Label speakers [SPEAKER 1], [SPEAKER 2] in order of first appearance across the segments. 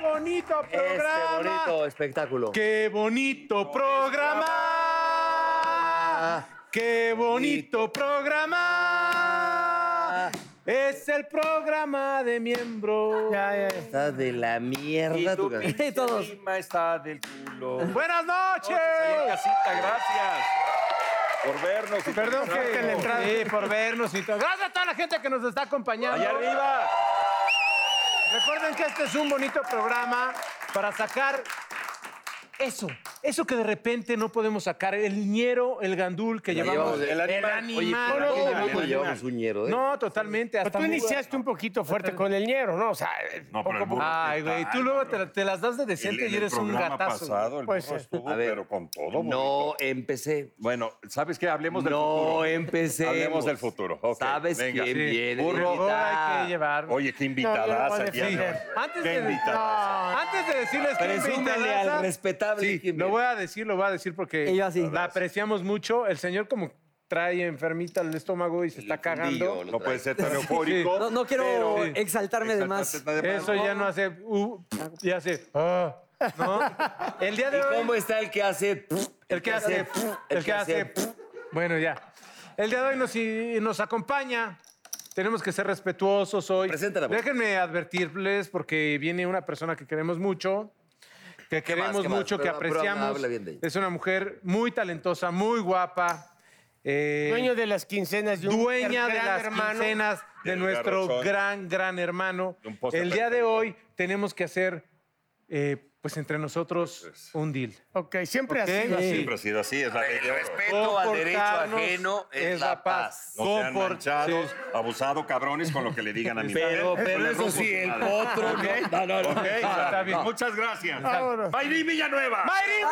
[SPEAKER 1] bonito programa.
[SPEAKER 2] Este bonito espectáculo.
[SPEAKER 1] Qué bonito programa. Qué bonito programa. Es el programa de miembro.
[SPEAKER 2] Está de la mierda
[SPEAKER 3] Y
[SPEAKER 2] tu
[SPEAKER 3] tu
[SPEAKER 2] canción.
[SPEAKER 3] pinche
[SPEAKER 4] Todos.
[SPEAKER 3] rima está del culo.
[SPEAKER 1] Buenas
[SPEAKER 3] Señor
[SPEAKER 1] noches.
[SPEAKER 3] Casita, gracias por vernos. y
[SPEAKER 1] Perdón
[SPEAKER 3] por
[SPEAKER 1] que en la
[SPEAKER 3] vernos.
[SPEAKER 1] entrada. Sí, por vernos y todo. Gracias a toda la gente que nos está acompañando.
[SPEAKER 3] Allá arriba.
[SPEAKER 1] Recuerden que este es un bonito programa para sacar eso, eso que de repente no podemos sacar, el ñero, el gandul que
[SPEAKER 2] Lo
[SPEAKER 1] llevamos,
[SPEAKER 2] llevamos, el animal. Oye, ¿por qué todo
[SPEAKER 1] animal. No,
[SPEAKER 2] el mundo llevamos un ñero, eh?
[SPEAKER 1] No, totalmente.
[SPEAKER 5] Pero
[SPEAKER 1] Hasta
[SPEAKER 5] tú
[SPEAKER 1] muda.
[SPEAKER 5] iniciaste un poquito
[SPEAKER 2] Ah,
[SPEAKER 5] fuerte con el ñero, ¿no? O sea,
[SPEAKER 6] No, pero el burro-
[SPEAKER 1] Ay, güey, tú luego te, te las das de
[SPEAKER 6] El,
[SPEAKER 1] decente
[SPEAKER 6] en
[SPEAKER 1] y
[SPEAKER 6] el
[SPEAKER 1] eres un
[SPEAKER 6] programa
[SPEAKER 1] gatazo.
[SPEAKER 6] pasado, el
[SPEAKER 5] Pues,
[SPEAKER 6] burro
[SPEAKER 5] eh.
[SPEAKER 6] estuvo,
[SPEAKER 2] A ver,
[SPEAKER 6] pero con todo.
[SPEAKER 2] No
[SPEAKER 6] bonito.
[SPEAKER 2] empecé.
[SPEAKER 6] Bueno, ¿sabes qué? Hablemos del
[SPEAKER 2] No
[SPEAKER 6] futuro.
[SPEAKER 2] empecé.
[SPEAKER 6] Hablemos del futuro. Ok,
[SPEAKER 2] ¿Sabes
[SPEAKER 6] venga.
[SPEAKER 2] quién
[SPEAKER 6] Sí.
[SPEAKER 2] viene?
[SPEAKER 6] Burro,
[SPEAKER 1] Ahora hay que llevar.
[SPEAKER 6] Oye, qué invitadaza.
[SPEAKER 5] No, yo no puedo
[SPEAKER 6] tía,
[SPEAKER 1] Sí.
[SPEAKER 5] defender.
[SPEAKER 6] no.
[SPEAKER 1] Antes,
[SPEAKER 6] Qué
[SPEAKER 1] de,
[SPEAKER 6] invitadaza.
[SPEAKER 1] No, antes de decirles que
[SPEAKER 2] Presúmele al respetable
[SPEAKER 1] Sí,
[SPEAKER 2] quién
[SPEAKER 1] lo
[SPEAKER 2] viene.
[SPEAKER 1] voy a decir, lo voy a decir porque
[SPEAKER 4] Y yo así.
[SPEAKER 1] la apreciamos mucho. El señor como trae enfermita el estómago y se está cagando.
[SPEAKER 2] fundillo, lo
[SPEAKER 6] No puede
[SPEAKER 2] traes.
[SPEAKER 6] ser tan eufórico.
[SPEAKER 4] No, no quiero
[SPEAKER 1] Sí.
[SPEAKER 4] exaltarme de más.
[SPEAKER 6] Exaltarte de más.
[SPEAKER 1] Eso ya no hace. uh, ya hace. ah, ¿no? El día de
[SPEAKER 2] ¿Y
[SPEAKER 1] hoy.
[SPEAKER 2] cómo está el que hace?
[SPEAKER 1] El que hace. El que hace. Bueno, ya. El día de hoy nos, y- nos acompaña. Tenemos que ser respetuosos hoy.
[SPEAKER 2] Preséntala, por favor.
[SPEAKER 1] Déjenme advertirles porque viene una persona que queremos mucho, que queremos
[SPEAKER 2] qué más?
[SPEAKER 1] mucho, que
[SPEAKER 2] Pero- pero habla-
[SPEAKER 1] apreciamos.
[SPEAKER 2] habla bien de ella.
[SPEAKER 1] Es una mujer muy talentosa, muy guapa. eh,
[SPEAKER 5] dueño de las quincenas de un
[SPEAKER 1] dueña de
[SPEAKER 5] gran
[SPEAKER 1] las
[SPEAKER 5] hermano.
[SPEAKER 1] quincenas de
[SPEAKER 6] Del
[SPEAKER 1] nuestro
[SPEAKER 6] garrochón.
[SPEAKER 1] gran, gran hermano.
[SPEAKER 6] De un postre
[SPEAKER 1] El día de
[SPEAKER 6] perfecto.
[SPEAKER 1] hoy tenemos que hacer, eh, pues entre nosotros, un deal.
[SPEAKER 5] Ok, siempre
[SPEAKER 1] Ok.
[SPEAKER 5] así.
[SPEAKER 1] Sí.
[SPEAKER 6] Siempre ha sido así, es la ley de oro.
[SPEAKER 2] Respeto al derecho
[SPEAKER 1] Comportarnos
[SPEAKER 2] ajeno es la paz.
[SPEAKER 6] No sean
[SPEAKER 1] Comport-
[SPEAKER 6] manchados,
[SPEAKER 1] sí.
[SPEAKER 6] abusado, cabrones, con lo que le digan a mi
[SPEAKER 2] Pero,
[SPEAKER 6] madre.
[SPEAKER 2] pero
[SPEAKER 6] Le
[SPEAKER 2] eso
[SPEAKER 6] rompo
[SPEAKER 2] sí,
[SPEAKER 6] su
[SPEAKER 2] el
[SPEAKER 6] madre.
[SPEAKER 2] otro no. No, no, no.
[SPEAKER 6] Ok,
[SPEAKER 1] está bien.
[SPEAKER 6] Muchas gracias.
[SPEAKER 5] Vámonos.
[SPEAKER 6] Mayri Villanueva.
[SPEAKER 1] ¡Mayrín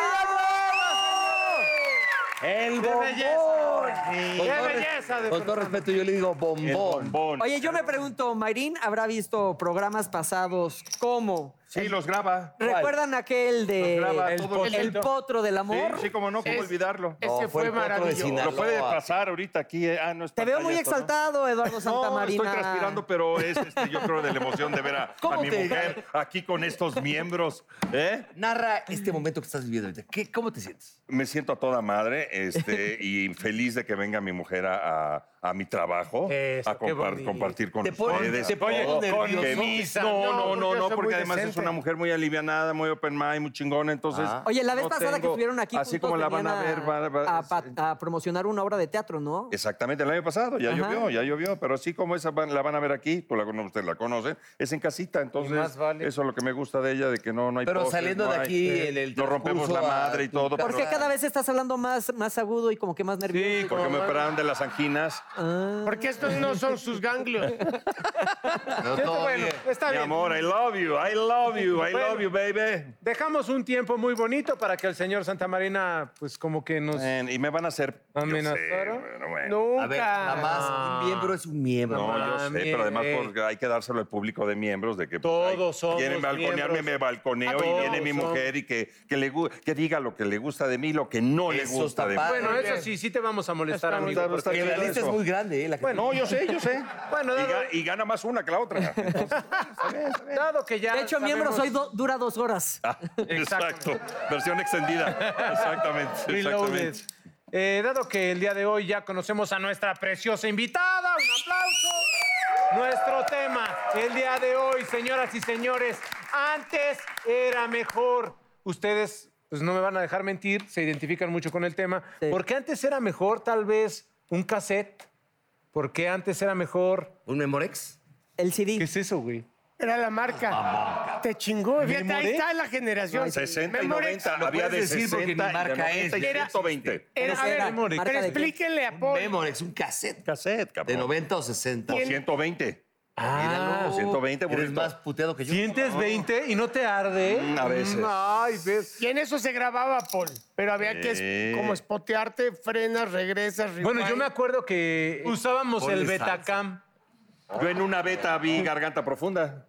[SPEAKER 2] El
[SPEAKER 1] Villanueva,
[SPEAKER 2] bombón.
[SPEAKER 1] señor!
[SPEAKER 2] Con
[SPEAKER 1] ¡Qué
[SPEAKER 2] todo res-
[SPEAKER 1] belleza! de
[SPEAKER 2] Con todo
[SPEAKER 1] persona!
[SPEAKER 2] respeto, yo le digo
[SPEAKER 6] El
[SPEAKER 2] bombón.
[SPEAKER 6] bombón.
[SPEAKER 4] Oye, yo me pregunto, Mayrín habrá visto programas pasados como...
[SPEAKER 6] Sí, los graba.
[SPEAKER 4] ¿Recuerdan aquel de
[SPEAKER 6] graba
[SPEAKER 4] el,
[SPEAKER 6] todo
[SPEAKER 4] el potro del
[SPEAKER 6] Sí,
[SPEAKER 4] amor?
[SPEAKER 6] sí, como no, cómo olvidarlo.
[SPEAKER 2] No, fue
[SPEAKER 5] Ese fue
[SPEAKER 2] el potro de Sinaloa.
[SPEAKER 5] maravilloso.
[SPEAKER 6] Lo puede pasar ahorita aquí. eh. Ah, no es
[SPEAKER 4] Te veo muy
[SPEAKER 6] pantalla, esto, ¿no?
[SPEAKER 4] exaltado, Eduardo Santamarina.
[SPEAKER 6] No, estoy transpirando, pero es, este, yo creo, de la emoción de ver a,
[SPEAKER 2] ¿Cómo
[SPEAKER 6] a mi
[SPEAKER 2] te-
[SPEAKER 6] mujer aquí con estos miembros. ¿eh?
[SPEAKER 2] Narra este momento que estás viviendo ahorita. ¿Qué- ¿Cómo te sientes?
[SPEAKER 6] Me siento a toda madre este, y feliz de que venga mi mujer a, a- a mi trabajo
[SPEAKER 1] Eso,
[SPEAKER 6] a compar-
[SPEAKER 1] qué bonito.
[SPEAKER 6] compartir con
[SPEAKER 2] Te pone-
[SPEAKER 6] ustedes.
[SPEAKER 2] te pone
[SPEAKER 6] todo.
[SPEAKER 2] nervioso.
[SPEAKER 6] Que-
[SPEAKER 2] Misa,
[SPEAKER 6] No, no, no,
[SPEAKER 1] porque
[SPEAKER 6] no,
[SPEAKER 1] soy
[SPEAKER 6] porque
[SPEAKER 1] muy
[SPEAKER 6] además es
[SPEAKER 1] decente.
[SPEAKER 6] una mujer muy alivianada, muy open mind, muy chingona, entonces...
[SPEAKER 2] Ah.
[SPEAKER 4] Oye, la vez
[SPEAKER 6] no
[SPEAKER 4] pasada que
[SPEAKER 6] tengo-
[SPEAKER 4] estuvieron aquí
[SPEAKER 6] Así
[SPEAKER 4] juntos
[SPEAKER 6] como la van a
[SPEAKER 4] venían
[SPEAKER 6] ver, va- eh, va-
[SPEAKER 4] a, pa- a promocionar una obra de teatro, ¿no?
[SPEAKER 6] Exactamente, el año pasado, ya
[SPEAKER 4] Ajá.
[SPEAKER 6] llovió, ya llovió, pero así como esa van- la van a ver aquí, tú la, cono- usted la conoce, es en casita, entonces
[SPEAKER 1] más vale.
[SPEAKER 6] eso es lo que me gusta de ella, de que no, no hay
[SPEAKER 2] Pero
[SPEAKER 6] poses,
[SPEAKER 2] saliendo
[SPEAKER 6] no
[SPEAKER 2] de
[SPEAKER 6] hay-
[SPEAKER 2] aquí, en el
[SPEAKER 6] Nos rompemos la
[SPEAKER 2] transcurso a
[SPEAKER 6] madre y
[SPEAKER 2] tu
[SPEAKER 6] todo.
[SPEAKER 2] casa.
[SPEAKER 4] Porque
[SPEAKER 6] pero-
[SPEAKER 4] cada vez estás hablando más, más agudo y como que más nervioso.
[SPEAKER 6] Sí, porque me operaron de las anginas.
[SPEAKER 5] Porque estos no son sus ganglios.
[SPEAKER 2] No,
[SPEAKER 1] Siento, Este, bueno, está
[SPEAKER 6] Mi
[SPEAKER 1] bien.
[SPEAKER 6] amor, I love you, I love you, I
[SPEAKER 1] Bueno.
[SPEAKER 6] love you, baby.
[SPEAKER 1] Dejamos un tiempo muy bonito para que el señor Santamarina, pues como que nos...
[SPEAKER 6] Eh, y me van a hacer... yo sé,
[SPEAKER 1] ¿Amenazaron?
[SPEAKER 6] bueno, bueno.
[SPEAKER 1] Nunca. Ah.
[SPEAKER 2] A ver, nada más, un miembro es un miembro.
[SPEAKER 6] No, yo sé,
[SPEAKER 1] Mami,
[SPEAKER 6] pero además
[SPEAKER 1] ey.
[SPEAKER 6] porque hay que dárselo al público de miembros de que pues,
[SPEAKER 1] Todos
[SPEAKER 6] ay,
[SPEAKER 1] somos
[SPEAKER 6] quieren balconearme,
[SPEAKER 1] miembros.
[SPEAKER 6] me balconeo
[SPEAKER 1] Ah,
[SPEAKER 6] y viene
[SPEAKER 1] todos
[SPEAKER 6] mi
[SPEAKER 1] somos.
[SPEAKER 6] mujer y que, que le gu- que diga lo que le gusta de mí, lo que no le
[SPEAKER 2] Eso
[SPEAKER 6] gusta
[SPEAKER 2] está
[SPEAKER 6] de mí.
[SPEAKER 2] padre.
[SPEAKER 1] Bueno, eso sí, sí te vamos a molestar,
[SPEAKER 6] Estamos
[SPEAKER 1] amigo.
[SPEAKER 6] dando-
[SPEAKER 1] porque-
[SPEAKER 6] está
[SPEAKER 2] Porque la
[SPEAKER 6] chido
[SPEAKER 2] lista es
[SPEAKER 6] eso.
[SPEAKER 2] muy grande, ¿eh? La que-
[SPEAKER 1] Bueno,
[SPEAKER 6] No, yo sé, yo sé.
[SPEAKER 1] Bueno,
[SPEAKER 6] y,
[SPEAKER 1] dado-
[SPEAKER 6] ga- y gana más una que la otra.
[SPEAKER 1] Dado que ya
[SPEAKER 4] de hecho, miembro
[SPEAKER 1] sabemos-
[SPEAKER 4] soy do- dura dos horas.
[SPEAKER 6] Exacto. Versión extendida. Exactamente.
[SPEAKER 1] Reloaded.
[SPEAKER 6] Exactamente.
[SPEAKER 1] Eh, dado que el día de hoy ya conocemos a nuestra preciosa invitada, un aplauso. Nuestro tema el día de hoy, señoras y señores, antes era mejor. Ustedes, pues no me van a dejar mentir, se identifican mucho con el tema,
[SPEAKER 4] Sí.
[SPEAKER 1] porque antes era mejor tal vez un cassette, porque antes era mejor...
[SPEAKER 2] ¿Un Memorex?
[SPEAKER 4] El CD.
[SPEAKER 1] ¿Qué es eso, güey?
[SPEAKER 5] Era la
[SPEAKER 1] Ah,
[SPEAKER 5] marca. Te chingó. Fíjate, ahí
[SPEAKER 1] Memorex.
[SPEAKER 5] está la generación.
[SPEAKER 6] 60 y
[SPEAKER 5] Memorex.
[SPEAKER 6] 90.
[SPEAKER 2] Lo
[SPEAKER 6] Había de
[SPEAKER 2] puedes decir porque
[SPEAKER 6] 60 y de
[SPEAKER 2] mi marca es
[SPEAKER 6] 90 y
[SPEAKER 2] de
[SPEAKER 6] 120.
[SPEAKER 5] Era- a ver,
[SPEAKER 4] Era
[SPEAKER 5] pero
[SPEAKER 4] marca de-
[SPEAKER 5] explíquenle a Paul.
[SPEAKER 2] Memorex, un cassette.
[SPEAKER 6] Cassette,
[SPEAKER 2] De
[SPEAKER 6] cabrón.
[SPEAKER 2] 90 o 60.
[SPEAKER 6] O 120.
[SPEAKER 1] Ah.
[SPEAKER 2] Míralo.
[SPEAKER 6] 120,
[SPEAKER 2] Eres
[SPEAKER 6] burrito.
[SPEAKER 2] más puteado que yo.
[SPEAKER 1] ¿Sientes 20 y no te arde?
[SPEAKER 6] Mm, a veces.
[SPEAKER 1] Mm, Ay, ves.
[SPEAKER 5] Y en eso se grababa, Paul. Pero había que es-
[SPEAKER 6] Sí.
[SPEAKER 5] como espotearte, frenas, regresas,
[SPEAKER 1] Bueno,
[SPEAKER 5] rewind.
[SPEAKER 1] yo me acuerdo que usábamos
[SPEAKER 2] Ponle
[SPEAKER 1] el
[SPEAKER 2] salsa.
[SPEAKER 1] Betacam.
[SPEAKER 6] Yo en una beta vi garganta profunda.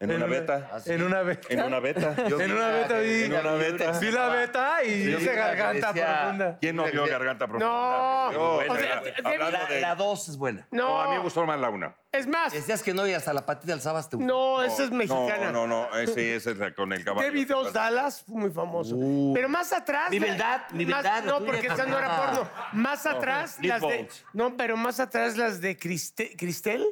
[SPEAKER 6] En una beta.
[SPEAKER 1] En una beta.
[SPEAKER 6] En una beta. Yo
[SPEAKER 1] En
[SPEAKER 6] vi-
[SPEAKER 1] una beta, vi.
[SPEAKER 6] En una beta.
[SPEAKER 1] Vi la beta y
[SPEAKER 6] Sí,
[SPEAKER 1] hice
[SPEAKER 6] la
[SPEAKER 1] garganta
[SPEAKER 2] decía-
[SPEAKER 1] profunda.
[SPEAKER 6] ¿Quién no vio Garganta Profunda?
[SPEAKER 5] No.
[SPEAKER 6] Yo, bueno,
[SPEAKER 5] O sea,
[SPEAKER 6] ya,
[SPEAKER 5] te- te-
[SPEAKER 6] hablando
[SPEAKER 2] La,
[SPEAKER 6] de...
[SPEAKER 2] la dos es buena.
[SPEAKER 6] No, a mí me
[SPEAKER 5] No,
[SPEAKER 6] gustó más la una.
[SPEAKER 5] es más,
[SPEAKER 2] Decías que no y hasta la patita alzabas te gustó.
[SPEAKER 5] no, esa es mexicana.
[SPEAKER 6] No, no, no, eh, sí, esa es la con el caballo.
[SPEAKER 5] David Dos Dallas fue muy famoso. Pero más atrás.
[SPEAKER 2] Mi
[SPEAKER 5] la-
[SPEAKER 2] beldad, mi
[SPEAKER 5] más-
[SPEAKER 2] beldad, la
[SPEAKER 5] No,
[SPEAKER 2] tuya.
[SPEAKER 5] porque esa no era porno. Más atrás
[SPEAKER 6] Nick
[SPEAKER 5] las de.
[SPEAKER 6] Bones.
[SPEAKER 5] No, pero más atrás las de Criste- Cristel.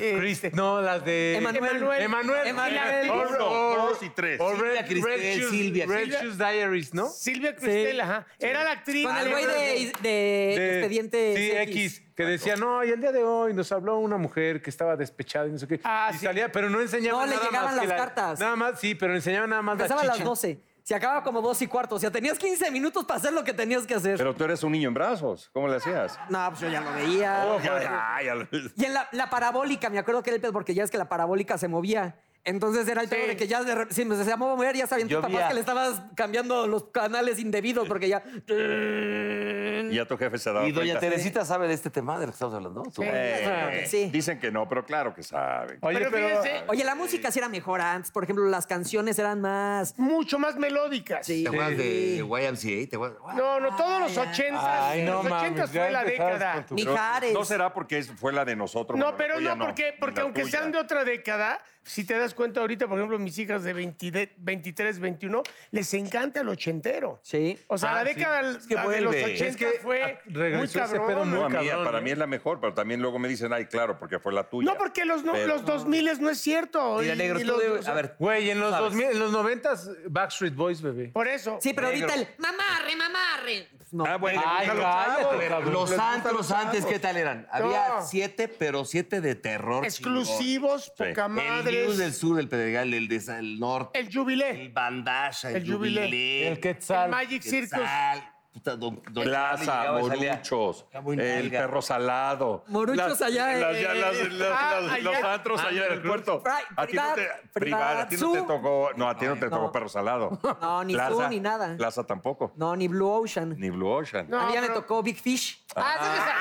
[SPEAKER 5] Eh,
[SPEAKER 1] Chris, no, las de...
[SPEAKER 4] Emanuel.
[SPEAKER 1] Emanuel. Emanuel.
[SPEAKER 4] Emanuel.
[SPEAKER 1] Or-
[SPEAKER 6] Uno,
[SPEAKER 1] or-
[SPEAKER 6] dos y tres.
[SPEAKER 1] or Red-
[SPEAKER 2] Silvia Cristel,
[SPEAKER 1] Red Shoes-
[SPEAKER 2] Silvia
[SPEAKER 1] Red
[SPEAKER 2] Cristel.
[SPEAKER 1] Shoes Diaries, ¿no?
[SPEAKER 5] Silvia Cristel, ajá. Era la actriz.
[SPEAKER 4] Con el güey de, de
[SPEAKER 1] de-
[SPEAKER 4] expediente
[SPEAKER 1] sí, X, que decía, no, y el día de hoy nos habló una mujer que estaba despechada y no sé qué.
[SPEAKER 5] Ah,
[SPEAKER 1] y
[SPEAKER 5] sí.
[SPEAKER 1] salía, pero no enseñaba
[SPEAKER 4] No, le
[SPEAKER 1] nada
[SPEAKER 4] llegaban
[SPEAKER 1] más que
[SPEAKER 4] las
[SPEAKER 1] la-
[SPEAKER 4] cartas.
[SPEAKER 1] Nada más, sí, pero enseñaba nada más
[SPEAKER 4] Empezaba a
[SPEAKER 1] la
[SPEAKER 4] las
[SPEAKER 1] chicha.
[SPEAKER 4] 12. Se acababa como 2 y cuarto. O sea, tenías 15 minutos para hacer lo que tenías que hacer.
[SPEAKER 6] Pero tú eres un niño en brazos. ¿Cómo le hacías?
[SPEAKER 4] No, pues yo ya lo veía.
[SPEAKER 6] Ya, ya, ya lo-
[SPEAKER 4] Y en la, la parabólica, me acuerdo que era el pedo, porque ya es que la parabólica se movía. Entonces era el pedo de que ya de re- si me se llamó a mover, ya sabían tus
[SPEAKER 6] Yo vi
[SPEAKER 4] papás
[SPEAKER 6] a-
[SPEAKER 4] que le estabas cambiando los canales indebidos porque ya.
[SPEAKER 6] Y ya tu jefe se ha dado
[SPEAKER 2] Y doña
[SPEAKER 6] cuenta.
[SPEAKER 2] Teresita sabe de este tema del que estamos hablando.
[SPEAKER 6] Eh,
[SPEAKER 4] Sí.
[SPEAKER 6] Dicen que no, pero claro que saben.
[SPEAKER 1] Oye,
[SPEAKER 5] Pero
[SPEAKER 1] pero...
[SPEAKER 5] fíjense,
[SPEAKER 4] Oye, la música sí era mejor antes. Por ejemplo, las canciones eran más.
[SPEAKER 5] mucho más melódicas.
[SPEAKER 4] Sí.
[SPEAKER 2] ¿Te acuerdas de YMCA? ¿Te acuerdas?
[SPEAKER 5] No, no, todos los ochentas.
[SPEAKER 1] Ay, no
[SPEAKER 5] los
[SPEAKER 1] mames,
[SPEAKER 5] ochentas
[SPEAKER 1] ya
[SPEAKER 5] fue la
[SPEAKER 1] empezabas
[SPEAKER 5] década.
[SPEAKER 1] con tu-
[SPEAKER 6] Pero
[SPEAKER 4] Mijares.
[SPEAKER 6] No será porque es- fue la de nosotros. bueno,
[SPEAKER 5] No,
[SPEAKER 6] la
[SPEAKER 5] pero
[SPEAKER 6] tuya
[SPEAKER 5] no, porque, porque
[SPEAKER 6] la
[SPEAKER 5] aunque
[SPEAKER 6] tuya.
[SPEAKER 5] sean de otra década, si te das cuenta ahorita, por ejemplo, mis hijas de 20 de- 23, 21, les encanta el ochentero.
[SPEAKER 4] Sí.
[SPEAKER 5] O sea,
[SPEAKER 1] Ah,
[SPEAKER 5] la
[SPEAKER 1] sí.
[SPEAKER 5] década
[SPEAKER 2] que
[SPEAKER 5] la de los
[SPEAKER 2] vuelve.
[SPEAKER 5] 80
[SPEAKER 1] Es que
[SPEAKER 5] fue
[SPEAKER 1] ah, regresó
[SPEAKER 5] muy
[SPEAKER 1] ese
[SPEAKER 5] cabrón.
[SPEAKER 1] pedo muy
[SPEAKER 6] No, a mí-
[SPEAKER 1] cabrón,
[SPEAKER 6] para
[SPEAKER 1] ¿eh?
[SPEAKER 6] mí es la mejor, pero también luego me dicen, ay, claro, porque fue la tuya.
[SPEAKER 5] no, porque los, no,
[SPEAKER 6] Pero-
[SPEAKER 5] los 2000 no es cierto.
[SPEAKER 2] Mira,
[SPEAKER 5] y-
[SPEAKER 2] negro,
[SPEAKER 5] y
[SPEAKER 2] tú
[SPEAKER 5] los-
[SPEAKER 2] de-
[SPEAKER 5] o sea,
[SPEAKER 2] A ver,
[SPEAKER 1] Güey, en los
[SPEAKER 2] Sabes.
[SPEAKER 1] 2000, en los 90 Backstreet Boys, bebé.
[SPEAKER 5] Por eso.
[SPEAKER 4] Sí, pero ahorita el.
[SPEAKER 2] Negro.
[SPEAKER 4] ¡Mamarre, mamarre! Pues no.
[SPEAKER 6] Ah, bueno,
[SPEAKER 1] Ay,
[SPEAKER 6] a los
[SPEAKER 1] cállate,
[SPEAKER 6] chavos.
[SPEAKER 1] cabrón.
[SPEAKER 2] Los antros antes, ¿qué tal eran? Había
[SPEAKER 5] No.
[SPEAKER 2] siete, pero siete de terror.
[SPEAKER 5] exclusivos,
[SPEAKER 6] Sí.
[SPEAKER 5] poca
[SPEAKER 2] chingón.
[SPEAKER 5] madre.
[SPEAKER 2] El News del
[SPEAKER 5] El,
[SPEAKER 2] sur, el Pedregal, el de Sa- el norte, el
[SPEAKER 5] Jubilé.
[SPEAKER 2] Bandasha, el,
[SPEAKER 5] El Jubilé.
[SPEAKER 2] Jubilé,
[SPEAKER 1] El
[SPEAKER 5] El
[SPEAKER 1] Quetzal.
[SPEAKER 5] Magic Circus.
[SPEAKER 2] Quetzal, puta, don- don
[SPEAKER 6] Plaza,
[SPEAKER 2] Charlie llegaba y salía.
[SPEAKER 6] Moruchos,
[SPEAKER 2] Cabo en
[SPEAKER 6] el
[SPEAKER 2] Nalga.
[SPEAKER 6] perro salado.
[SPEAKER 4] Moruchos allá,
[SPEAKER 6] las-
[SPEAKER 4] eh,
[SPEAKER 6] ya, las- las-
[SPEAKER 5] ah,
[SPEAKER 6] las-
[SPEAKER 5] allá.
[SPEAKER 6] Los antros allá en
[SPEAKER 2] Ah,
[SPEAKER 6] el puerto.
[SPEAKER 4] Fry-
[SPEAKER 6] A ti no te,
[SPEAKER 4] Privat-
[SPEAKER 6] privada, a ti no te
[SPEAKER 4] Privatsu.
[SPEAKER 6] tocó, no, a ti no te
[SPEAKER 4] No.
[SPEAKER 6] tocó perro salado.
[SPEAKER 4] No, ni
[SPEAKER 6] Plaza-
[SPEAKER 4] Zoo, ni nada.
[SPEAKER 6] Plaza tampoco,
[SPEAKER 4] No, ni Blue Ocean.
[SPEAKER 6] ni Blue Ocean.
[SPEAKER 5] No,
[SPEAKER 4] a mí ya me
[SPEAKER 5] pero-
[SPEAKER 4] tocó Big Fish.
[SPEAKER 5] Ah,
[SPEAKER 1] Ah,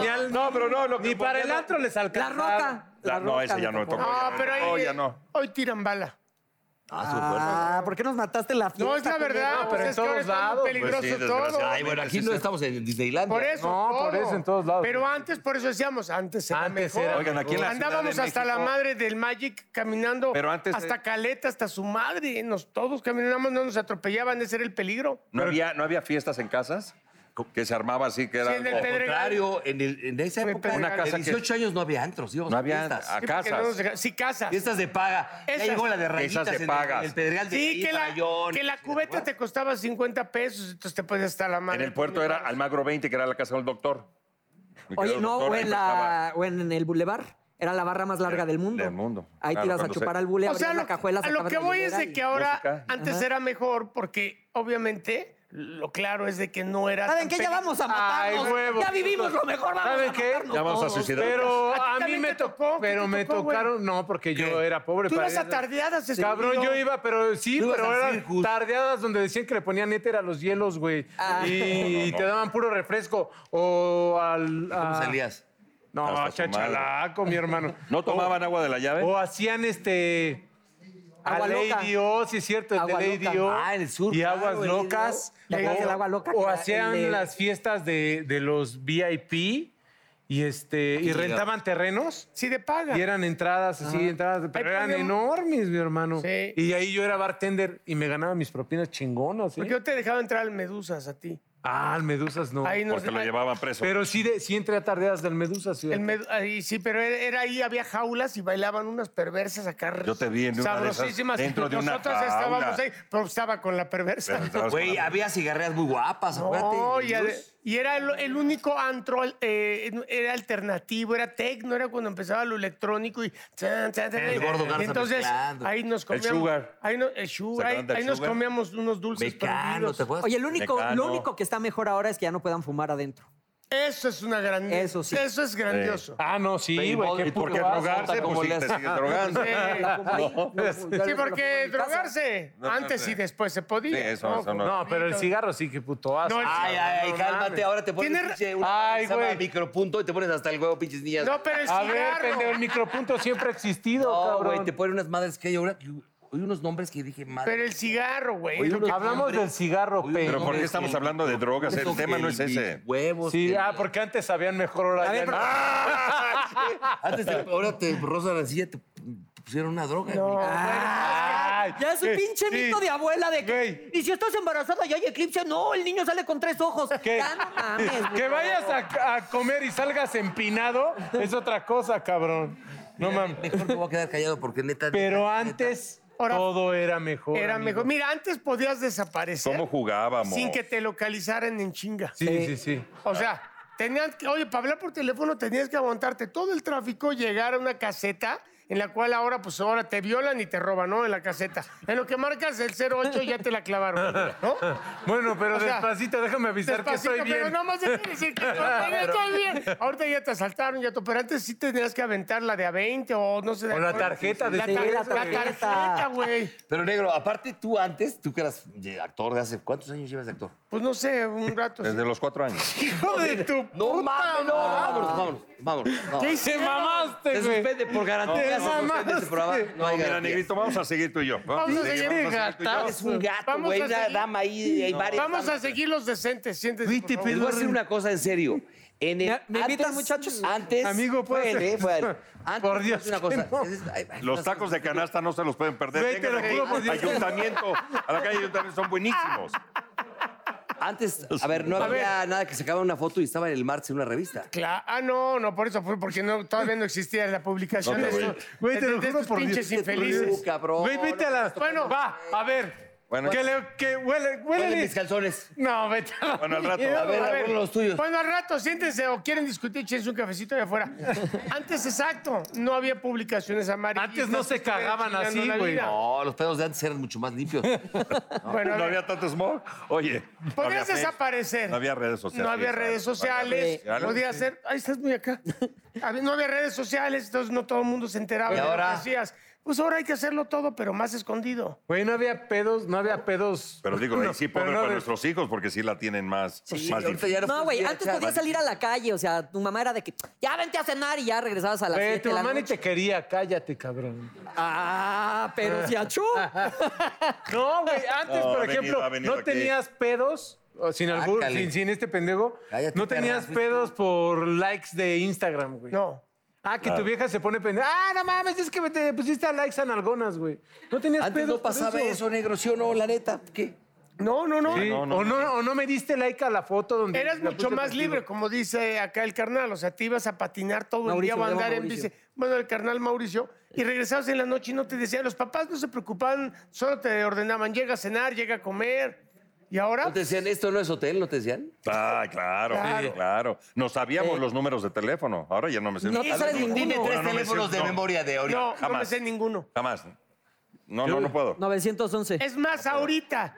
[SPEAKER 1] Ni al-
[SPEAKER 6] No, pero no, lo que
[SPEAKER 1] Ni para
[SPEAKER 6] ponía
[SPEAKER 1] el
[SPEAKER 6] no-
[SPEAKER 1] antro les
[SPEAKER 4] La
[SPEAKER 1] alcanzaba.
[SPEAKER 4] Roca. La
[SPEAKER 6] La- no,
[SPEAKER 4] Roca
[SPEAKER 6] ese
[SPEAKER 4] me
[SPEAKER 6] ya no me tocó.
[SPEAKER 5] No, pero
[SPEAKER 6] No,
[SPEAKER 5] ahí,
[SPEAKER 6] ya no.
[SPEAKER 5] hoy tiran bala.
[SPEAKER 4] Ah, ¿por qué nos mataste la fiesta?
[SPEAKER 5] No, es la verdad.
[SPEAKER 1] No, pero
[SPEAKER 5] pues
[SPEAKER 1] en
[SPEAKER 5] es que ahora
[SPEAKER 1] todos
[SPEAKER 5] está muy
[SPEAKER 1] lados, pues,
[SPEAKER 5] peligroso
[SPEAKER 6] sí,
[SPEAKER 5] todo.
[SPEAKER 6] desgraciadamente.
[SPEAKER 2] Ay, bueno, aquí no estamos en Disneyland.
[SPEAKER 5] Por eso.
[SPEAKER 1] No, por eso en todos lados.
[SPEAKER 5] Pero antes, por eso decíamos, antes era
[SPEAKER 1] Antes
[SPEAKER 5] mejor.
[SPEAKER 1] era
[SPEAKER 6] Oigan, aquí en la
[SPEAKER 5] Andábamos
[SPEAKER 6] Ciudad de
[SPEAKER 5] hasta la
[SPEAKER 6] México-
[SPEAKER 5] madre del Magic caminando
[SPEAKER 6] Pero antes-
[SPEAKER 5] hasta Caleta, hasta su madre. Nos, todos caminábamos, no nos atropellaban, ese era el peligro.
[SPEAKER 6] ¿No había, ¿No había fiestas en casas? Que se armaba así, que era...
[SPEAKER 5] Sí, en el
[SPEAKER 6] algo-
[SPEAKER 2] Al contrario, en, el- en esa
[SPEAKER 5] Me
[SPEAKER 2] época,
[SPEAKER 5] Una
[SPEAKER 2] una
[SPEAKER 6] casa
[SPEAKER 2] casa
[SPEAKER 6] que-
[SPEAKER 2] de 18 años no había antros, íbamos
[SPEAKER 6] No
[SPEAKER 2] a
[SPEAKER 6] había
[SPEAKER 2] fiestas.
[SPEAKER 6] a
[SPEAKER 5] Sí, porque
[SPEAKER 6] casas.
[SPEAKER 5] no nos dejaban- sí, casas.
[SPEAKER 2] Fiestas de paga. Ya
[SPEAKER 5] Esas-
[SPEAKER 2] llegó la de rayitas
[SPEAKER 6] Esas de
[SPEAKER 2] en el-
[SPEAKER 6] pagas.
[SPEAKER 2] en el Pedregal de
[SPEAKER 5] Sí, que la,
[SPEAKER 2] Rayón.
[SPEAKER 5] que la cubeta te costaba 50 pesos, entonces te ponías hasta la madre.
[SPEAKER 6] En el puerto era Almagro 20, que era la casa del doctor. Mi
[SPEAKER 4] Oye,
[SPEAKER 6] querido
[SPEAKER 4] no,
[SPEAKER 6] doctor,
[SPEAKER 4] o
[SPEAKER 6] ahí
[SPEAKER 4] en, la, o en el bulevar. Era la barra más larga
[SPEAKER 6] Del-
[SPEAKER 4] del mundo.
[SPEAKER 6] del mundo.
[SPEAKER 4] Ahí
[SPEAKER 6] Claro,
[SPEAKER 4] te ibas a
[SPEAKER 6] cuando se-
[SPEAKER 4] chupar al bule,
[SPEAKER 5] O sea,
[SPEAKER 4] abrías
[SPEAKER 5] lo,
[SPEAKER 4] la cajuela,
[SPEAKER 5] a lo
[SPEAKER 4] sacabas
[SPEAKER 5] que
[SPEAKER 4] la
[SPEAKER 5] voy es
[SPEAKER 4] hielera
[SPEAKER 5] de
[SPEAKER 4] y-
[SPEAKER 5] que ahora
[SPEAKER 6] Música.
[SPEAKER 5] antes era mejor porque obviamente lo claro es de que no era tan
[SPEAKER 4] ¿Saben qué? Ya
[SPEAKER 5] peli-
[SPEAKER 4] vamos a
[SPEAKER 1] Ay,
[SPEAKER 4] matarnos.
[SPEAKER 1] huevos.
[SPEAKER 4] ya vivimos lo mejor, vamos
[SPEAKER 1] ¿Saben
[SPEAKER 4] a
[SPEAKER 1] qué?
[SPEAKER 4] matarnos
[SPEAKER 6] Ya vamos a
[SPEAKER 4] todos.
[SPEAKER 6] suicidar.
[SPEAKER 1] Pero
[SPEAKER 5] ¿A ti
[SPEAKER 1] a mí
[SPEAKER 5] también
[SPEAKER 1] me
[SPEAKER 5] te tocó?
[SPEAKER 1] tocó,
[SPEAKER 5] ¿Qué
[SPEAKER 1] pero
[SPEAKER 5] te
[SPEAKER 1] me
[SPEAKER 5] tocó, güey?
[SPEAKER 1] tocaron, no, porque yo era pobre.
[SPEAKER 5] Tú
[SPEAKER 1] para
[SPEAKER 5] ibas a
[SPEAKER 1] eso.
[SPEAKER 5] tardeadas, escondido.
[SPEAKER 1] Cabrón, yo iba, pero sí,
[SPEAKER 2] Tú ibas
[SPEAKER 1] pero
[SPEAKER 2] al
[SPEAKER 1] eran
[SPEAKER 2] circus.
[SPEAKER 1] tardeadas donde decían que le ponían éter a los hielos, güey.
[SPEAKER 4] Ah.
[SPEAKER 1] Y te daban puro refresco. O al.
[SPEAKER 2] ¿Cómo
[SPEAKER 1] a-
[SPEAKER 2] salías?
[SPEAKER 1] No,
[SPEAKER 6] Hasta su
[SPEAKER 1] chachalaco, mi hermano.
[SPEAKER 6] ¿No tomaban agua de la llave?
[SPEAKER 1] O hacían este.
[SPEAKER 4] Agua
[SPEAKER 1] a
[SPEAKER 4] loca.
[SPEAKER 1] Lady O, sí es cierto, el de
[SPEAKER 4] Agua
[SPEAKER 1] Lady
[SPEAKER 4] loca.
[SPEAKER 1] O.
[SPEAKER 2] Ah, en el sur,
[SPEAKER 1] Y
[SPEAKER 2] claro,
[SPEAKER 1] aguas
[SPEAKER 2] el Lady O.
[SPEAKER 1] locas.
[SPEAKER 4] ¿Te acuerdas del agua loca?
[SPEAKER 1] O
[SPEAKER 4] Que era
[SPEAKER 1] hacían
[SPEAKER 4] el de-
[SPEAKER 1] las fiestas de, de los VIP y este y
[SPEAKER 2] llegaba.
[SPEAKER 1] rentaban terrenos
[SPEAKER 5] Sí, de paga.
[SPEAKER 1] y eran entradas así, entradas, pero eran
[SPEAKER 5] ponían-
[SPEAKER 1] enormes, mi hermano.
[SPEAKER 5] Sí.
[SPEAKER 1] Y ahí yo era bartender y me ganaba mis propinas chingonas. ¿eh?
[SPEAKER 5] Porque Pues yo te dejaba entrar al Medusas a ti.
[SPEAKER 1] Ah, al Medusas no.
[SPEAKER 5] Ahí nos-
[SPEAKER 6] Porque lo llevaban preso.
[SPEAKER 1] Pero sí, de, sí entré a tardeadas del Medusas. sí.
[SPEAKER 5] el Medu- ahí sí, pero era, era ahí, había jaulas y bailaban unas perversas acá.
[SPEAKER 6] Yo te vi en una de esas,
[SPEAKER 5] Sabrosísimas.
[SPEAKER 6] dentro de una
[SPEAKER 5] Nosotros
[SPEAKER 6] jaula.
[SPEAKER 5] estábamos ahí, pero estaba con la perversa.
[SPEAKER 6] Pero estabas con
[SPEAKER 2] Güey,
[SPEAKER 6] la-
[SPEAKER 2] había cigarreras muy guapas, acuérdate.
[SPEAKER 5] No, y, ade-
[SPEAKER 2] Luz.
[SPEAKER 5] y era el, el único antro, al- eh, era alternativo, era tecno, era cuando empezaba lo electrónico y... chan, chan, chan,
[SPEAKER 2] El
[SPEAKER 5] y-
[SPEAKER 2] gordo Garza
[SPEAKER 5] Entonces,
[SPEAKER 2] mezclando.
[SPEAKER 5] ahí nos
[SPEAKER 6] El
[SPEAKER 5] comíamos...
[SPEAKER 6] sugar.
[SPEAKER 5] Ahí, no- el sugar,
[SPEAKER 6] ¿Se
[SPEAKER 5] ahí,
[SPEAKER 6] acuerdan del
[SPEAKER 5] ahí nos
[SPEAKER 6] sugar?
[SPEAKER 5] comíamos unos dulces
[SPEAKER 2] Mecano,
[SPEAKER 5] prohibidos.
[SPEAKER 2] ¿te acuerdas?
[SPEAKER 4] Oye, el único,
[SPEAKER 6] Mecano.
[SPEAKER 4] lo único que está mejor ahora es que ya no puedan fumar adentro.
[SPEAKER 5] Eso es una grandiosa.
[SPEAKER 4] Eso sí.
[SPEAKER 5] Eso es grandioso.
[SPEAKER 1] Ah, no, sí, güey. qué
[SPEAKER 7] ¿Y por qué
[SPEAKER 1] puto asco.
[SPEAKER 7] drogarse?
[SPEAKER 6] Pues
[SPEAKER 7] Como
[SPEAKER 6] sí,
[SPEAKER 7] les-
[SPEAKER 6] te sigues drogando.
[SPEAKER 5] Sí.
[SPEAKER 4] La fumé. No, yo
[SPEAKER 5] Sí,
[SPEAKER 4] la fumé
[SPEAKER 5] porque
[SPEAKER 4] en mi casa.
[SPEAKER 5] drogarse
[SPEAKER 6] No, no,
[SPEAKER 5] antes
[SPEAKER 6] no.
[SPEAKER 5] y después se podía.
[SPEAKER 6] Sí, eso, eso no.
[SPEAKER 1] No, pero el cigarro sí que puto asco.
[SPEAKER 5] No, el
[SPEAKER 7] Ay, ay, ay, cálmate. Ahora te pones
[SPEAKER 5] Tiene-
[SPEAKER 7] pinche, una
[SPEAKER 1] Ay,
[SPEAKER 7] que se llama
[SPEAKER 1] güey.
[SPEAKER 7] micropunto y te pones hasta el huevo, pinches niñas.
[SPEAKER 5] No, pero el
[SPEAKER 1] A
[SPEAKER 5] cigarro.
[SPEAKER 1] ver, pendejo, el micropunto siempre ha existido,
[SPEAKER 7] No,
[SPEAKER 1] cabrón.
[SPEAKER 7] güey, te ponen unas madres que hay ahora. que- Oí unos nombres que dije, madre.
[SPEAKER 5] Pero el cigarro, güey.
[SPEAKER 7] Oye,
[SPEAKER 5] lo
[SPEAKER 7] uno-
[SPEAKER 5] que-
[SPEAKER 1] Hablamos
[SPEAKER 7] Hombre.
[SPEAKER 1] del cigarro,
[SPEAKER 6] Pero
[SPEAKER 1] pendejo.
[SPEAKER 6] ¿por qué estamos hablando de drogas? El tema no es ese.
[SPEAKER 7] Huevos.
[SPEAKER 1] Sí,
[SPEAKER 7] que-
[SPEAKER 1] ah, porque antes sabían mejor ahora
[SPEAKER 4] A
[SPEAKER 1] ya
[SPEAKER 4] ver, pero-
[SPEAKER 1] no.
[SPEAKER 7] Antes de ahora te rosa la silla, te pusieron una droga.
[SPEAKER 5] No.
[SPEAKER 7] güey.
[SPEAKER 1] Ay,
[SPEAKER 4] Ya es un
[SPEAKER 1] eh,
[SPEAKER 4] pinche
[SPEAKER 1] sí.
[SPEAKER 4] mito de abuela de que.
[SPEAKER 1] Güey.
[SPEAKER 4] Y si estás embarazada y hay eclipse, no, el niño sale con tres ojos.
[SPEAKER 1] Que,
[SPEAKER 4] Ya no mames, güey.
[SPEAKER 1] que vayas a, a comer y salgas empinado es otra cosa, cabrón. No mames.
[SPEAKER 7] Mejor me voy a quedar callado porque neta.
[SPEAKER 1] Pero
[SPEAKER 7] neta,
[SPEAKER 1] antes
[SPEAKER 5] Ahora-
[SPEAKER 1] todo era mejor.
[SPEAKER 5] Era
[SPEAKER 1] amigo.
[SPEAKER 5] mejor. Mira, antes podías desaparecer
[SPEAKER 6] ¿Cómo jugábamos?
[SPEAKER 5] sin que te localizaran en chinga.
[SPEAKER 1] Sí, sí, sí.
[SPEAKER 5] O sea, tenían que, oye, para hablar por teléfono tenías que aguantarte todo el tráfico, llegar a una caseta en la cual ahora, pues ahora te violan y te roban, ¿no? En la caseta. En lo que marcas el 08 ya te la clavaron, ¿no?
[SPEAKER 1] Bueno, pero
[SPEAKER 5] O sea,
[SPEAKER 1] despacito, déjame avisar
[SPEAKER 5] Despacito,
[SPEAKER 1] que estoy bien.
[SPEAKER 5] pero nada más déjame decir que estoy estoy bien. Ahorita ya te asaltaron, ya te- pero antes sí tenías que aventar la de a 20 o no sé. de
[SPEAKER 1] O la
[SPEAKER 5] acuerdo.
[SPEAKER 1] tarjeta de
[SPEAKER 5] La,
[SPEAKER 1] sí,
[SPEAKER 5] tar-
[SPEAKER 1] la
[SPEAKER 5] la
[SPEAKER 4] tarjeta.
[SPEAKER 5] tarjeta, güey.
[SPEAKER 7] Pero negro, aparte tú antes, tú que eras de actor de hace. ¿Cuántos años llevas de actor?
[SPEAKER 5] Pues no sé, un rato. sí.
[SPEAKER 6] Desde los cuatro años.
[SPEAKER 5] Hijo de tu
[SPEAKER 7] No
[SPEAKER 5] puta
[SPEAKER 7] mames, no,
[SPEAKER 5] madre.
[SPEAKER 7] vámonos, vámonos, vámonos. no.
[SPEAKER 5] ¿Qué
[SPEAKER 1] ¡Te
[SPEAKER 5] hicieron?
[SPEAKER 1] mamaste,
[SPEAKER 7] Se
[SPEAKER 1] güey!
[SPEAKER 7] suspende por garantía.
[SPEAKER 1] Te
[SPEAKER 7] se suspende
[SPEAKER 1] mamaste.
[SPEAKER 7] este programa. No hay
[SPEAKER 6] Mira,
[SPEAKER 7] garantía.
[SPEAKER 6] negrito, vamos a seguir tú y yo.
[SPEAKER 5] Vamos a
[SPEAKER 6] vamos a
[SPEAKER 5] seguir,
[SPEAKER 6] tú y yo.
[SPEAKER 5] gata.
[SPEAKER 7] Es un gato,
[SPEAKER 5] Vamos
[SPEAKER 7] güey,
[SPEAKER 5] a
[SPEAKER 7] una
[SPEAKER 5] seguir.
[SPEAKER 7] dama ahí, hay varias.
[SPEAKER 5] Vamos a
[SPEAKER 7] damas.
[SPEAKER 5] seguir los decentes, siéntese.
[SPEAKER 1] Uy,
[SPEAKER 5] por
[SPEAKER 1] te
[SPEAKER 5] favor.
[SPEAKER 7] Les
[SPEAKER 1] pedo-
[SPEAKER 7] voy a decir una cosa en serio. En el,
[SPEAKER 4] ¿Me- me invitan,
[SPEAKER 7] antes-
[SPEAKER 4] muchachos?
[SPEAKER 7] Antes.
[SPEAKER 1] Amigo, puede
[SPEAKER 7] pueden,
[SPEAKER 1] ser.
[SPEAKER 7] eh, pueden. Antes,
[SPEAKER 1] Por Dios,
[SPEAKER 7] Una
[SPEAKER 1] que
[SPEAKER 7] cosa.
[SPEAKER 1] no.
[SPEAKER 7] Es- ay, ay,
[SPEAKER 6] Los
[SPEAKER 7] no,
[SPEAKER 6] tacos de canasta no se los pueden perder.
[SPEAKER 1] Güey, te
[SPEAKER 6] Vengan
[SPEAKER 1] lo juro por
[SPEAKER 6] aquí,
[SPEAKER 1] Dios.
[SPEAKER 6] ayuntamiento. A la calle ayuntamiento son buenísimos.
[SPEAKER 7] Antes, a ver, no había nada que sacaba una foto y estaba en el martes en una revista.
[SPEAKER 5] Cla- ah, no, no, por eso fue porque no, todavía no existía la publicación
[SPEAKER 6] No,
[SPEAKER 5] de
[SPEAKER 6] güey.
[SPEAKER 5] eso.
[SPEAKER 1] Güey, te
[SPEAKER 5] de-
[SPEAKER 1] lo
[SPEAKER 5] de
[SPEAKER 1] juro
[SPEAKER 5] estos
[SPEAKER 1] por
[SPEAKER 5] pinches
[SPEAKER 1] Dios.
[SPEAKER 5] infelices.
[SPEAKER 7] Tú, cabrón.
[SPEAKER 1] Güey, vete a la...
[SPEAKER 5] Bueno.
[SPEAKER 1] va, a ver.
[SPEAKER 6] Bueno.
[SPEAKER 1] que, le, que huele,
[SPEAKER 7] Ponle
[SPEAKER 1] huele.
[SPEAKER 7] mis calzones.
[SPEAKER 1] No, vete a la...
[SPEAKER 6] Bueno, al rato.
[SPEAKER 5] Miedo,
[SPEAKER 6] A ver,
[SPEAKER 7] a ver, los tuyos.
[SPEAKER 5] Bueno, al rato, siéntense o quieren discutir, échense un cafecito de afuera. Antes, exacto, no había publicaciones amarillas.
[SPEAKER 1] Antes no se cagaban así, güey.
[SPEAKER 7] No, los pedos de antes eran mucho más limpios.
[SPEAKER 5] Bueno, a
[SPEAKER 6] No
[SPEAKER 5] ver,
[SPEAKER 6] había tanto smog. Oye. no había
[SPEAKER 5] podías
[SPEAKER 6] Facebook,
[SPEAKER 5] desaparecer.
[SPEAKER 6] No había redes sociales.
[SPEAKER 5] No había redes sociales.
[SPEAKER 6] No había
[SPEAKER 5] Podía
[SPEAKER 6] redes sociales.
[SPEAKER 5] ser. Ahí estás muy acá. Había- No había redes sociales, entonces no todo el mundo se enteraba
[SPEAKER 7] ¿Y
[SPEAKER 5] de lo
[SPEAKER 7] ahora?
[SPEAKER 5] que hacías. Pues ahora hay que hacerlo todo, pero más escondido.
[SPEAKER 1] Güey, no había pedos, no había pedos.
[SPEAKER 6] Pero digo, ahí sí
[SPEAKER 1] pero
[SPEAKER 6] pobre
[SPEAKER 1] no
[SPEAKER 6] para
[SPEAKER 1] de-
[SPEAKER 6] nuestros hijos porque sí la tienen más,
[SPEAKER 7] Sí,
[SPEAKER 6] más
[SPEAKER 7] ahorita
[SPEAKER 6] difícil.
[SPEAKER 7] ya
[SPEAKER 4] No, güey,
[SPEAKER 7] puedes ir a
[SPEAKER 4] antes
[SPEAKER 7] echar-
[SPEAKER 4] podías salir a la calle, o sea, tu mamá era de que ya vente a cenar y ya regresabas a las
[SPEAKER 1] Güey,
[SPEAKER 4] 7
[SPEAKER 1] tu
[SPEAKER 4] de la
[SPEAKER 1] mamá ni
[SPEAKER 4] noche.
[SPEAKER 1] te quería, cállate, cabrón.
[SPEAKER 4] Ah, pero si achú.
[SPEAKER 1] No, güey, antes,
[SPEAKER 6] No,
[SPEAKER 1] por
[SPEAKER 6] ha venido,
[SPEAKER 1] ejemplo,
[SPEAKER 6] ha venido
[SPEAKER 1] no
[SPEAKER 6] aquí.
[SPEAKER 1] tenías pedos, o sin, albur,
[SPEAKER 7] Sácale.
[SPEAKER 1] sin, sin este pendejo,
[SPEAKER 7] Cállate,
[SPEAKER 1] no tenías
[SPEAKER 7] perra,
[SPEAKER 1] pedos por likes de Instagram, güey.
[SPEAKER 5] No.
[SPEAKER 1] Ah, que tu vieja se pone pendeja. Ah, no mames, es que te pusiste a likes en algunas, güey. No tenías
[SPEAKER 7] Antes
[SPEAKER 1] pedos
[SPEAKER 7] no
[SPEAKER 1] por
[SPEAKER 7] pasaba eso. negro, ¿sí o no? La neta. ¿Qué?
[SPEAKER 5] No, no, no.
[SPEAKER 1] Sí,
[SPEAKER 6] No, no,
[SPEAKER 1] o, no, o no me diste like a la foto donde...
[SPEAKER 5] Eras
[SPEAKER 1] la
[SPEAKER 5] mucho
[SPEAKER 1] puse
[SPEAKER 5] más
[SPEAKER 1] contigo.
[SPEAKER 5] libre, como dice acá el carnal. O sea, te ibas a patinar todo
[SPEAKER 4] Mauricio,
[SPEAKER 5] el día o a
[SPEAKER 4] me llamo
[SPEAKER 5] andar en
[SPEAKER 4] Mauricio.
[SPEAKER 5] bici. Bueno, el carnal Mauricio. Y regresabas en la noche y no te decían. Los papás no se preocupaban, solo te ordenaban. Llega a cenar, llega a comer. Y ahora...
[SPEAKER 7] ¿No te decían esto no es hotel? ¿No te decían?
[SPEAKER 6] Ah, claro, claro. Nos sabíamos los números de teléfono. Ahora ya no me sé.
[SPEAKER 4] No te
[SPEAKER 6] A ver,
[SPEAKER 4] sabes ninguno.
[SPEAKER 7] Dime
[SPEAKER 6] Ahora
[SPEAKER 7] tres
[SPEAKER 6] no me sé-
[SPEAKER 7] teléfonos de
[SPEAKER 6] no,
[SPEAKER 7] memoria de ahorita.
[SPEAKER 5] no, no me
[SPEAKER 6] jamás.
[SPEAKER 5] sé ninguno.
[SPEAKER 6] Jamás. No, no, no puedo.
[SPEAKER 4] 911.
[SPEAKER 5] Es más, ahorita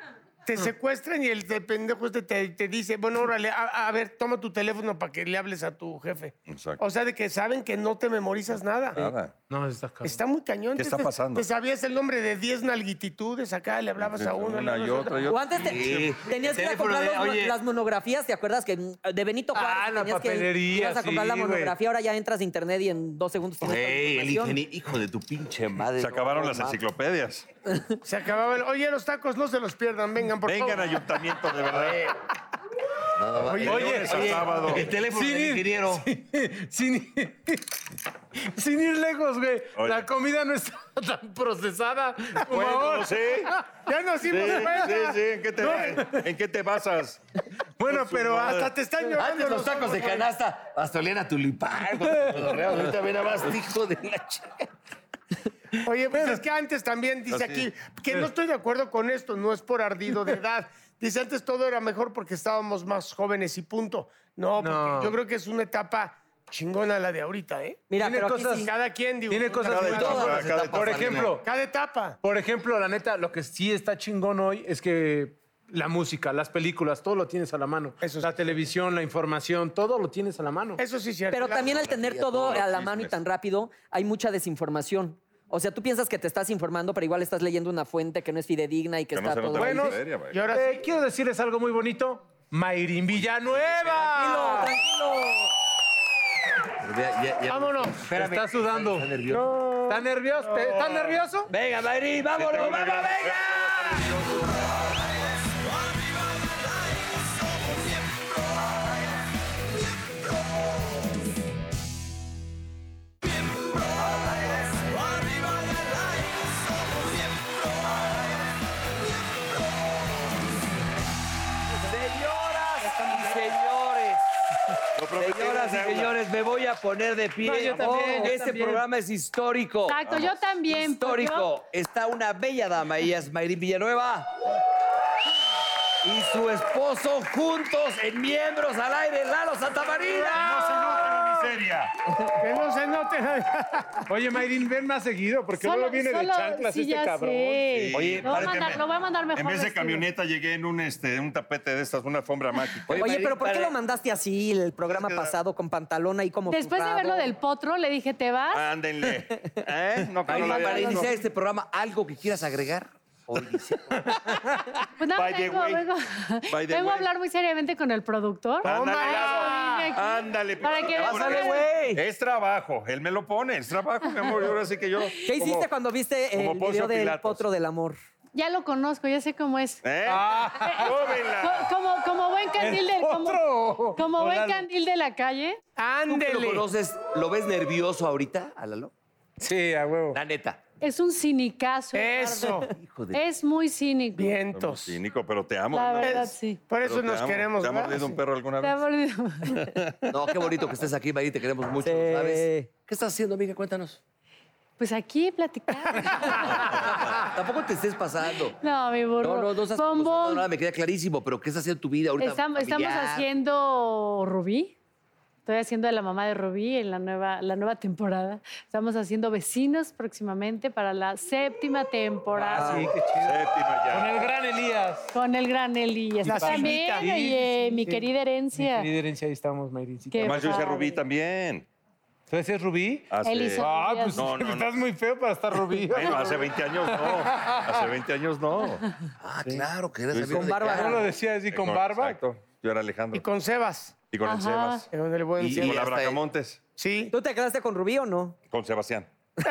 [SPEAKER 5] te secuestran y el de pendejo este te, te dice, bueno, órale, a, a ver, toma tu teléfono para que le hables a tu jefe.
[SPEAKER 6] Exacto.
[SPEAKER 5] O sea, de que saben que no te memorizas nada.
[SPEAKER 6] Nada.
[SPEAKER 1] No, está cabrón.
[SPEAKER 5] Está muy cañón.
[SPEAKER 6] ¿Qué está
[SPEAKER 5] Te-
[SPEAKER 6] pasando?
[SPEAKER 5] Te sabías el nombre de 10 nalguititudes acá, le hablabas a uno.
[SPEAKER 6] Una
[SPEAKER 5] le
[SPEAKER 6] y
[SPEAKER 5] hablabas a
[SPEAKER 6] otra y
[SPEAKER 4] O
[SPEAKER 6] otra.
[SPEAKER 4] antes te-
[SPEAKER 7] Sí.
[SPEAKER 4] tenías que ir a
[SPEAKER 7] Teléfono
[SPEAKER 4] comprar
[SPEAKER 7] de,
[SPEAKER 4] los-
[SPEAKER 7] oye.
[SPEAKER 4] las monografías, ¿te acuerdas? que mm, De Benito Juárez.
[SPEAKER 1] Ah, la
[SPEAKER 4] tenías que ir-
[SPEAKER 1] papelería,
[SPEAKER 4] ibas a comprar
[SPEAKER 1] sí,
[SPEAKER 4] la
[SPEAKER 1] güey.
[SPEAKER 4] monografía, ahora ya entras a internet y en dos segundos tienes toda la
[SPEAKER 7] Ey, el
[SPEAKER 4] información.
[SPEAKER 7] ingeniero, hijo de tu pinche madre.
[SPEAKER 6] Se
[SPEAKER 7] no,
[SPEAKER 6] acabaron
[SPEAKER 7] no,
[SPEAKER 6] las
[SPEAKER 7] mames.
[SPEAKER 6] enciclopedias.
[SPEAKER 5] Se acababa el, Oye, los tacos no se los pierdan, vengan, por
[SPEAKER 6] Vengan,
[SPEAKER 5] favor.
[SPEAKER 6] ayuntamiento, de verdad.
[SPEAKER 7] Nada más.
[SPEAKER 6] De lunes a sábado.
[SPEAKER 7] El teléfono
[SPEAKER 1] Sí,
[SPEAKER 7] del
[SPEAKER 1] sí.
[SPEAKER 7] ingeniero.
[SPEAKER 1] sin, ir- sin ir lejos, güey.
[SPEAKER 6] Oye.
[SPEAKER 1] La comida no está tan procesada como
[SPEAKER 6] Bueno,
[SPEAKER 1] ahora.
[SPEAKER 6] sí.
[SPEAKER 5] Ya nos
[SPEAKER 6] Sí,
[SPEAKER 5] dimos cuenta.
[SPEAKER 6] sí, sí. ¿En qué te, ¿en qué te basas?
[SPEAKER 1] Bueno, pero hasta
[SPEAKER 5] Te
[SPEAKER 1] te...
[SPEAKER 5] están llorando
[SPEAKER 7] Antes los tacos de canasta, hasta olían a tulipán. con los pedorreos. Ahorita ven a más, hijo de la chica.
[SPEAKER 5] Oye, pues es que antes también dice
[SPEAKER 6] Pues
[SPEAKER 5] aquí, que no estoy de acuerdo con esto, no es por ardido de edad. Dice, antes todo era mejor porque estábamos más jóvenes y punto. No, porque
[SPEAKER 1] No.
[SPEAKER 5] yo creo que es una etapa chingona la de ahorita, ¿eh?
[SPEAKER 4] Mira,
[SPEAKER 1] Tiene
[SPEAKER 4] pero aquí
[SPEAKER 1] cosas-
[SPEAKER 4] sí.
[SPEAKER 5] Cada quien, digo.
[SPEAKER 1] Tiene
[SPEAKER 5] una
[SPEAKER 1] cosas
[SPEAKER 5] etapa.
[SPEAKER 1] muy
[SPEAKER 7] Todas
[SPEAKER 1] cabronas.
[SPEAKER 7] las etapas
[SPEAKER 1] Por
[SPEAKER 7] valen,
[SPEAKER 1] ejemplo,
[SPEAKER 5] Cada etapa.
[SPEAKER 1] Por ejemplo, la neta, lo que sí está chingón hoy es que La música, las películas, todo lo tienes a la mano.
[SPEAKER 5] Eso
[SPEAKER 1] la
[SPEAKER 5] sí.
[SPEAKER 1] televisión, la información, todo lo tienes a la mano.
[SPEAKER 5] Eso sí es cierto.
[SPEAKER 4] Pero
[SPEAKER 5] La-
[SPEAKER 4] también al tener todo
[SPEAKER 6] todos los
[SPEAKER 4] a la mano y
[SPEAKER 6] chismes.
[SPEAKER 4] tan rápido, hay mucha desinformación. O sea, tú piensas que te estás informando, pero igual estás leyendo una fuente que no es fidedigna y que,
[SPEAKER 6] Que no
[SPEAKER 4] está
[SPEAKER 6] se
[SPEAKER 4] todo...
[SPEAKER 6] nota la
[SPEAKER 1] Bueno,
[SPEAKER 6] miseria, vaya.
[SPEAKER 5] Y ahora
[SPEAKER 1] Eh,
[SPEAKER 5] sí,
[SPEAKER 1] quiero decirles algo muy bonito. Mayrin
[SPEAKER 4] Tranquilo,
[SPEAKER 1] Villanueva.
[SPEAKER 4] tranquilo.
[SPEAKER 2] Ya- ya- ya-
[SPEAKER 5] Vámonos.
[SPEAKER 2] Espérame.
[SPEAKER 1] Está sudando.
[SPEAKER 2] Está nervioso.
[SPEAKER 1] ¿Está nervioso? ¿Te- ¿Está nervioso?
[SPEAKER 2] Venga, Mayri, vámonos,
[SPEAKER 6] Tengo
[SPEAKER 2] vámonos,
[SPEAKER 6] nervios.
[SPEAKER 2] venga.
[SPEAKER 7] Señoras y señores,
[SPEAKER 6] Lo prometido
[SPEAKER 7] señoras
[SPEAKER 6] es
[SPEAKER 7] y
[SPEAKER 6] deuda.
[SPEAKER 7] señores, me voy a poner de pie.
[SPEAKER 1] No, yo también, yo
[SPEAKER 7] este
[SPEAKER 1] también.
[SPEAKER 7] programa es histórico.
[SPEAKER 8] Exacto, yo también. porque yo-
[SPEAKER 7] Histórico. Está una bella dama, ella es Mayrín Villanueva. Y su esposo juntos en miembros al aire, Lalo Santamarina.
[SPEAKER 5] que no se note.
[SPEAKER 1] Oye, Mayrin, ven más seguido, porque
[SPEAKER 8] solo-
[SPEAKER 1] luego viene de
[SPEAKER 8] solo-
[SPEAKER 1] chanclas
[SPEAKER 8] sí,
[SPEAKER 1] este
[SPEAKER 8] ya
[SPEAKER 1] cabrón.
[SPEAKER 8] sé.
[SPEAKER 6] Oye,
[SPEAKER 8] lo, voy a
[SPEAKER 6] párate,
[SPEAKER 8] mandar,
[SPEAKER 6] me-
[SPEAKER 8] lo voy a mandar mejor.
[SPEAKER 6] En vez de
[SPEAKER 8] vestido.
[SPEAKER 6] camioneta llegué en un, este, un tapete de estas, una alfombra mágica.
[SPEAKER 4] Oye,
[SPEAKER 7] Mayrín,
[SPEAKER 4] pero ¿por qué
[SPEAKER 7] para-
[SPEAKER 4] lo mandaste así el programa pasado con pantalón ahí como
[SPEAKER 8] Después de
[SPEAKER 4] zurrado?
[SPEAKER 8] verlo del potro, le dije, ¿te vas?
[SPEAKER 6] Ah, Ándenle. ¿Eh? No, que no
[SPEAKER 7] Mayrín,
[SPEAKER 6] lo
[SPEAKER 7] para
[SPEAKER 6] había visto.
[SPEAKER 7] iniciar este programa, ¿algo que quieras agregar?
[SPEAKER 8] Pues nada,
[SPEAKER 6] By the
[SPEAKER 8] vengo,
[SPEAKER 6] way.
[SPEAKER 8] vengo,
[SPEAKER 6] By the
[SPEAKER 8] vengo a
[SPEAKER 6] way.
[SPEAKER 8] hablar muy seriamente con el productor.
[SPEAKER 6] Ándale,
[SPEAKER 8] Para eso vine aquí.
[SPEAKER 6] Ándale,
[SPEAKER 8] Para
[SPEAKER 6] pues,
[SPEAKER 8] que
[SPEAKER 6] porque
[SPEAKER 8] veas que-
[SPEAKER 6] es, es trabajo, él me lo pone, es trabajo, mi amor. yo Ahora sí que yo.
[SPEAKER 4] ¿Qué hiciste cuando viste
[SPEAKER 6] como
[SPEAKER 4] el
[SPEAKER 6] Poncio
[SPEAKER 4] video del
[SPEAKER 6] Pilatos.
[SPEAKER 4] potro del amor?
[SPEAKER 8] Ya lo conozco, ya sé cómo es.
[SPEAKER 6] ¿Eh?
[SPEAKER 8] Co- Como, como buen candil del como, como buen candil de la calle.
[SPEAKER 7] ¿Tú que lo
[SPEAKER 5] Ándele.
[SPEAKER 7] conoces, lo ves nervioso ahorita, a Lalo?
[SPEAKER 1] Sí, a huevo.
[SPEAKER 7] La neta.
[SPEAKER 8] Es un cinicazo.
[SPEAKER 6] Eh.
[SPEAKER 5] Eso.
[SPEAKER 7] Hijo de...
[SPEAKER 8] Es muy cínico.
[SPEAKER 6] Somos
[SPEAKER 5] Vientos.
[SPEAKER 6] cínico, pero te amo.
[SPEAKER 8] La
[SPEAKER 6] ¿no?
[SPEAKER 8] verdad,
[SPEAKER 6] Es-
[SPEAKER 8] sí.
[SPEAKER 5] Por
[SPEAKER 6] pero
[SPEAKER 5] eso
[SPEAKER 6] te
[SPEAKER 5] nos
[SPEAKER 6] amo.
[SPEAKER 5] queremos.
[SPEAKER 6] ¿Te ha
[SPEAKER 5] ¿verdad?
[SPEAKER 6] mordido un perro alguna
[SPEAKER 8] Te ha
[SPEAKER 6] vez?
[SPEAKER 8] mordido.
[SPEAKER 7] No, qué bonito que estés aquí, Mayrín, te queremos mucho,
[SPEAKER 4] Sí.
[SPEAKER 7] ¿sabes? ¿Qué estás haciendo, amiga? Cuéntanos.
[SPEAKER 8] Pues aquí platicando.
[SPEAKER 7] Ah, Tampoco te estés pasando.
[SPEAKER 8] No, mi burro.
[SPEAKER 7] No, no, no estás
[SPEAKER 8] Bombón.
[SPEAKER 7] nada, me queda clarísimo, pero ¿qué estás haciendo en tu vida ahorita?
[SPEAKER 8] Estam- estamos
[SPEAKER 7] familiar?
[SPEAKER 8] haciendo Rubí. Estoy haciendo de la mamá de Rubí en la nueva, la nueva temporada. Estamos haciendo vecinos próximamente para la séptima temporada.
[SPEAKER 1] Sí, qué chido.
[SPEAKER 6] Séptima ya.
[SPEAKER 1] Con el gran Elías.
[SPEAKER 8] Con el gran Elías.
[SPEAKER 5] La
[SPEAKER 8] También,
[SPEAKER 5] cita.
[SPEAKER 8] oye, mi querida
[SPEAKER 1] Mi
[SPEAKER 8] herencia.
[SPEAKER 1] querida herencia, ahí estamos, Mayrincita.
[SPEAKER 8] Qué
[SPEAKER 6] Además, yo hice
[SPEAKER 8] padre.
[SPEAKER 6] Rubí también.
[SPEAKER 1] ¿Tú ese es Rubí?
[SPEAKER 6] Hace,
[SPEAKER 8] Él hizo-
[SPEAKER 1] Ah, pues
[SPEAKER 6] No, no, no.
[SPEAKER 1] estás muy feo para estar Rubí.
[SPEAKER 6] Bueno, hace 20 años no. Hace 20 años no.
[SPEAKER 7] Ah, claro, que eres
[SPEAKER 6] Sí,
[SPEAKER 7] amigo
[SPEAKER 6] con
[SPEAKER 7] de
[SPEAKER 4] barba,
[SPEAKER 7] Clara.
[SPEAKER 1] ¿No lo decía así con barba?
[SPEAKER 6] Exacto. Yo era
[SPEAKER 5] Y
[SPEAKER 6] Alejandro.
[SPEAKER 5] con Sebas.
[SPEAKER 6] Y con el
[SPEAKER 8] Ajá.
[SPEAKER 6] Sebas.
[SPEAKER 5] Con el buen
[SPEAKER 6] Y, y
[SPEAKER 5] Sebas.
[SPEAKER 6] con la
[SPEAKER 7] hasta él.
[SPEAKER 6] Bracamontes.
[SPEAKER 5] Sí.
[SPEAKER 4] ¿Tú te quedaste con Rubí o no?
[SPEAKER 6] Con Sebastián. el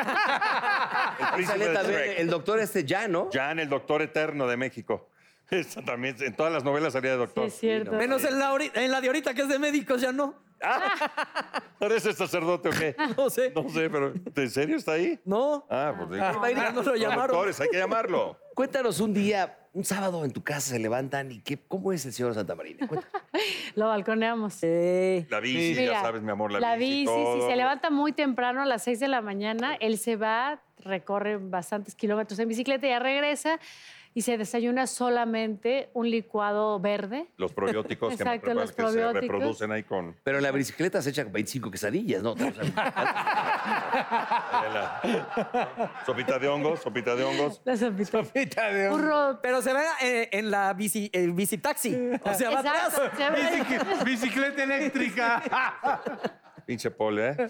[SPEAKER 6] príncipe
[SPEAKER 7] Sale
[SPEAKER 6] de
[SPEAKER 7] también
[SPEAKER 6] Shrek.
[SPEAKER 7] el doctor este ya, ¿no?
[SPEAKER 6] Jan, el doctor eterno de México. Esta también, en todas las novelas salía de
[SPEAKER 8] Sí,
[SPEAKER 6] doctor.
[SPEAKER 8] es cierto.
[SPEAKER 4] Menos en la, ori- en la de ahorita que es de médicos, ya no.
[SPEAKER 6] ¿Eres el sacerdote o qué?
[SPEAKER 4] No sé.
[SPEAKER 6] No sé, pero ¿en serio está ahí?
[SPEAKER 4] No.
[SPEAKER 6] Ah, pues digo,
[SPEAKER 4] Mayrin, no lo
[SPEAKER 6] los
[SPEAKER 4] llamaron.
[SPEAKER 6] doctores, hay que llamarlo.
[SPEAKER 7] Cuéntanos un día, un sábado en tu casa se levantan y qué, ¿cómo es el señor Santa Marina? Cuéntanos.
[SPEAKER 8] Lo balconeamos.
[SPEAKER 4] Sí.
[SPEAKER 6] La bici, ya
[SPEAKER 8] Mira,
[SPEAKER 6] sabes, mi amor, la, bici.
[SPEAKER 8] bici, si
[SPEAKER 6] todo.
[SPEAKER 8] se levanta muy temprano a las 6 de la mañana, él se va, recorre bastantes kilómetros en bicicleta, ya regresa y se desayuna solamente un licuado verde.
[SPEAKER 6] Los probióticos que, me
[SPEAKER 8] Exacto,
[SPEAKER 6] preparan,
[SPEAKER 8] los
[SPEAKER 6] que se
[SPEAKER 8] probióticos.
[SPEAKER 6] reproducen ahí con.
[SPEAKER 7] Pero en la bicicleta se echa 25 quesadillas, ¿no?
[SPEAKER 6] la- sopita de hongos, sopita de hongos.
[SPEAKER 8] La sopita.
[SPEAKER 1] Pita de hombre.
[SPEAKER 8] Burro.
[SPEAKER 4] Pero se ve eh, en la bici, el bicitaxi. O sea, va
[SPEAKER 8] Exacto.
[SPEAKER 4] atrás.
[SPEAKER 8] se ve-
[SPEAKER 1] Bicic- Bicicleta eléctrica.
[SPEAKER 6] Pinche pole, ¿eh?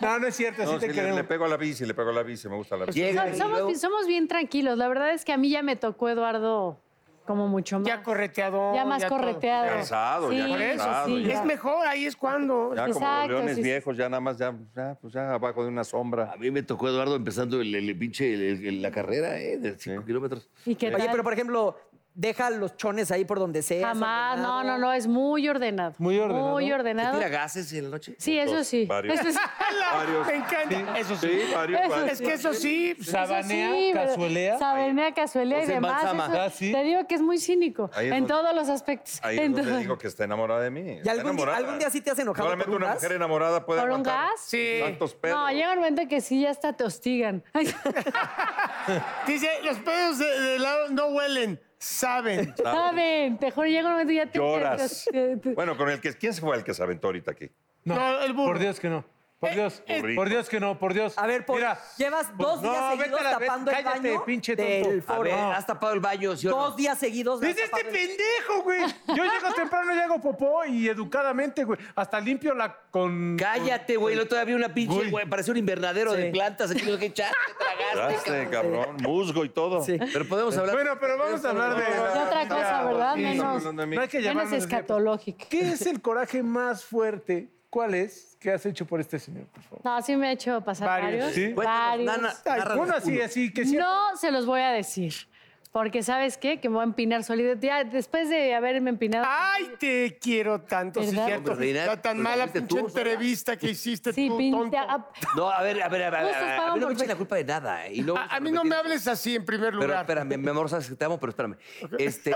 [SPEAKER 1] No, no es cierto,
[SPEAKER 6] No,
[SPEAKER 1] sí te
[SPEAKER 6] sí, le,
[SPEAKER 1] queremos.
[SPEAKER 6] le pego a la bici, le pego a la bici, me gusta la bici.
[SPEAKER 7] Llega y
[SPEAKER 8] somos,
[SPEAKER 7] luego-
[SPEAKER 8] bi- somos bien tranquilos. La verdad es que a mí ya me tocó Eduardo como mucho más.
[SPEAKER 5] Ya correteador.
[SPEAKER 8] Ya más
[SPEAKER 5] todo.
[SPEAKER 8] correteado.
[SPEAKER 6] Cansado, ya
[SPEAKER 8] Sí,
[SPEAKER 6] cansado,
[SPEAKER 8] sí,
[SPEAKER 6] ya.
[SPEAKER 5] Es
[SPEAKER 8] ya.
[SPEAKER 5] mejor, ahí es cuando.
[SPEAKER 6] Ya como los
[SPEAKER 8] Exacto,
[SPEAKER 6] leones
[SPEAKER 8] sí, sí.
[SPEAKER 6] viejos, ya nada más, ya, ya, pues ya abajo de una sombra.
[SPEAKER 7] A mí me tocó Eduardo empezando el, el pinche el- el- la carrera, ¿eh? De 5 kilómetros.
[SPEAKER 8] ¿Y qué
[SPEAKER 4] Oye,
[SPEAKER 8] tal?
[SPEAKER 4] pero por ejemplo, deja los chones ahí por donde sea.
[SPEAKER 8] Jamás, no, no, no, es muy ordenado.
[SPEAKER 1] Muy ordenado.
[SPEAKER 8] Muy
[SPEAKER 7] ¿Te
[SPEAKER 8] ordenado.
[SPEAKER 7] tira gases en la noche?
[SPEAKER 8] Sí, eso
[SPEAKER 6] Dos,
[SPEAKER 8] sí.
[SPEAKER 6] varios.
[SPEAKER 8] Eso sí.
[SPEAKER 6] Varios.
[SPEAKER 5] Me encanta. Eso sí.
[SPEAKER 6] Sí, varios,
[SPEAKER 8] Eso
[SPEAKER 6] varios.
[SPEAKER 5] Es que eso sí.
[SPEAKER 1] Sabanea,
[SPEAKER 8] Eso sí, pero-
[SPEAKER 1] cazuelea.
[SPEAKER 8] Sabanea, cazuelea y
[SPEAKER 7] se
[SPEAKER 8] demás.
[SPEAKER 7] embalsama.
[SPEAKER 8] eso-
[SPEAKER 1] Ah, sí.
[SPEAKER 8] Te digo que es muy cínico.
[SPEAKER 6] Pues Ahí es
[SPEAKER 8] en
[SPEAKER 6] donde-
[SPEAKER 8] todos los aspectos.
[SPEAKER 6] Ahí
[SPEAKER 8] En
[SPEAKER 6] es donde
[SPEAKER 8] todo.
[SPEAKER 6] digo que está enamorada de mí. está
[SPEAKER 4] algún día-
[SPEAKER 6] enamorada.
[SPEAKER 4] algún día sí te has enojado
[SPEAKER 6] Solamente
[SPEAKER 4] por un
[SPEAKER 6] una
[SPEAKER 4] gas?
[SPEAKER 6] mujer enamorada puede
[SPEAKER 8] ¿Por un
[SPEAKER 6] aguantar
[SPEAKER 8] gas?
[SPEAKER 5] Sí.
[SPEAKER 6] Tantos pedos.
[SPEAKER 8] No, llega un momento que sí, ya hasta te hostigan.
[SPEAKER 5] Dice, los pedos de, de lado no huelen, saben.
[SPEAKER 8] Saben, te juro, llega un momento que ya te
[SPEAKER 6] Lloras.
[SPEAKER 8] te- te-
[SPEAKER 6] Bueno, con el que. ¿Quién se fue el que se aventó ahorita aquí?
[SPEAKER 5] No, el burro.
[SPEAKER 1] Por Dios que no. Por Dios,
[SPEAKER 6] eh.
[SPEAKER 1] por Dios que no, por Dios.
[SPEAKER 4] A ver, Paul,
[SPEAKER 1] Mira,
[SPEAKER 4] llevas
[SPEAKER 1] pues
[SPEAKER 4] dos
[SPEAKER 1] no,
[SPEAKER 4] días
[SPEAKER 1] vete
[SPEAKER 4] seguidos
[SPEAKER 1] a la- vete,
[SPEAKER 4] tapando el
[SPEAKER 1] cállate,
[SPEAKER 4] baño
[SPEAKER 1] pinche tonto.
[SPEAKER 4] del
[SPEAKER 7] A
[SPEAKER 4] foro.
[SPEAKER 7] ver,
[SPEAKER 1] No.
[SPEAKER 7] Eh, has tapado el baño, ¿sí o no?
[SPEAKER 4] Dos días seguidos. lo has
[SPEAKER 1] Es este
[SPEAKER 4] tapado el-
[SPEAKER 1] pendejo, güey. Yo llego temprano y hago popó y educadamente, güey. Hasta limpio la con.
[SPEAKER 7] Cállate, güey. Lo todavía una pinche,
[SPEAKER 1] Güey.
[SPEAKER 7] güey. Parece un invernadero
[SPEAKER 4] Sí.
[SPEAKER 7] de plantas. Aquí no sé qué echar, qué tragaste.
[SPEAKER 6] Traste, cabrón, musgo y todo.
[SPEAKER 4] Sí.
[SPEAKER 7] Pero podemos hablar.
[SPEAKER 1] Bueno, pero vamos a hablar de.
[SPEAKER 8] De otra cosa, ¿verdad? Menos-
[SPEAKER 1] No hay que
[SPEAKER 8] Menos
[SPEAKER 1] llamarnos así.
[SPEAKER 8] escatológica.
[SPEAKER 1] ¿Qué es el coraje más fuerte? ¿Cuál es? ¿Qué has hecho por este señor, por favor?
[SPEAKER 8] No, sí me ha hecho pasar
[SPEAKER 1] Varios,
[SPEAKER 8] varios.
[SPEAKER 1] ¿sí?
[SPEAKER 8] Varios.
[SPEAKER 7] Nana,
[SPEAKER 1] Ay,
[SPEAKER 7] narra-
[SPEAKER 1] uno así, así, que sí.
[SPEAKER 8] No se los voy a decir. Porque, ¿sabes qué? Que me voy a empinar solito. Ya, después de haberme empinado.
[SPEAKER 1] Ah,
[SPEAKER 5] Ay, te quiero tanto, sí,
[SPEAKER 8] ¿Verdad?
[SPEAKER 5] cierto.
[SPEAKER 7] No, pero,
[SPEAKER 5] Está tan
[SPEAKER 7] pues,
[SPEAKER 5] mala
[SPEAKER 7] fuiste
[SPEAKER 5] pinche
[SPEAKER 7] tú, sola.
[SPEAKER 5] entrevista que hiciste
[SPEAKER 8] sí,
[SPEAKER 5] tú, tonto.
[SPEAKER 8] pinta.
[SPEAKER 5] A,
[SPEAKER 7] No, a ver, a ver, a ver. A,
[SPEAKER 8] Ustedes
[SPEAKER 7] ver, a
[SPEAKER 8] pagan
[SPEAKER 7] mí no
[SPEAKER 8] Pues por
[SPEAKER 7] me echen
[SPEAKER 8] ver-
[SPEAKER 7] la culpa de nada. eh, y vamos
[SPEAKER 5] a
[SPEAKER 7] a
[SPEAKER 5] mí no
[SPEAKER 7] repetir.
[SPEAKER 5] me hables así, en primer
[SPEAKER 7] Pero
[SPEAKER 5] lugar.
[SPEAKER 7] espérame, mi amor, sabes que te amo, pero espérame. Este.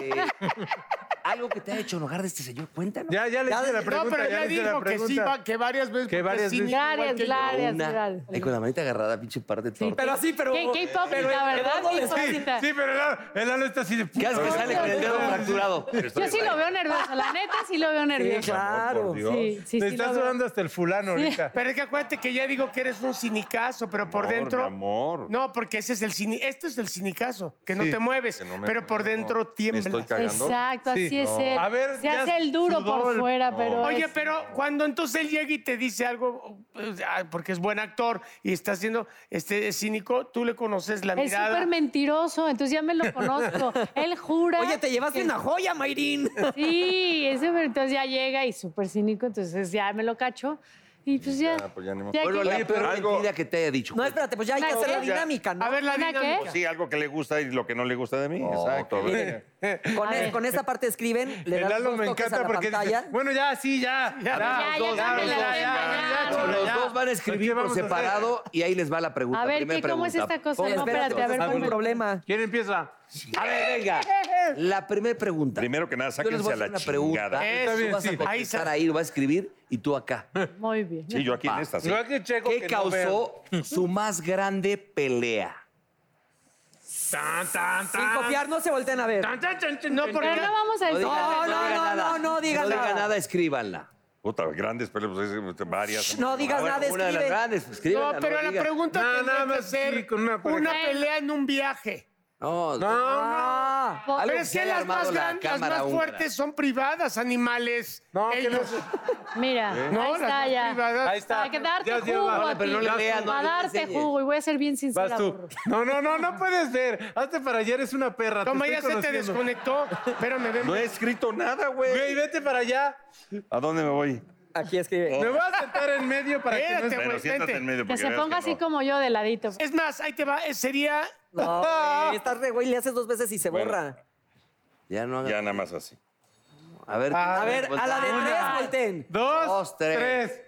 [SPEAKER 7] algo que te ha hecho enojar de este señor, cuéntanos.
[SPEAKER 1] Ya, ya le hice la pregunta.
[SPEAKER 5] no, pero ya
[SPEAKER 1] le hice la
[SPEAKER 5] dijo que sí,
[SPEAKER 1] pregunta.
[SPEAKER 5] va- que varias veces.
[SPEAKER 1] Que
[SPEAKER 5] porque
[SPEAKER 1] varias
[SPEAKER 5] sí,
[SPEAKER 1] veces.
[SPEAKER 5] igual
[SPEAKER 8] Claro,
[SPEAKER 5] que yo.
[SPEAKER 8] claro. Varias, varias.
[SPEAKER 7] Ahí con la manita agarrada, pinche par de torta.
[SPEAKER 4] Pero así, pero.
[SPEAKER 8] Qué, qué hipócrita, ¿verdad? Qué
[SPEAKER 1] Sí,
[SPEAKER 8] hipócrita.
[SPEAKER 1] sí, pero el Lalo, el Lalo está así de
[SPEAKER 7] ¿Qué haces que sale con el dedo fracturado?
[SPEAKER 8] Yo sí lo veo nervioso. La neta, sí lo veo
[SPEAKER 4] Sí,
[SPEAKER 8] nervioso.
[SPEAKER 4] claro.
[SPEAKER 6] Dios.
[SPEAKER 8] Sí, sí,
[SPEAKER 1] Le
[SPEAKER 8] sí.
[SPEAKER 1] está
[SPEAKER 8] lo veo.
[SPEAKER 1] sudando hasta el fulano ahorita.
[SPEAKER 5] Pero es que acuérdate que ya digo que eres un cinicazo, pero por
[SPEAKER 6] Amor, mi
[SPEAKER 5] dentro.
[SPEAKER 6] amor.
[SPEAKER 5] No, porque ese es el cini, este es el cinicazo, que no
[SPEAKER 1] Sí,
[SPEAKER 5] te mueves,
[SPEAKER 6] que no me
[SPEAKER 5] pero por
[SPEAKER 6] muevo.
[SPEAKER 5] dentro
[SPEAKER 6] Me
[SPEAKER 5] tiemblas.
[SPEAKER 6] estoy cagando.
[SPEAKER 8] Exacto, así
[SPEAKER 1] Sí.
[SPEAKER 8] es él.
[SPEAKER 1] A ver,
[SPEAKER 8] se
[SPEAKER 1] ya
[SPEAKER 8] hace el duro
[SPEAKER 1] sudó
[SPEAKER 8] por
[SPEAKER 1] el-
[SPEAKER 8] fuera, pero.
[SPEAKER 5] Oye,
[SPEAKER 8] es-
[SPEAKER 5] pero cuando entonces él llega y te dice algo, pues, ah, porque es buen actor y está siendo este, cínico, tú le conoces la
[SPEAKER 8] Es
[SPEAKER 5] mirada.
[SPEAKER 8] súper mentiroso, entonces ya me lo conozco. Él jura.
[SPEAKER 4] Oye, te llevaste
[SPEAKER 8] que-
[SPEAKER 4] una joya, Mayrín.
[SPEAKER 8] Sí, ese, entonces ya llega y súper cínico, entonces ya me lo cacho. Y pues ya.
[SPEAKER 6] Ya, pues ya ni modo.
[SPEAKER 8] ya
[SPEAKER 7] Bueno,
[SPEAKER 8] que-
[SPEAKER 7] la peor
[SPEAKER 6] algo-
[SPEAKER 7] mentira que te haya dicho.
[SPEAKER 4] No, espérate, pues ya hay que hacer la
[SPEAKER 8] Claro.
[SPEAKER 4] dinámica, ¿no?
[SPEAKER 5] A ver, la
[SPEAKER 8] ¿Una
[SPEAKER 5] dinámica.
[SPEAKER 8] qué?
[SPEAKER 6] Sí, algo que le gusta y lo que no le gusta de mí. Exacto. a ver.
[SPEAKER 4] Con,
[SPEAKER 8] A
[SPEAKER 4] e-
[SPEAKER 8] ver.
[SPEAKER 4] con esta parte escriben, le
[SPEAKER 1] El
[SPEAKER 4] das
[SPEAKER 1] Lalo
[SPEAKER 4] dos
[SPEAKER 1] me
[SPEAKER 4] toques a
[SPEAKER 1] encanta
[SPEAKER 4] la
[SPEAKER 1] porque dice,
[SPEAKER 4] pantalla.
[SPEAKER 1] bueno, ya, sí, ya. Ya,
[SPEAKER 8] ya, ya, cámbiala, ya, ya,
[SPEAKER 1] chula,
[SPEAKER 7] Los
[SPEAKER 1] ya.
[SPEAKER 7] dos van a
[SPEAKER 1] ¿Qué
[SPEAKER 7] escribir por
[SPEAKER 1] vamos a hacer?
[SPEAKER 7] separado y ahí les va la pregunta.
[SPEAKER 8] A ver,
[SPEAKER 7] primera
[SPEAKER 8] ¿qué, cómo es
[SPEAKER 7] pregunta.
[SPEAKER 8] esta cosa?
[SPEAKER 7] Pongan
[SPEAKER 8] No,
[SPEAKER 7] atención.
[SPEAKER 8] espérate, a ver,
[SPEAKER 4] algún
[SPEAKER 8] ponme.
[SPEAKER 4] problema.
[SPEAKER 1] ¿Quién empieza?
[SPEAKER 7] A ver, venga. La primera pregunta.
[SPEAKER 6] Primero que
[SPEAKER 7] Yo
[SPEAKER 6] nada,
[SPEAKER 7] les
[SPEAKER 6] sáquense
[SPEAKER 7] voy
[SPEAKER 6] a
[SPEAKER 7] a hacer
[SPEAKER 6] la
[SPEAKER 7] una pregunta.
[SPEAKER 6] chingada.
[SPEAKER 5] Eso,
[SPEAKER 7] Tú vas
[SPEAKER 1] sí.
[SPEAKER 7] a
[SPEAKER 5] Ahí
[SPEAKER 7] contestar
[SPEAKER 5] sa-
[SPEAKER 7] ahí, lo vas a escribir y tú acá.
[SPEAKER 8] Muy bien.
[SPEAKER 6] Sí, yo aquí en
[SPEAKER 7] Va.
[SPEAKER 6] esta. Sí.
[SPEAKER 1] Yo aquí checo
[SPEAKER 7] ¿Qué
[SPEAKER 1] que no vean.
[SPEAKER 7] causó su más grande pelea?
[SPEAKER 1] Tan, tan,
[SPEAKER 4] Sin
[SPEAKER 1] tan.
[SPEAKER 4] copiar, no se volteen a ver.
[SPEAKER 1] Tan, tan, tan, tan,
[SPEAKER 5] No,
[SPEAKER 1] tan.
[SPEAKER 5] porque
[SPEAKER 8] Pero no vamos a decir.
[SPEAKER 4] No, no,
[SPEAKER 7] digan
[SPEAKER 4] no,
[SPEAKER 7] nada.
[SPEAKER 4] no, no digan
[SPEAKER 7] No digan
[SPEAKER 4] nada.
[SPEAKER 7] nada, escríbanla. Ah,
[SPEAKER 6] Puta, grandes peleas, pues, es- varias.
[SPEAKER 4] No digas nada,
[SPEAKER 7] Una de las
[SPEAKER 4] escribe.
[SPEAKER 7] grandes,
[SPEAKER 5] No,
[SPEAKER 7] escríbanla.
[SPEAKER 5] pero la
[SPEAKER 7] digan.
[SPEAKER 5] pregunta
[SPEAKER 1] No,
[SPEAKER 5] tendría
[SPEAKER 1] nada
[SPEAKER 5] que
[SPEAKER 1] más sí,
[SPEAKER 5] ser
[SPEAKER 1] con una
[SPEAKER 5] una,
[SPEAKER 1] pareja.
[SPEAKER 5] pelea en un viaje.
[SPEAKER 7] No,
[SPEAKER 1] No, no.
[SPEAKER 4] Ah,
[SPEAKER 8] Algo
[SPEAKER 5] Pero
[SPEAKER 7] que
[SPEAKER 5] es
[SPEAKER 7] se
[SPEAKER 5] que
[SPEAKER 7] haya
[SPEAKER 5] las
[SPEAKER 7] armado
[SPEAKER 5] más
[SPEAKER 7] la
[SPEAKER 5] grandes, las
[SPEAKER 7] cámara
[SPEAKER 5] más
[SPEAKER 7] húngara.
[SPEAKER 5] fuertes son privadas, animales.
[SPEAKER 1] No, que no
[SPEAKER 5] Ellos-
[SPEAKER 8] Mira,
[SPEAKER 5] No,
[SPEAKER 8] ahí
[SPEAKER 5] las
[SPEAKER 8] está
[SPEAKER 5] más
[SPEAKER 8] ya.
[SPEAKER 5] privadas.
[SPEAKER 1] Ahí está.
[SPEAKER 8] Para que darte
[SPEAKER 1] Ya, ya
[SPEAKER 8] jugo
[SPEAKER 1] va.
[SPEAKER 8] a
[SPEAKER 7] pero
[SPEAKER 8] ti.
[SPEAKER 7] no le leas, no
[SPEAKER 8] Para
[SPEAKER 7] le
[SPEAKER 8] darte
[SPEAKER 7] enseñes.
[SPEAKER 8] jugo y voy a ser bien sincera.
[SPEAKER 1] Vas tú.
[SPEAKER 8] burro.
[SPEAKER 1] No, no, no, no puedes ser. Hazte para allá, eres una perra. te
[SPEAKER 5] Toma, ya
[SPEAKER 1] estoy
[SPEAKER 5] se te
[SPEAKER 1] conociendo.
[SPEAKER 5] desconectó. Espérame, ven.
[SPEAKER 6] No he escrito nada,
[SPEAKER 1] Güey,
[SPEAKER 6] güey.
[SPEAKER 1] vete para allá.
[SPEAKER 6] ¿A dónde me voy?
[SPEAKER 4] aquí escribe.
[SPEAKER 1] Me voy a sentar en medio para que no
[SPEAKER 5] Espérate,
[SPEAKER 1] esté.
[SPEAKER 5] güey,
[SPEAKER 6] Bueno, siéntate
[SPEAKER 5] vente.
[SPEAKER 6] en medio.
[SPEAKER 8] Que
[SPEAKER 6] porque
[SPEAKER 8] se
[SPEAKER 6] veas
[SPEAKER 8] ponga así
[SPEAKER 6] no.
[SPEAKER 8] como yo de ladito.
[SPEAKER 5] Es más, ahí te va. eh, Sería
[SPEAKER 4] No,
[SPEAKER 1] Ah.
[SPEAKER 4] güey, estás re güey, le haces dos veces y se
[SPEAKER 6] Bueno.
[SPEAKER 4] borra.
[SPEAKER 7] Ya no hagan.
[SPEAKER 6] Ya nada más así.
[SPEAKER 7] A ver,
[SPEAKER 4] A
[SPEAKER 1] Pues
[SPEAKER 4] ver, a la de tres, volteen.
[SPEAKER 1] Dos,
[SPEAKER 7] Dos,
[SPEAKER 1] tres.
[SPEAKER 7] tres.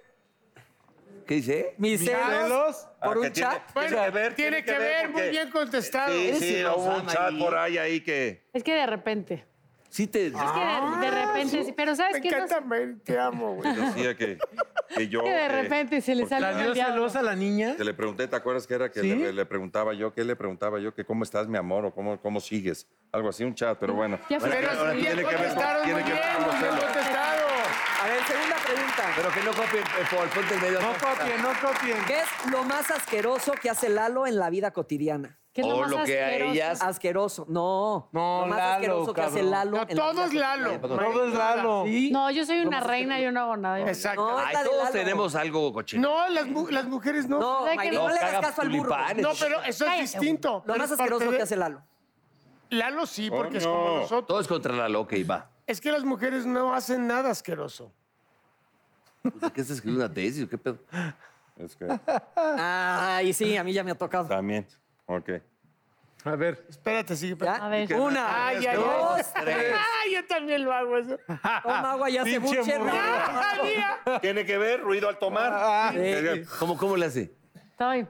[SPEAKER 7] ¿Qué dice?
[SPEAKER 4] Mis celos
[SPEAKER 1] Celos.
[SPEAKER 4] por
[SPEAKER 6] Ah,
[SPEAKER 4] un
[SPEAKER 6] que tiene-
[SPEAKER 4] chat.
[SPEAKER 5] Bueno,
[SPEAKER 6] tiene que ver,
[SPEAKER 5] tiene que ver, muy
[SPEAKER 6] porque-
[SPEAKER 5] bien contestado.
[SPEAKER 6] Sí,
[SPEAKER 7] Eres
[SPEAKER 6] sí,
[SPEAKER 7] celosa,
[SPEAKER 6] hubo un chat
[SPEAKER 7] Mayrin.
[SPEAKER 6] por ahí ahí que.
[SPEAKER 8] Es que de repente.
[SPEAKER 7] Sí te.
[SPEAKER 8] Es que de, de repente. sí, Pero ¿sabes
[SPEAKER 5] Me
[SPEAKER 8] qué? No
[SPEAKER 5] encanta, Mel, te amo, güey.
[SPEAKER 6] Decía que, que yo.
[SPEAKER 8] Que de
[SPEAKER 6] eh,
[SPEAKER 8] repente se le
[SPEAKER 6] porque
[SPEAKER 8] sale
[SPEAKER 6] la-
[SPEAKER 1] ¿La dio celosa la niña?
[SPEAKER 6] Te le pregunté, ¿te acuerdas que era que
[SPEAKER 1] ¿Sí?
[SPEAKER 6] le, le preguntaba yo? ¿Qué le preguntaba yo? Que cómo estás, mi amor, o cómo, cómo sigues. Algo así, un chat, pero bueno.
[SPEAKER 8] Ya fue.
[SPEAKER 6] Bueno,
[SPEAKER 8] Pero
[SPEAKER 6] ahora
[SPEAKER 8] sí,
[SPEAKER 6] tiene
[SPEAKER 5] Bien
[SPEAKER 8] ya
[SPEAKER 6] que ver
[SPEAKER 5] contestaron,
[SPEAKER 6] con, tiene
[SPEAKER 5] muy
[SPEAKER 6] que
[SPEAKER 5] bien,
[SPEAKER 6] ver con los
[SPEAKER 5] muy bien
[SPEAKER 6] celos.
[SPEAKER 5] contestado.
[SPEAKER 4] A ver, segunda pregunta.
[SPEAKER 7] Pero que no copien, eh, Paul, ponte el medio.
[SPEAKER 1] No copien, no copien.
[SPEAKER 4] ¿Qué es lo más asqueroso que hace Lalo en la vida cotidiana?
[SPEAKER 8] ¿Qué es lo
[SPEAKER 7] O
[SPEAKER 8] más
[SPEAKER 7] lo que a
[SPEAKER 8] asqueroso?
[SPEAKER 7] ellas-
[SPEAKER 4] Asqueroso, no.
[SPEAKER 1] No,
[SPEAKER 4] lo más
[SPEAKER 1] Lalo,
[SPEAKER 4] asqueroso que hace
[SPEAKER 1] cabrón.
[SPEAKER 4] Lalo.
[SPEAKER 5] No,
[SPEAKER 4] en la
[SPEAKER 5] todo
[SPEAKER 4] vida
[SPEAKER 5] es Lalo.
[SPEAKER 4] cotidiana.
[SPEAKER 1] Todo es Lalo.
[SPEAKER 8] No, yo soy una reina, yo no hago nada. yo-
[SPEAKER 5] Exacto.
[SPEAKER 4] No, es
[SPEAKER 7] Ay,
[SPEAKER 4] la de
[SPEAKER 7] todos
[SPEAKER 4] Lalo.
[SPEAKER 7] tenemos algo cochino.
[SPEAKER 5] No, las, mu- las mujeres no.
[SPEAKER 4] No,
[SPEAKER 8] O sea que
[SPEAKER 4] Mayrín,
[SPEAKER 8] no
[SPEAKER 4] no le hagas
[SPEAKER 7] cagas
[SPEAKER 4] caso al burro.
[SPEAKER 7] tulipanes.
[SPEAKER 5] No, pero eso es
[SPEAKER 8] Cállate,
[SPEAKER 5] distinto.
[SPEAKER 4] Lo más
[SPEAKER 5] Es parte
[SPEAKER 4] asqueroso
[SPEAKER 5] de-
[SPEAKER 4] que hace Lalo.
[SPEAKER 5] Lalo sí,
[SPEAKER 6] Oh,
[SPEAKER 5] porque es como
[SPEAKER 6] Coño.
[SPEAKER 5] nosotros.
[SPEAKER 7] Todo es contra la loca y va.
[SPEAKER 5] Es que las mujeres no hacen nada asqueroso.
[SPEAKER 7] Puta, ¿Qué estás escribiendo una tesis? o ¿Qué pedo?
[SPEAKER 6] Es que
[SPEAKER 1] Ah.
[SPEAKER 4] Ay, sí, a mí ya me ha tocado.
[SPEAKER 6] también. Ok.
[SPEAKER 1] A ver.
[SPEAKER 5] Espérate, sigue.
[SPEAKER 4] ¿Ya?
[SPEAKER 8] A ver.
[SPEAKER 4] Una,
[SPEAKER 5] Ay, ay,
[SPEAKER 4] dos,
[SPEAKER 5] ay. Ah, yo también lo hago eso.
[SPEAKER 4] toma agua y hace
[SPEAKER 1] Pinche
[SPEAKER 4] buche.
[SPEAKER 1] burro.
[SPEAKER 4] hermano.
[SPEAKER 5] Ah, mira.
[SPEAKER 6] Tiene que ver ruido al tomar.
[SPEAKER 8] Ah,
[SPEAKER 4] Sí.
[SPEAKER 7] ¿Cómo, ¿Cómo le hace?
[SPEAKER 8] Estoy.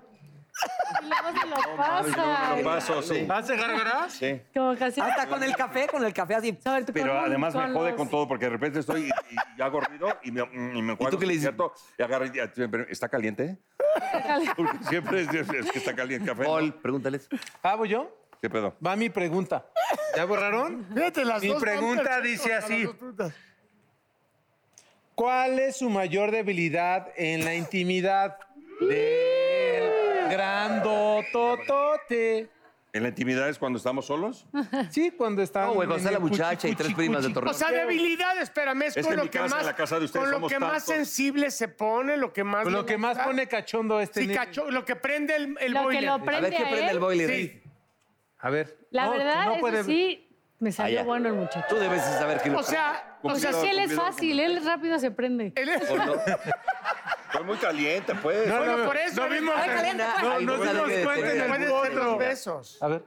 [SPEAKER 8] Y luego se lo pasa.
[SPEAKER 6] Un paso, sí.
[SPEAKER 1] ¿Hace gárgaras?
[SPEAKER 6] sí.
[SPEAKER 8] Como casi.
[SPEAKER 4] Hasta con el café, con el café así.
[SPEAKER 8] Sobre tu-
[SPEAKER 6] Pero
[SPEAKER 8] con un-
[SPEAKER 6] además me jode
[SPEAKER 8] los-
[SPEAKER 6] con todo porque de repente estoy y, y hago ruido y me, y me encuadro,
[SPEAKER 7] tú qué le
[SPEAKER 6] ¿sí
[SPEAKER 7] dices?
[SPEAKER 6] ¿cierto? Y agarro y- ah, pero, ¿Está caliente? Porque siempre es, es que está caliente el café. ¿no?
[SPEAKER 7] Paul, pregúntales.
[SPEAKER 1] ¿Ah, voy yo?
[SPEAKER 6] ¿Qué pedo?
[SPEAKER 1] Va mi pregunta. ¿Ya borraron?
[SPEAKER 5] Fíjate, las
[SPEAKER 1] Mi
[SPEAKER 5] dos van
[SPEAKER 1] pregunta
[SPEAKER 5] perfecto
[SPEAKER 1] dice
[SPEAKER 5] para las
[SPEAKER 1] así.
[SPEAKER 5] dos preguntas.
[SPEAKER 1] ¿Cuál es su mayor debilidad en la intimidad del grandototote?
[SPEAKER 6] ¿En la intimidad es cuando estamos solos?
[SPEAKER 1] Sí, cuando está.
[SPEAKER 7] No, güey, cuando está la muchacha y tres primas de
[SPEAKER 5] O
[SPEAKER 7] Torreón.
[SPEAKER 5] sea, debilidad, espérame, es,
[SPEAKER 6] Es que
[SPEAKER 5] con
[SPEAKER 6] en
[SPEAKER 5] lo
[SPEAKER 6] mi
[SPEAKER 5] que
[SPEAKER 6] casa,
[SPEAKER 5] más.
[SPEAKER 6] en la casa de ustedes
[SPEAKER 5] con lo
[SPEAKER 6] somos
[SPEAKER 5] que más
[SPEAKER 6] tantos.
[SPEAKER 5] sensible se pone, lo que más.
[SPEAKER 1] Lo
[SPEAKER 5] le
[SPEAKER 1] que más
[SPEAKER 5] gusta.
[SPEAKER 1] pone cachondo este.
[SPEAKER 5] Sí,
[SPEAKER 1] nene.
[SPEAKER 5] cacho, lo que prende el, el
[SPEAKER 8] Lo que
[SPEAKER 5] boiler.
[SPEAKER 8] lo
[SPEAKER 7] A
[SPEAKER 8] prende
[SPEAKER 7] ver qué
[SPEAKER 8] a
[SPEAKER 7] prende
[SPEAKER 8] él.
[SPEAKER 7] el boiler.
[SPEAKER 5] Sí.
[SPEAKER 1] A ver.
[SPEAKER 8] La
[SPEAKER 1] no,
[SPEAKER 8] verdad,
[SPEAKER 1] no
[SPEAKER 8] eso
[SPEAKER 1] puede-
[SPEAKER 8] sí, me salió
[SPEAKER 7] Allá.
[SPEAKER 8] bueno el muchacho.
[SPEAKER 7] Tú debes saber que lo
[SPEAKER 5] O sea, o
[SPEAKER 8] O sea,
[SPEAKER 5] sea,
[SPEAKER 8] sí, él es
[SPEAKER 6] cumplidor,
[SPEAKER 8] fácil, él rápido se prende.
[SPEAKER 5] él es-
[SPEAKER 6] Estoy muy caliente, pues.
[SPEAKER 1] No,
[SPEAKER 5] bueno,
[SPEAKER 1] no,
[SPEAKER 5] por eso.
[SPEAKER 1] no
[SPEAKER 5] él-
[SPEAKER 1] vimos-
[SPEAKER 5] Ay,
[SPEAKER 1] no,
[SPEAKER 5] caliente,
[SPEAKER 1] no,
[SPEAKER 7] Ay,
[SPEAKER 1] no
[SPEAKER 7] no,
[SPEAKER 1] se nos
[SPEAKER 7] no, no,
[SPEAKER 1] cuenta en
[SPEAKER 7] no,
[SPEAKER 1] el
[SPEAKER 5] pueden ser
[SPEAKER 1] potro.
[SPEAKER 5] los besos.
[SPEAKER 1] A ver.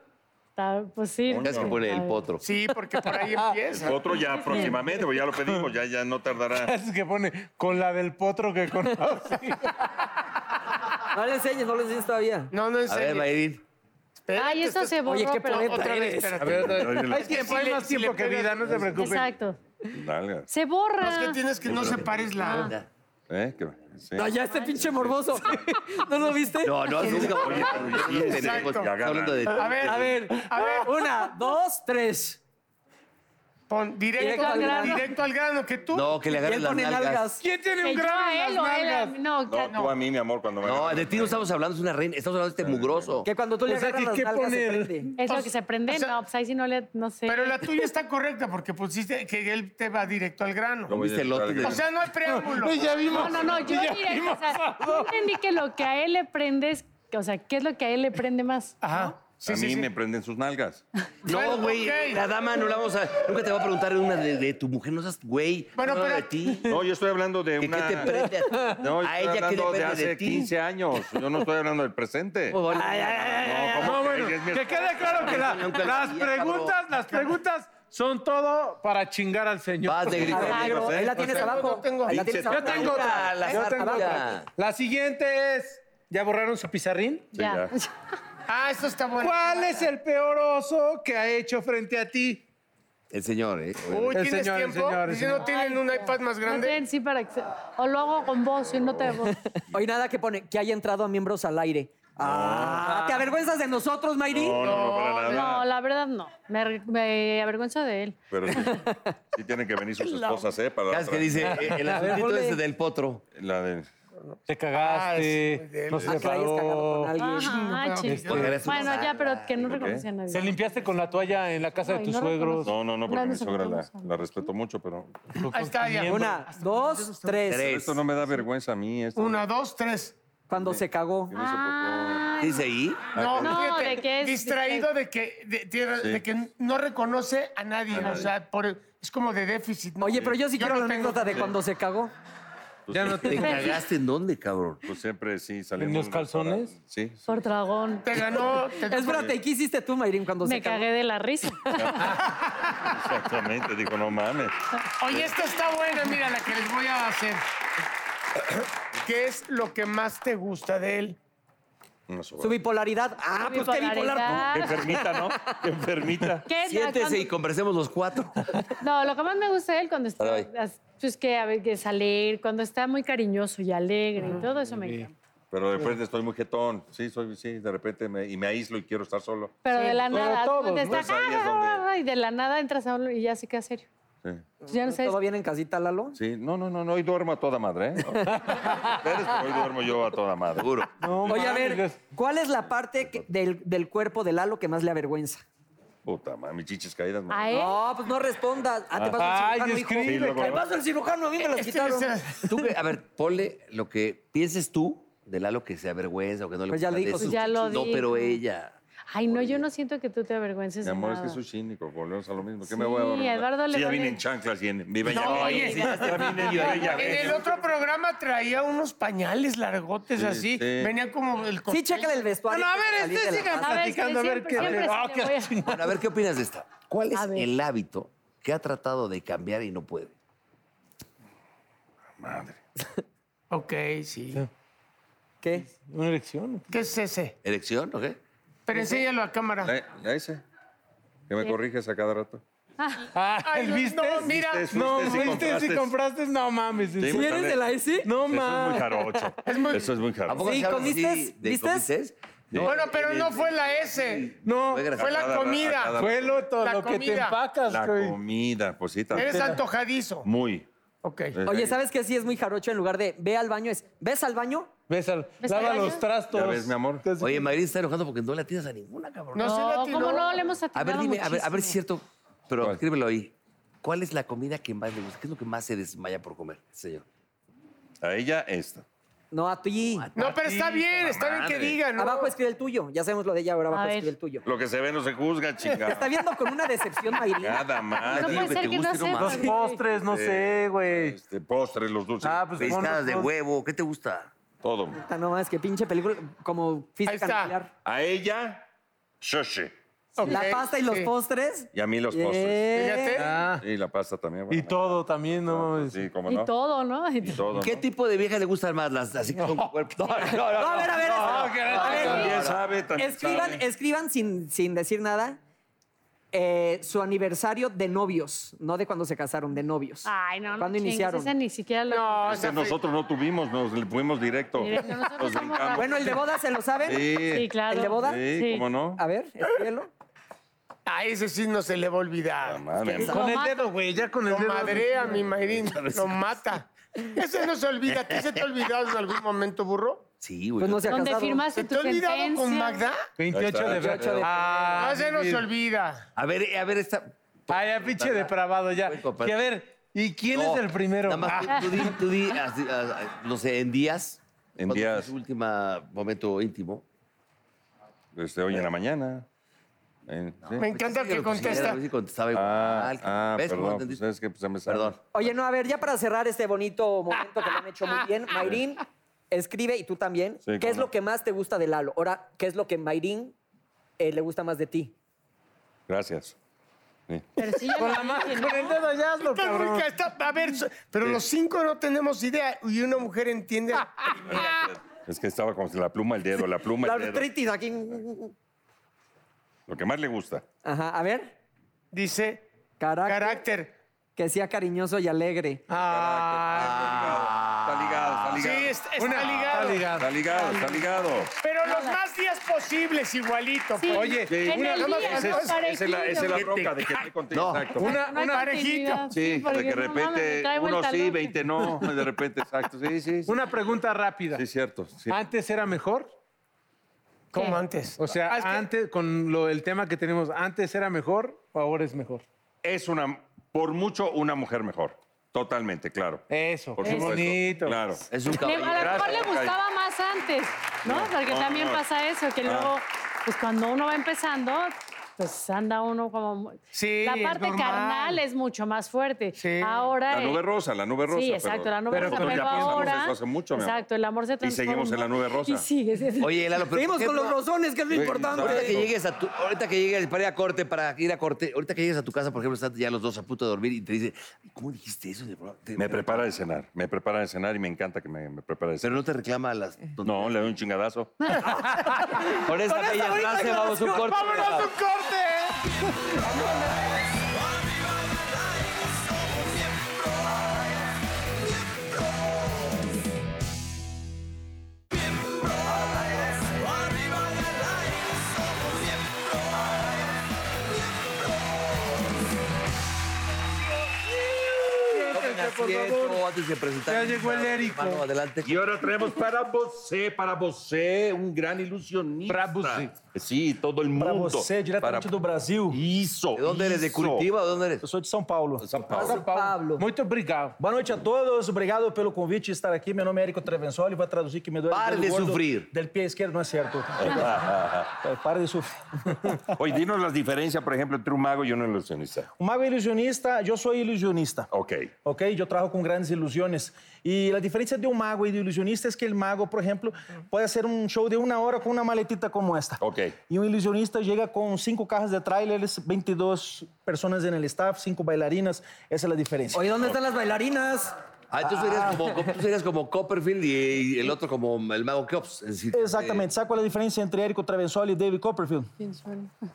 [SPEAKER 8] Está- Pues sí.
[SPEAKER 7] Casi que pone el
[SPEAKER 8] sabe.
[SPEAKER 7] potro.
[SPEAKER 5] Sí, porque por ahí empieza.
[SPEAKER 6] pues, Otro ya próximamente, pues ya lo pedimos, ya, ya no tardará.
[SPEAKER 1] Es que pone con la del potro que conoce.
[SPEAKER 4] No le enseñes, no le enseñes todavía.
[SPEAKER 5] No, no, en
[SPEAKER 7] A ver,
[SPEAKER 5] serio.
[SPEAKER 7] Mayrin.
[SPEAKER 8] Ay, eso se borró,
[SPEAKER 4] Oye, qué
[SPEAKER 8] pero...
[SPEAKER 4] planeta
[SPEAKER 5] Otra vez,
[SPEAKER 4] eres.
[SPEAKER 1] A
[SPEAKER 5] espérate.
[SPEAKER 1] ver, otra vez.
[SPEAKER 6] Dale.
[SPEAKER 1] hay tiempo, hay
[SPEAKER 5] Si le-
[SPEAKER 1] más
[SPEAKER 5] si le
[SPEAKER 1] tiempo que
[SPEAKER 5] pegas-
[SPEAKER 1] vida, no se preocupen.
[SPEAKER 8] Exacto.
[SPEAKER 6] Dale.
[SPEAKER 8] Se borra.
[SPEAKER 5] Es que tienes que no separes la.
[SPEAKER 6] ¿Eh? ¿Qué? Sí.
[SPEAKER 4] No, ya este pinche morboso. ¿No lo viste?
[SPEAKER 7] No, no, nunca. Oye, pero ya viste,
[SPEAKER 5] Exacto.
[SPEAKER 7] está hablando de ti.
[SPEAKER 5] A ver,
[SPEAKER 4] A ver,
[SPEAKER 5] a ver.
[SPEAKER 4] Una, dos, tres.
[SPEAKER 5] pon directo,
[SPEAKER 4] Directo
[SPEAKER 5] al
[SPEAKER 4] al
[SPEAKER 5] grano.
[SPEAKER 4] grano.
[SPEAKER 5] directo al grano, que tú.
[SPEAKER 7] No, que le
[SPEAKER 4] Y
[SPEAKER 7] agarren
[SPEAKER 4] él
[SPEAKER 7] las
[SPEAKER 4] pone
[SPEAKER 7] nalgas.
[SPEAKER 4] nalgas.
[SPEAKER 1] ¿Quién tiene
[SPEAKER 8] Que
[SPEAKER 1] un
[SPEAKER 8] yo
[SPEAKER 1] grano
[SPEAKER 8] a
[SPEAKER 1] en las
[SPEAKER 8] él o él a-
[SPEAKER 1] nalgas?
[SPEAKER 8] No,
[SPEAKER 6] No, tú a mí, mi amor, cuando me
[SPEAKER 7] No,
[SPEAKER 6] agarras.
[SPEAKER 7] de ti no estamos hablando, es una reina. Estamos hablando de este mugroso.
[SPEAKER 4] Que cuando tú le
[SPEAKER 1] O sea,
[SPEAKER 4] agarras
[SPEAKER 1] ¿qué-
[SPEAKER 4] las
[SPEAKER 1] qué
[SPEAKER 4] nalgas se
[SPEAKER 1] pone él?
[SPEAKER 4] prende.
[SPEAKER 8] Es lo que se prende.
[SPEAKER 5] O sea-
[SPEAKER 8] no, pues ahí sí no le... No sé.
[SPEAKER 5] Pero la tuya está correcta porque pusiste que él te va directo al grano.
[SPEAKER 6] No voy a
[SPEAKER 7] Viste el lote
[SPEAKER 6] estar-
[SPEAKER 7] de-
[SPEAKER 5] O sea, no hay preámbulo.
[SPEAKER 8] No, no, no, yo diré, o sea, yo entendí que lo que a él le prende es, o sea, ¿qué es lo que a él le prende más?
[SPEAKER 5] Ajá. Sí,
[SPEAKER 6] a
[SPEAKER 5] sí,
[SPEAKER 6] mí
[SPEAKER 5] sí.
[SPEAKER 6] me prenden sus nalgas.
[SPEAKER 7] No,
[SPEAKER 5] Bueno,
[SPEAKER 7] güey,
[SPEAKER 5] ok.
[SPEAKER 7] la dama no la vamos a. Nunca te va a preguntar una de, de tu mujer, no seas güey.
[SPEAKER 5] Bueno,
[SPEAKER 7] no,
[SPEAKER 5] pero-
[SPEAKER 7] de ti.
[SPEAKER 6] No, yo estoy hablando
[SPEAKER 7] ¿Que
[SPEAKER 6] de
[SPEAKER 7] ¿Qué
[SPEAKER 6] una...
[SPEAKER 7] te prende a ti?
[SPEAKER 6] No, yo
[SPEAKER 7] a
[SPEAKER 6] estoy
[SPEAKER 7] ella que
[SPEAKER 6] hablando
[SPEAKER 7] depende
[SPEAKER 6] de hace
[SPEAKER 7] de ti.
[SPEAKER 6] 15 años. Yo no estoy hablando del presente.
[SPEAKER 7] Pues, vale.
[SPEAKER 6] No, ¿cómo
[SPEAKER 1] No,
[SPEAKER 6] crees?
[SPEAKER 1] bueno,
[SPEAKER 6] Es mi
[SPEAKER 1] que quede claro que la-
[SPEAKER 7] Nunca lo
[SPEAKER 1] las
[SPEAKER 7] sabía,
[SPEAKER 1] preguntas,
[SPEAKER 7] cabrón.
[SPEAKER 1] las preguntas son todo para chingar al
[SPEAKER 7] Vas
[SPEAKER 1] señor.
[SPEAKER 7] de grito.
[SPEAKER 4] Claro, ahí la tienes abajo.
[SPEAKER 5] no tengo-
[SPEAKER 4] Ahí la tienes
[SPEAKER 1] Yo
[SPEAKER 4] abajo.
[SPEAKER 1] tengo otra.
[SPEAKER 7] La
[SPEAKER 1] Yo tengo
[SPEAKER 7] sarta.
[SPEAKER 1] otra. La siguiente es, ¿ya borraron su pizarrín?
[SPEAKER 8] ya.
[SPEAKER 5] Ah, eso está bueno.
[SPEAKER 1] ¿Cuál es el peor oso que ha hecho frente a ti?
[SPEAKER 7] El señor, ¿eh?
[SPEAKER 5] Uy,
[SPEAKER 1] El
[SPEAKER 5] ¿tienes
[SPEAKER 1] señor, el
[SPEAKER 5] tiempo?
[SPEAKER 1] señor, el
[SPEAKER 5] ¿Y si no
[SPEAKER 1] señor.
[SPEAKER 5] tienen un iPad más
[SPEAKER 8] No
[SPEAKER 5] grande?
[SPEAKER 8] tienen, sí, para que se- O lo hago con voz, y no te hago.
[SPEAKER 4] Hoy nada que pone que haya entrado a miembros al aire. Ah, ¿te avergüenzas de nosotros, Mayri? Ah,
[SPEAKER 6] No, no, no, para nada.
[SPEAKER 8] No, la verdad no. Me, arre- me avergüenzo de él.
[SPEAKER 6] Pero sí, sí tienen que venir sus esposas, ¿eh? Para la
[SPEAKER 7] Casi que
[SPEAKER 6] otra.
[SPEAKER 7] dice, eh, el asunto
[SPEAKER 4] ponle.
[SPEAKER 7] es del potro.
[SPEAKER 6] La de...
[SPEAKER 1] Te cagaste, no se
[SPEAKER 4] Ah, que la hayas cagado con
[SPEAKER 1] paró.
[SPEAKER 4] alguien.
[SPEAKER 5] Ah,
[SPEAKER 8] Ajá,
[SPEAKER 5] pero-
[SPEAKER 8] chingón.
[SPEAKER 7] Porque eres una
[SPEAKER 8] Bueno, ya, pero que no reconoce a nadie.
[SPEAKER 1] Se limpiaste con la toalla en la casa de
[SPEAKER 8] Ay,
[SPEAKER 1] tus
[SPEAKER 8] no
[SPEAKER 1] suegros.
[SPEAKER 6] No, no, no, porque
[SPEAKER 8] Nadie
[SPEAKER 6] mi
[SPEAKER 8] se
[SPEAKER 6] suegra la,
[SPEAKER 8] reconoce.
[SPEAKER 6] la respeto mucho, pero...
[SPEAKER 1] Con-
[SPEAKER 5] Ahí está,
[SPEAKER 1] con
[SPEAKER 5] ya.
[SPEAKER 1] miembros.
[SPEAKER 4] Una, dos, tres.
[SPEAKER 7] Tres.
[SPEAKER 6] Esto no me da vergüenza a mí. Esto
[SPEAKER 5] Una, dos, tres.
[SPEAKER 4] Cuando se cagó.
[SPEAKER 6] no se popó.
[SPEAKER 8] Ay,
[SPEAKER 7] Dice ahí.
[SPEAKER 5] No,
[SPEAKER 8] No,
[SPEAKER 5] fíjate,
[SPEAKER 8] de que es-
[SPEAKER 5] distraído de que, de, de- de que no reconoce a nadie. O sea, por, es como de déficit. ¿no?
[SPEAKER 4] Oye, pero yo sí quiero
[SPEAKER 5] no
[SPEAKER 4] la
[SPEAKER 5] tengo-
[SPEAKER 4] anécdota de cuando se cagó.
[SPEAKER 6] Tú
[SPEAKER 1] Ya no
[SPEAKER 6] siempre-
[SPEAKER 7] ¿Te cagaste en dónde, cabrón?
[SPEAKER 6] Pues siempre sí saliendo.
[SPEAKER 1] los
[SPEAKER 6] un-
[SPEAKER 1] calzones?
[SPEAKER 6] para- Sí.
[SPEAKER 8] Por dragón.
[SPEAKER 5] Te ganó. te-
[SPEAKER 4] Espérate, ¿y qué hiciste tú, Mayrin, cuando
[SPEAKER 8] Me
[SPEAKER 4] se cagó?
[SPEAKER 8] cagué de la risa.
[SPEAKER 6] Exactamente, digo, no mames.
[SPEAKER 5] Oye, esta está buena, mira la que les voy a hacer. ¿Qué es lo que más te gusta de él?
[SPEAKER 6] Una
[SPEAKER 4] Su
[SPEAKER 6] sobra.
[SPEAKER 4] bipolaridad. Ah, pues qué bipolar.
[SPEAKER 8] Bipolaridad.
[SPEAKER 6] Enfermita, ¿no? Enfermita.
[SPEAKER 8] ¿Qué?
[SPEAKER 7] Siéntese y
[SPEAKER 8] Cuando-
[SPEAKER 7] conversemos los cuatro.
[SPEAKER 8] No, lo que más me gusta de él cuando está,
[SPEAKER 7] Ay.
[SPEAKER 8] as- pues que, a ver, que salir, cuando está muy cariñoso y alegre y todo eso me encanta.
[SPEAKER 6] Pero de repente estoy muy jetón. Sí, soy, sí, de repente me, y me aíslo y quiero estar solo.
[SPEAKER 8] Pero de la
[SPEAKER 1] Pero
[SPEAKER 8] nada,
[SPEAKER 1] todos,
[SPEAKER 8] cuando
[SPEAKER 1] ¿no?
[SPEAKER 8] está, ¡ah,
[SPEAKER 6] Pues ahí es donde-
[SPEAKER 8] y de la nada entras a un y ya se queda serio.
[SPEAKER 6] Sí.
[SPEAKER 8] Ya no sabes.
[SPEAKER 4] ¿Todo bien en casita, Lalo?
[SPEAKER 6] Sí, no, no, no, no, hoy duermo a toda madre, ¿eh? Ustedes, pero hoy duermo yo a toda madre.
[SPEAKER 7] Seguro.
[SPEAKER 1] No,
[SPEAKER 4] Oye, a
[SPEAKER 1] mames,
[SPEAKER 4] ver,
[SPEAKER 1] Dios.
[SPEAKER 4] ¿cuál es la parte que- del, del cuerpo de Lalo que más le avergüenza?
[SPEAKER 6] Puta madre, mis chichis caídas. no.
[SPEAKER 8] A él.
[SPEAKER 4] No, pues no respondas. Ah, te pasa
[SPEAKER 1] Ay,
[SPEAKER 4] el cirujano, hijo.
[SPEAKER 6] Sí,
[SPEAKER 1] escribe.
[SPEAKER 6] luego,
[SPEAKER 4] Te
[SPEAKER 6] luego.
[SPEAKER 4] pasa el cirujano, a mí me las quitaron.
[SPEAKER 7] Tú, que- a ver, ponle lo que pienses tú de Lalo que se avergüenza o que no le
[SPEAKER 4] Pues ya
[SPEAKER 7] gusta de
[SPEAKER 4] dijo,
[SPEAKER 7] sus
[SPEAKER 8] ya lo
[SPEAKER 7] chichis. No,
[SPEAKER 8] dijo.
[SPEAKER 7] pero ella.
[SPEAKER 8] Ay, no, yo no siento que tú te avergüences
[SPEAKER 6] Mi
[SPEAKER 8] de
[SPEAKER 6] amor, es
[SPEAKER 8] nada.
[SPEAKER 6] que soy cínico, volvemos a lo mismo. ¿Qué
[SPEAKER 8] Sí,
[SPEAKER 6] me voy a dormir?
[SPEAKER 8] Eduardo le
[SPEAKER 6] sí, ya
[SPEAKER 8] vale.
[SPEAKER 6] vine en chanclas y en mi bella
[SPEAKER 5] No,
[SPEAKER 6] Bella.
[SPEAKER 5] oye,
[SPEAKER 6] Sí, ya vine en mi bella
[SPEAKER 5] En el
[SPEAKER 6] Bella.
[SPEAKER 5] otro programa traía unos pañales largotes
[SPEAKER 6] Sí,
[SPEAKER 5] así.
[SPEAKER 6] sí.
[SPEAKER 5] Venían como el
[SPEAKER 4] Sí, chécale el vestuario.
[SPEAKER 1] Bueno, a ver,
[SPEAKER 4] Salir
[SPEAKER 1] este
[SPEAKER 4] de la
[SPEAKER 1] sigan
[SPEAKER 4] casa.
[SPEAKER 8] A ver,
[SPEAKER 1] platicando, a ver
[SPEAKER 8] siempre,
[SPEAKER 1] qué.
[SPEAKER 8] siempre
[SPEAKER 1] Ah,
[SPEAKER 8] se
[SPEAKER 1] qué
[SPEAKER 8] le voy a-
[SPEAKER 1] chingada.
[SPEAKER 7] Bueno, a ver, ¿qué opinas de esta? ¿Cuál es
[SPEAKER 8] A ver.
[SPEAKER 7] el hábito que ha tratado de cambiar y no puede?
[SPEAKER 6] Madre.
[SPEAKER 5] Ok, sí.
[SPEAKER 4] ¿Qué?
[SPEAKER 1] Una elección.
[SPEAKER 5] ¿Qué es ese?
[SPEAKER 7] ¿Elección o qué?
[SPEAKER 5] Pero enséñalo a cámara.
[SPEAKER 6] La, la hice. Que me corriges a cada rato.
[SPEAKER 1] Ah,
[SPEAKER 5] Ay,
[SPEAKER 1] ¿el
[SPEAKER 5] no,
[SPEAKER 1] viste?
[SPEAKER 5] no, mira.
[SPEAKER 6] Vistes,
[SPEAKER 1] No,
[SPEAKER 6] fuiste, sí
[SPEAKER 1] viste si
[SPEAKER 6] compraste.
[SPEAKER 1] compraste, no mames.
[SPEAKER 6] Sí,
[SPEAKER 1] ¿Sí
[SPEAKER 6] pues,
[SPEAKER 1] eres
[SPEAKER 6] también.
[SPEAKER 1] de la
[SPEAKER 4] E
[SPEAKER 1] ESI? No
[SPEAKER 6] Eso es muy
[SPEAKER 1] mames.
[SPEAKER 6] jarocho. Eso es muy
[SPEAKER 7] ¿A
[SPEAKER 6] jarocho.
[SPEAKER 7] poco
[SPEAKER 4] Sí,
[SPEAKER 7] se habla
[SPEAKER 4] ¿comiste?
[SPEAKER 7] así de-
[SPEAKER 4] ¿Viste?
[SPEAKER 7] ¿comiste?
[SPEAKER 5] Bueno, pero no fue la S.
[SPEAKER 1] No,
[SPEAKER 7] Fue
[SPEAKER 5] Fue
[SPEAKER 7] gracioso.
[SPEAKER 6] A
[SPEAKER 5] la
[SPEAKER 6] cada- a
[SPEAKER 5] comida.
[SPEAKER 6] cada-
[SPEAKER 1] fue lo, todo
[SPEAKER 5] La
[SPEAKER 1] lo que te
[SPEAKER 5] comida.
[SPEAKER 1] empacas,
[SPEAKER 6] La
[SPEAKER 1] güey.
[SPEAKER 6] comida, pues sí, también.
[SPEAKER 5] Eres antojadizo.
[SPEAKER 6] Muy.
[SPEAKER 5] Ok.
[SPEAKER 4] Oye, ¿sabes qué? Sí es muy jarocho. En lugar de ve al baño, es ¿ves al baño?
[SPEAKER 1] Ves al-
[SPEAKER 8] ¿Ves
[SPEAKER 1] lava
[SPEAKER 8] al baño?
[SPEAKER 1] los trastos.
[SPEAKER 6] Ya ves, mi amor.
[SPEAKER 1] Te-
[SPEAKER 7] Oye, Mayrín se está enojando porque no le atinas a ninguna, cabrón.
[SPEAKER 5] No, se le
[SPEAKER 8] No,
[SPEAKER 5] atinó.
[SPEAKER 8] ¿cómo no? Le hemos
[SPEAKER 7] A
[SPEAKER 8] atinado
[SPEAKER 7] ver, dime, a ver, a ver si es
[SPEAKER 8] muchísimo.
[SPEAKER 7] cierto, pero
[SPEAKER 6] ¿Cuál?
[SPEAKER 7] escríbelo ahí. ¿Cuál es la comida que más le gusta? ¿Qué es lo que más se desmaya por comer, señor?
[SPEAKER 6] A ella, esta.
[SPEAKER 4] No, a ti.
[SPEAKER 5] No, pero está bien, está bien que
[SPEAKER 7] madre.
[SPEAKER 5] digan, ¿no?
[SPEAKER 4] Abajo escribe el tuyo. Ya sabemos lo de ella, ahora abajo
[SPEAKER 8] A ver.
[SPEAKER 4] escribe el tuyo.
[SPEAKER 6] Lo que se ve no se juzga,
[SPEAKER 4] Está
[SPEAKER 6] chingada.
[SPEAKER 4] viendo con una decepción, Mayrín.
[SPEAKER 6] Nada más.
[SPEAKER 8] No
[SPEAKER 7] Dime
[SPEAKER 8] puede
[SPEAKER 7] que
[SPEAKER 8] ser
[SPEAKER 7] te
[SPEAKER 8] que no
[SPEAKER 7] guste, no
[SPEAKER 8] sepa.
[SPEAKER 1] Los
[SPEAKER 7] mames.
[SPEAKER 8] güey.
[SPEAKER 1] postres, no sé, güey.
[SPEAKER 6] Este, postres, los dulces.
[SPEAKER 1] Ah, pues pon
[SPEAKER 7] Pescadas
[SPEAKER 1] los
[SPEAKER 7] de
[SPEAKER 1] postres.
[SPEAKER 7] huevo, ¿qué te gusta?
[SPEAKER 6] Todo.
[SPEAKER 4] Puta, No más, que pinche película como física
[SPEAKER 5] está.
[SPEAKER 4] nuclear.
[SPEAKER 6] A ella, Shoshi.
[SPEAKER 5] Ok,
[SPEAKER 4] La pasta y los
[SPEAKER 5] sí.
[SPEAKER 4] postres.
[SPEAKER 6] Y a mí los postres.
[SPEAKER 4] Eh.
[SPEAKER 5] Fíjate.
[SPEAKER 1] Ah,
[SPEAKER 6] Y la pasta también.
[SPEAKER 1] y
[SPEAKER 6] bueno.
[SPEAKER 1] todo también, no mames.
[SPEAKER 6] Sí, cómo
[SPEAKER 8] Y
[SPEAKER 6] no.
[SPEAKER 8] todo, ¿no? Y
[SPEAKER 6] Y
[SPEAKER 8] todo.
[SPEAKER 6] todo.
[SPEAKER 7] ¿Qué
[SPEAKER 6] ¿no?
[SPEAKER 7] tipo de vieja le gustan más? Las así con cuerpo. No, no,
[SPEAKER 4] No,
[SPEAKER 7] no.
[SPEAKER 4] a ver, a ver. espera. A ver,
[SPEAKER 6] También sabe, también
[SPEAKER 4] Escriban,
[SPEAKER 6] sabe.
[SPEAKER 4] escriban sin, sin decir nada eh, su aniversario de novios, no de cuando se casaron, de novios.
[SPEAKER 8] Ay, no, no.
[SPEAKER 4] ¿Cuándo
[SPEAKER 8] chingues,
[SPEAKER 4] iniciaron?
[SPEAKER 8] Esa ni siquiera lo.
[SPEAKER 5] No,
[SPEAKER 6] Es que nosotros no tuvimos, nos le fuimos directo.
[SPEAKER 8] Directo, nosotros
[SPEAKER 6] Nos
[SPEAKER 8] somos
[SPEAKER 6] brincamos.
[SPEAKER 4] Bueno, el de boda, ¿se lo saben?
[SPEAKER 8] Sí,
[SPEAKER 6] Sí,
[SPEAKER 8] claro.
[SPEAKER 4] ¿El de boda?
[SPEAKER 6] sí,
[SPEAKER 8] Sí.
[SPEAKER 6] cómo no.
[SPEAKER 4] A ver, escríbelo.
[SPEAKER 5] A ese sí no se le va a olvidar.
[SPEAKER 6] Ah, madre,
[SPEAKER 8] Es que-
[SPEAKER 1] Con
[SPEAKER 8] Lo
[SPEAKER 1] el
[SPEAKER 8] mata.
[SPEAKER 1] dedo, güey, ya con el
[SPEAKER 5] Lo
[SPEAKER 1] dedo.
[SPEAKER 5] madrea, mi Mayrín. Lo mata. Ese no se olvida. ¿A ti se te ha olvidado en algún momento, burro?
[SPEAKER 7] Sí, güey.
[SPEAKER 4] Pues no se ha
[SPEAKER 8] Donde
[SPEAKER 4] casado.
[SPEAKER 8] firmaste
[SPEAKER 5] ¿Se te
[SPEAKER 8] tu
[SPEAKER 5] ha olvidado
[SPEAKER 8] sentencia.
[SPEAKER 5] con Magda?
[SPEAKER 1] 28 de
[SPEAKER 4] 28 de-
[SPEAKER 1] febrero. Ah,
[SPEAKER 5] Ah, ese no
[SPEAKER 1] mi
[SPEAKER 5] se
[SPEAKER 1] vida.
[SPEAKER 5] olvida.
[SPEAKER 7] A ver, eh, a ver, esta.
[SPEAKER 1] Ay, ya pinche depravado ya.
[SPEAKER 7] Voy a comprar.
[SPEAKER 1] Que a ver, ¿y quién
[SPEAKER 7] No,
[SPEAKER 1] es el primero? Ah,
[SPEAKER 7] Nada más tú, tú di, tú di, así, ah, ah, no sé, en días.
[SPEAKER 6] En
[SPEAKER 7] ¿Cuándo fue
[SPEAKER 6] días.
[SPEAKER 7] Su último momento íntimo.
[SPEAKER 6] Este, hoy en la mañana. Eh, ¿sí?
[SPEAKER 5] Me encanta
[SPEAKER 7] Pues, Sí,
[SPEAKER 5] que
[SPEAKER 7] lo considero, a
[SPEAKER 5] contesta.
[SPEAKER 7] ver si contestaba igual.
[SPEAKER 6] Ah,
[SPEAKER 7] cabrón.
[SPEAKER 6] ah,
[SPEAKER 7] ¿Ves cómo
[SPEAKER 6] perdón.
[SPEAKER 7] entendiste?
[SPEAKER 6] pues es que pues, se me sale.
[SPEAKER 7] Perdón.
[SPEAKER 4] Oye, no, a ver, ya para cerrar este bonito momento que lo han hecho muy bien, Mayrín, escribe, y tú también,
[SPEAKER 6] Sí,
[SPEAKER 4] ¿qué
[SPEAKER 6] cómo
[SPEAKER 4] es lo
[SPEAKER 6] no.
[SPEAKER 4] que más te gusta de Lalo? Ahora, ¿qué es lo que Mayrín eh, le gusta más de ti?
[SPEAKER 6] Gracias. Sí.
[SPEAKER 8] Pero sí, ya
[SPEAKER 1] Con,
[SPEAKER 8] lo
[SPEAKER 1] la ma-
[SPEAKER 8] dije, ¿no?
[SPEAKER 1] con el dedo ya hazlo,
[SPEAKER 5] Está muy
[SPEAKER 1] cabrón.
[SPEAKER 5] ca- está- a ver, so- pero los cinco no tenemos idea y una mujer entiende.
[SPEAKER 6] Es que estaba con la pluma, el dedo, la pluma,
[SPEAKER 4] La
[SPEAKER 6] el dedo.
[SPEAKER 4] artritis aquí.
[SPEAKER 6] Lo que más le gusta.
[SPEAKER 4] Ajá, a ver.
[SPEAKER 5] Dice
[SPEAKER 4] Carácter,
[SPEAKER 5] carácter.
[SPEAKER 4] que sea cariñoso y alegre.
[SPEAKER 6] Ah, Está ligado, está
[SPEAKER 5] Sí,
[SPEAKER 6] ligado.
[SPEAKER 5] es- está, ligado.
[SPEAKER 6] Está ligado, está ligado.
[SPEAKER 5] Pero los más días posibles igualito.
[SPEAKER 8] Sí.
[SPEAKER 5] pues.
[SPEAKER 6] eh,
[SPEAKER 1] Oye,
[SPEAKER 8] Sí. En el día,
[SPEAKER 6] Esa
[SPEAKER 8] ¿no?
[SPEAKER 6] es, esa es la, esa es la
[SPEAKER 7] Parejito.
[SPEAKER 6] bronca de que estoy contigo.
[SPEAKER 7] No.
[SPEAKER 6] Exacto.
[SPEAKER 1] Una,
[SPEAKER 8] No hay
[SPEAKER 1] una,
[SPEAKER 8] continuidad,
[SPEAKER 6] Sí,
[SPEAKER 8] porque
[SPEAKER 6] de que de
[SPEAKER 8] no mames, me
[SPEAKER 6] repente
[SPEAKER 8] trae
[SPEAKER 6] uno
[SPEAKER 8] vuelta
[SPEAKER 6] sí,
[SPEAKER 8] loca.
[SPEAKER 6] 20 no, de repente, exacto. Sí, sí, sí.
[SPEAKER 1] una pregunta rápida.
[SPEAKER 6] Sí, cierto. sí.
[SPEAKER 1] ¿Antes era mejor?
[SPEAKER 5] como antes.
[SPEAKER 1] O sea,
[SPEAKER 5] Ah, es que-
[SPEAKER 1] antes, con lo, el tema que tenemos, ¿antes era mejor o ahora es mejor?
[SPEAKER 6] Es una, por mucho, una mujer mejor. Totalmente, claro.
[SPEAKER 1] Eso,
[SPEAKER 6] Por
[SPEAKER 1] qué
[SPEAKER 6] supuesto,
[SPEAKER 1] bonito.
[SPEAKER 6] Claro.
[SPEAKER 7] Es un
[SPEAKER 8] Le-
[SPEAKER 7] cabrón.
[SPEAKER 8] a lo mejor le
[SPEAKER 6] Gracias, Tocayo.
[SPEAKER 8] gustaba más antes, ¿no? Porque
[SPEAKER 6] no,
[SPEAKER 8] también
[SPEAKER 6] no. Ah.
[SPEAKER 8] pasa eso, que luego, pues cuando uno va empezando, pues anda uno como... mu-
[SPEAKER 5] Sí,
[SPEAKER 8] la
[SPEAKER 5] es
[SPEAKER 8] parte
[SPEAKER 5] normal.
[SPEAKER 8] carnal es mucho más fuerte.
[SPEAKER 5] Sí.
[SPEAKER 8] Ahora...
[SPEAKER 6] La nube
[SPEAKER 8] eh,
[SPEAKER 6] rosa, la nube rosa.
[SPEAKER 8] Sí,
[SPEAKER 6] pero-
[SPEAKER 8] exacto, la nube
[SPEAKER 1] pero
[SPEAKER 8] rosa,
[SPEAKER 1] como
[SPEAKER 8] pero
[SPEAKER 1] ya
[SPEAKER 6] pensamos
[SPEAKER 8] ahora...
[SPEAKER 6] eso hace mucho, mi amor.
[SPEAKER 8] Exacto, el amor se
[SPEAKER 6] Y
[SPEAKER 8] transforma.
[SPEAKER 6] seguimos en la nube rosa.
[SPEAKER 8] Y sigues. es-
[SPEAKER 7] Oye, Lalo, pero.
[SPEAKER 4] Seguimos
[SPEAKER 7] por
[SPEAKER 4] con los
[SPEAKER 7] ejemplo,
[SPEAKER 4] rozones, que es lo
[SPEAKER 6] Sí,
[SPEAKER 4] importante.
[SPEAKER 6] exacto.
[SPEAKER 7] Ahorita que llegues a tu, ahorita que llegues para ir a corte, para ir a corte, ahorita que llegues a tu casa, por ejemplo, están ya los dos a punto de dormir y te dice, "Ay, ¿cómo dijiste eso? de bro? Te-
[SPEAKER 6] Me prepara de cenar, me prepara de cenar y me encanta que me, me prepare de
[SPEAKER 7] Pero
[SPEAKER 6] cenar.
[SPEAKER 7] no te reclama las.
[SPEAKER 6] No, le doy un chingadazo.
[SPEAKER 7] Con esta bella frase vamos a un corte.
[SPEAKER 5] ¡Vámonos a un corte!
[SPEAKER 7] Tomen
[SPEAKER 1] Siéntense, por favor.
[SPEAKER 7] asiento antes de presentar.
[SPEAKER 1] Ya llegó el Érico.
[SPEAKER 7] Hermano, adelante.
[SPEAKER 6] Y ahora traemos para você, para você, un gran ilusionista.
[SPEAKER 1] Para você.
[SPEAKER 6] Sí, todo el mundo.
[SPEAKER 9] Para você, diretamente do Brasil.
[SPEAKER 6] Isso.
[SPEAKER 7] ¿De dónde eres? ¿De
[SPEAKER 6] isso.
[SPEAKER 7] Curitiba o dónde eres?
[SPEAKER 9] Eu sou de São Paulo.
[SPEAKER 6] São Paulo.
[SPEAKER 4] Pablo.
[SPEAKER 1] Muito obrigado.
[SPEAKER 9] Boa noite a todos, obrigado pelo convite de estar aqui. Meu nome é Érico Trevensoli, vou traduzir que me dói.
[SPEAKER 7] Pare
[SPEAKER 9] dedo
[SPEAKER 7] de
[SPEAKER 9] gordo
[SPEAKER 7] sufrir.
[SPEAKER 9] Del pé esquerdo não é certo. Pare de sofrer.
[SPEAKER 6] Oye, dinos las diferencias, por ejemplo, entre un mago y un ilusionista.
[SPEAKER 9] O mago é ilusionista, eu sou ilusionista.
[SPEAKER 6] Ok.
[SPEAKER 9] Ok? Eu trabalho com grandes ilusões. E a diferença de um mago e de um ilusionista é que o mago, por exemplo, pode fazer um show de uma hora com uma maletita como esta.
[SPEAKER 6] Ok.
[SPEAKER 9] E um ilusionista chega com cinco carros de trailers, 22 pessoas no staff, cinco bailarinas. Essa é a diferença.
[SPEAKER 4] Oye, ¿dónde están las bailarinas?
[SPEAKER 7] Ah, tú serías, como, tú serías como Copperfield y, y el otro como el mago Keops. es decir,
[SPEAKER 9] Exatamente. Sabe qual é a diferença entre Érico Travessoli e David Copperfield?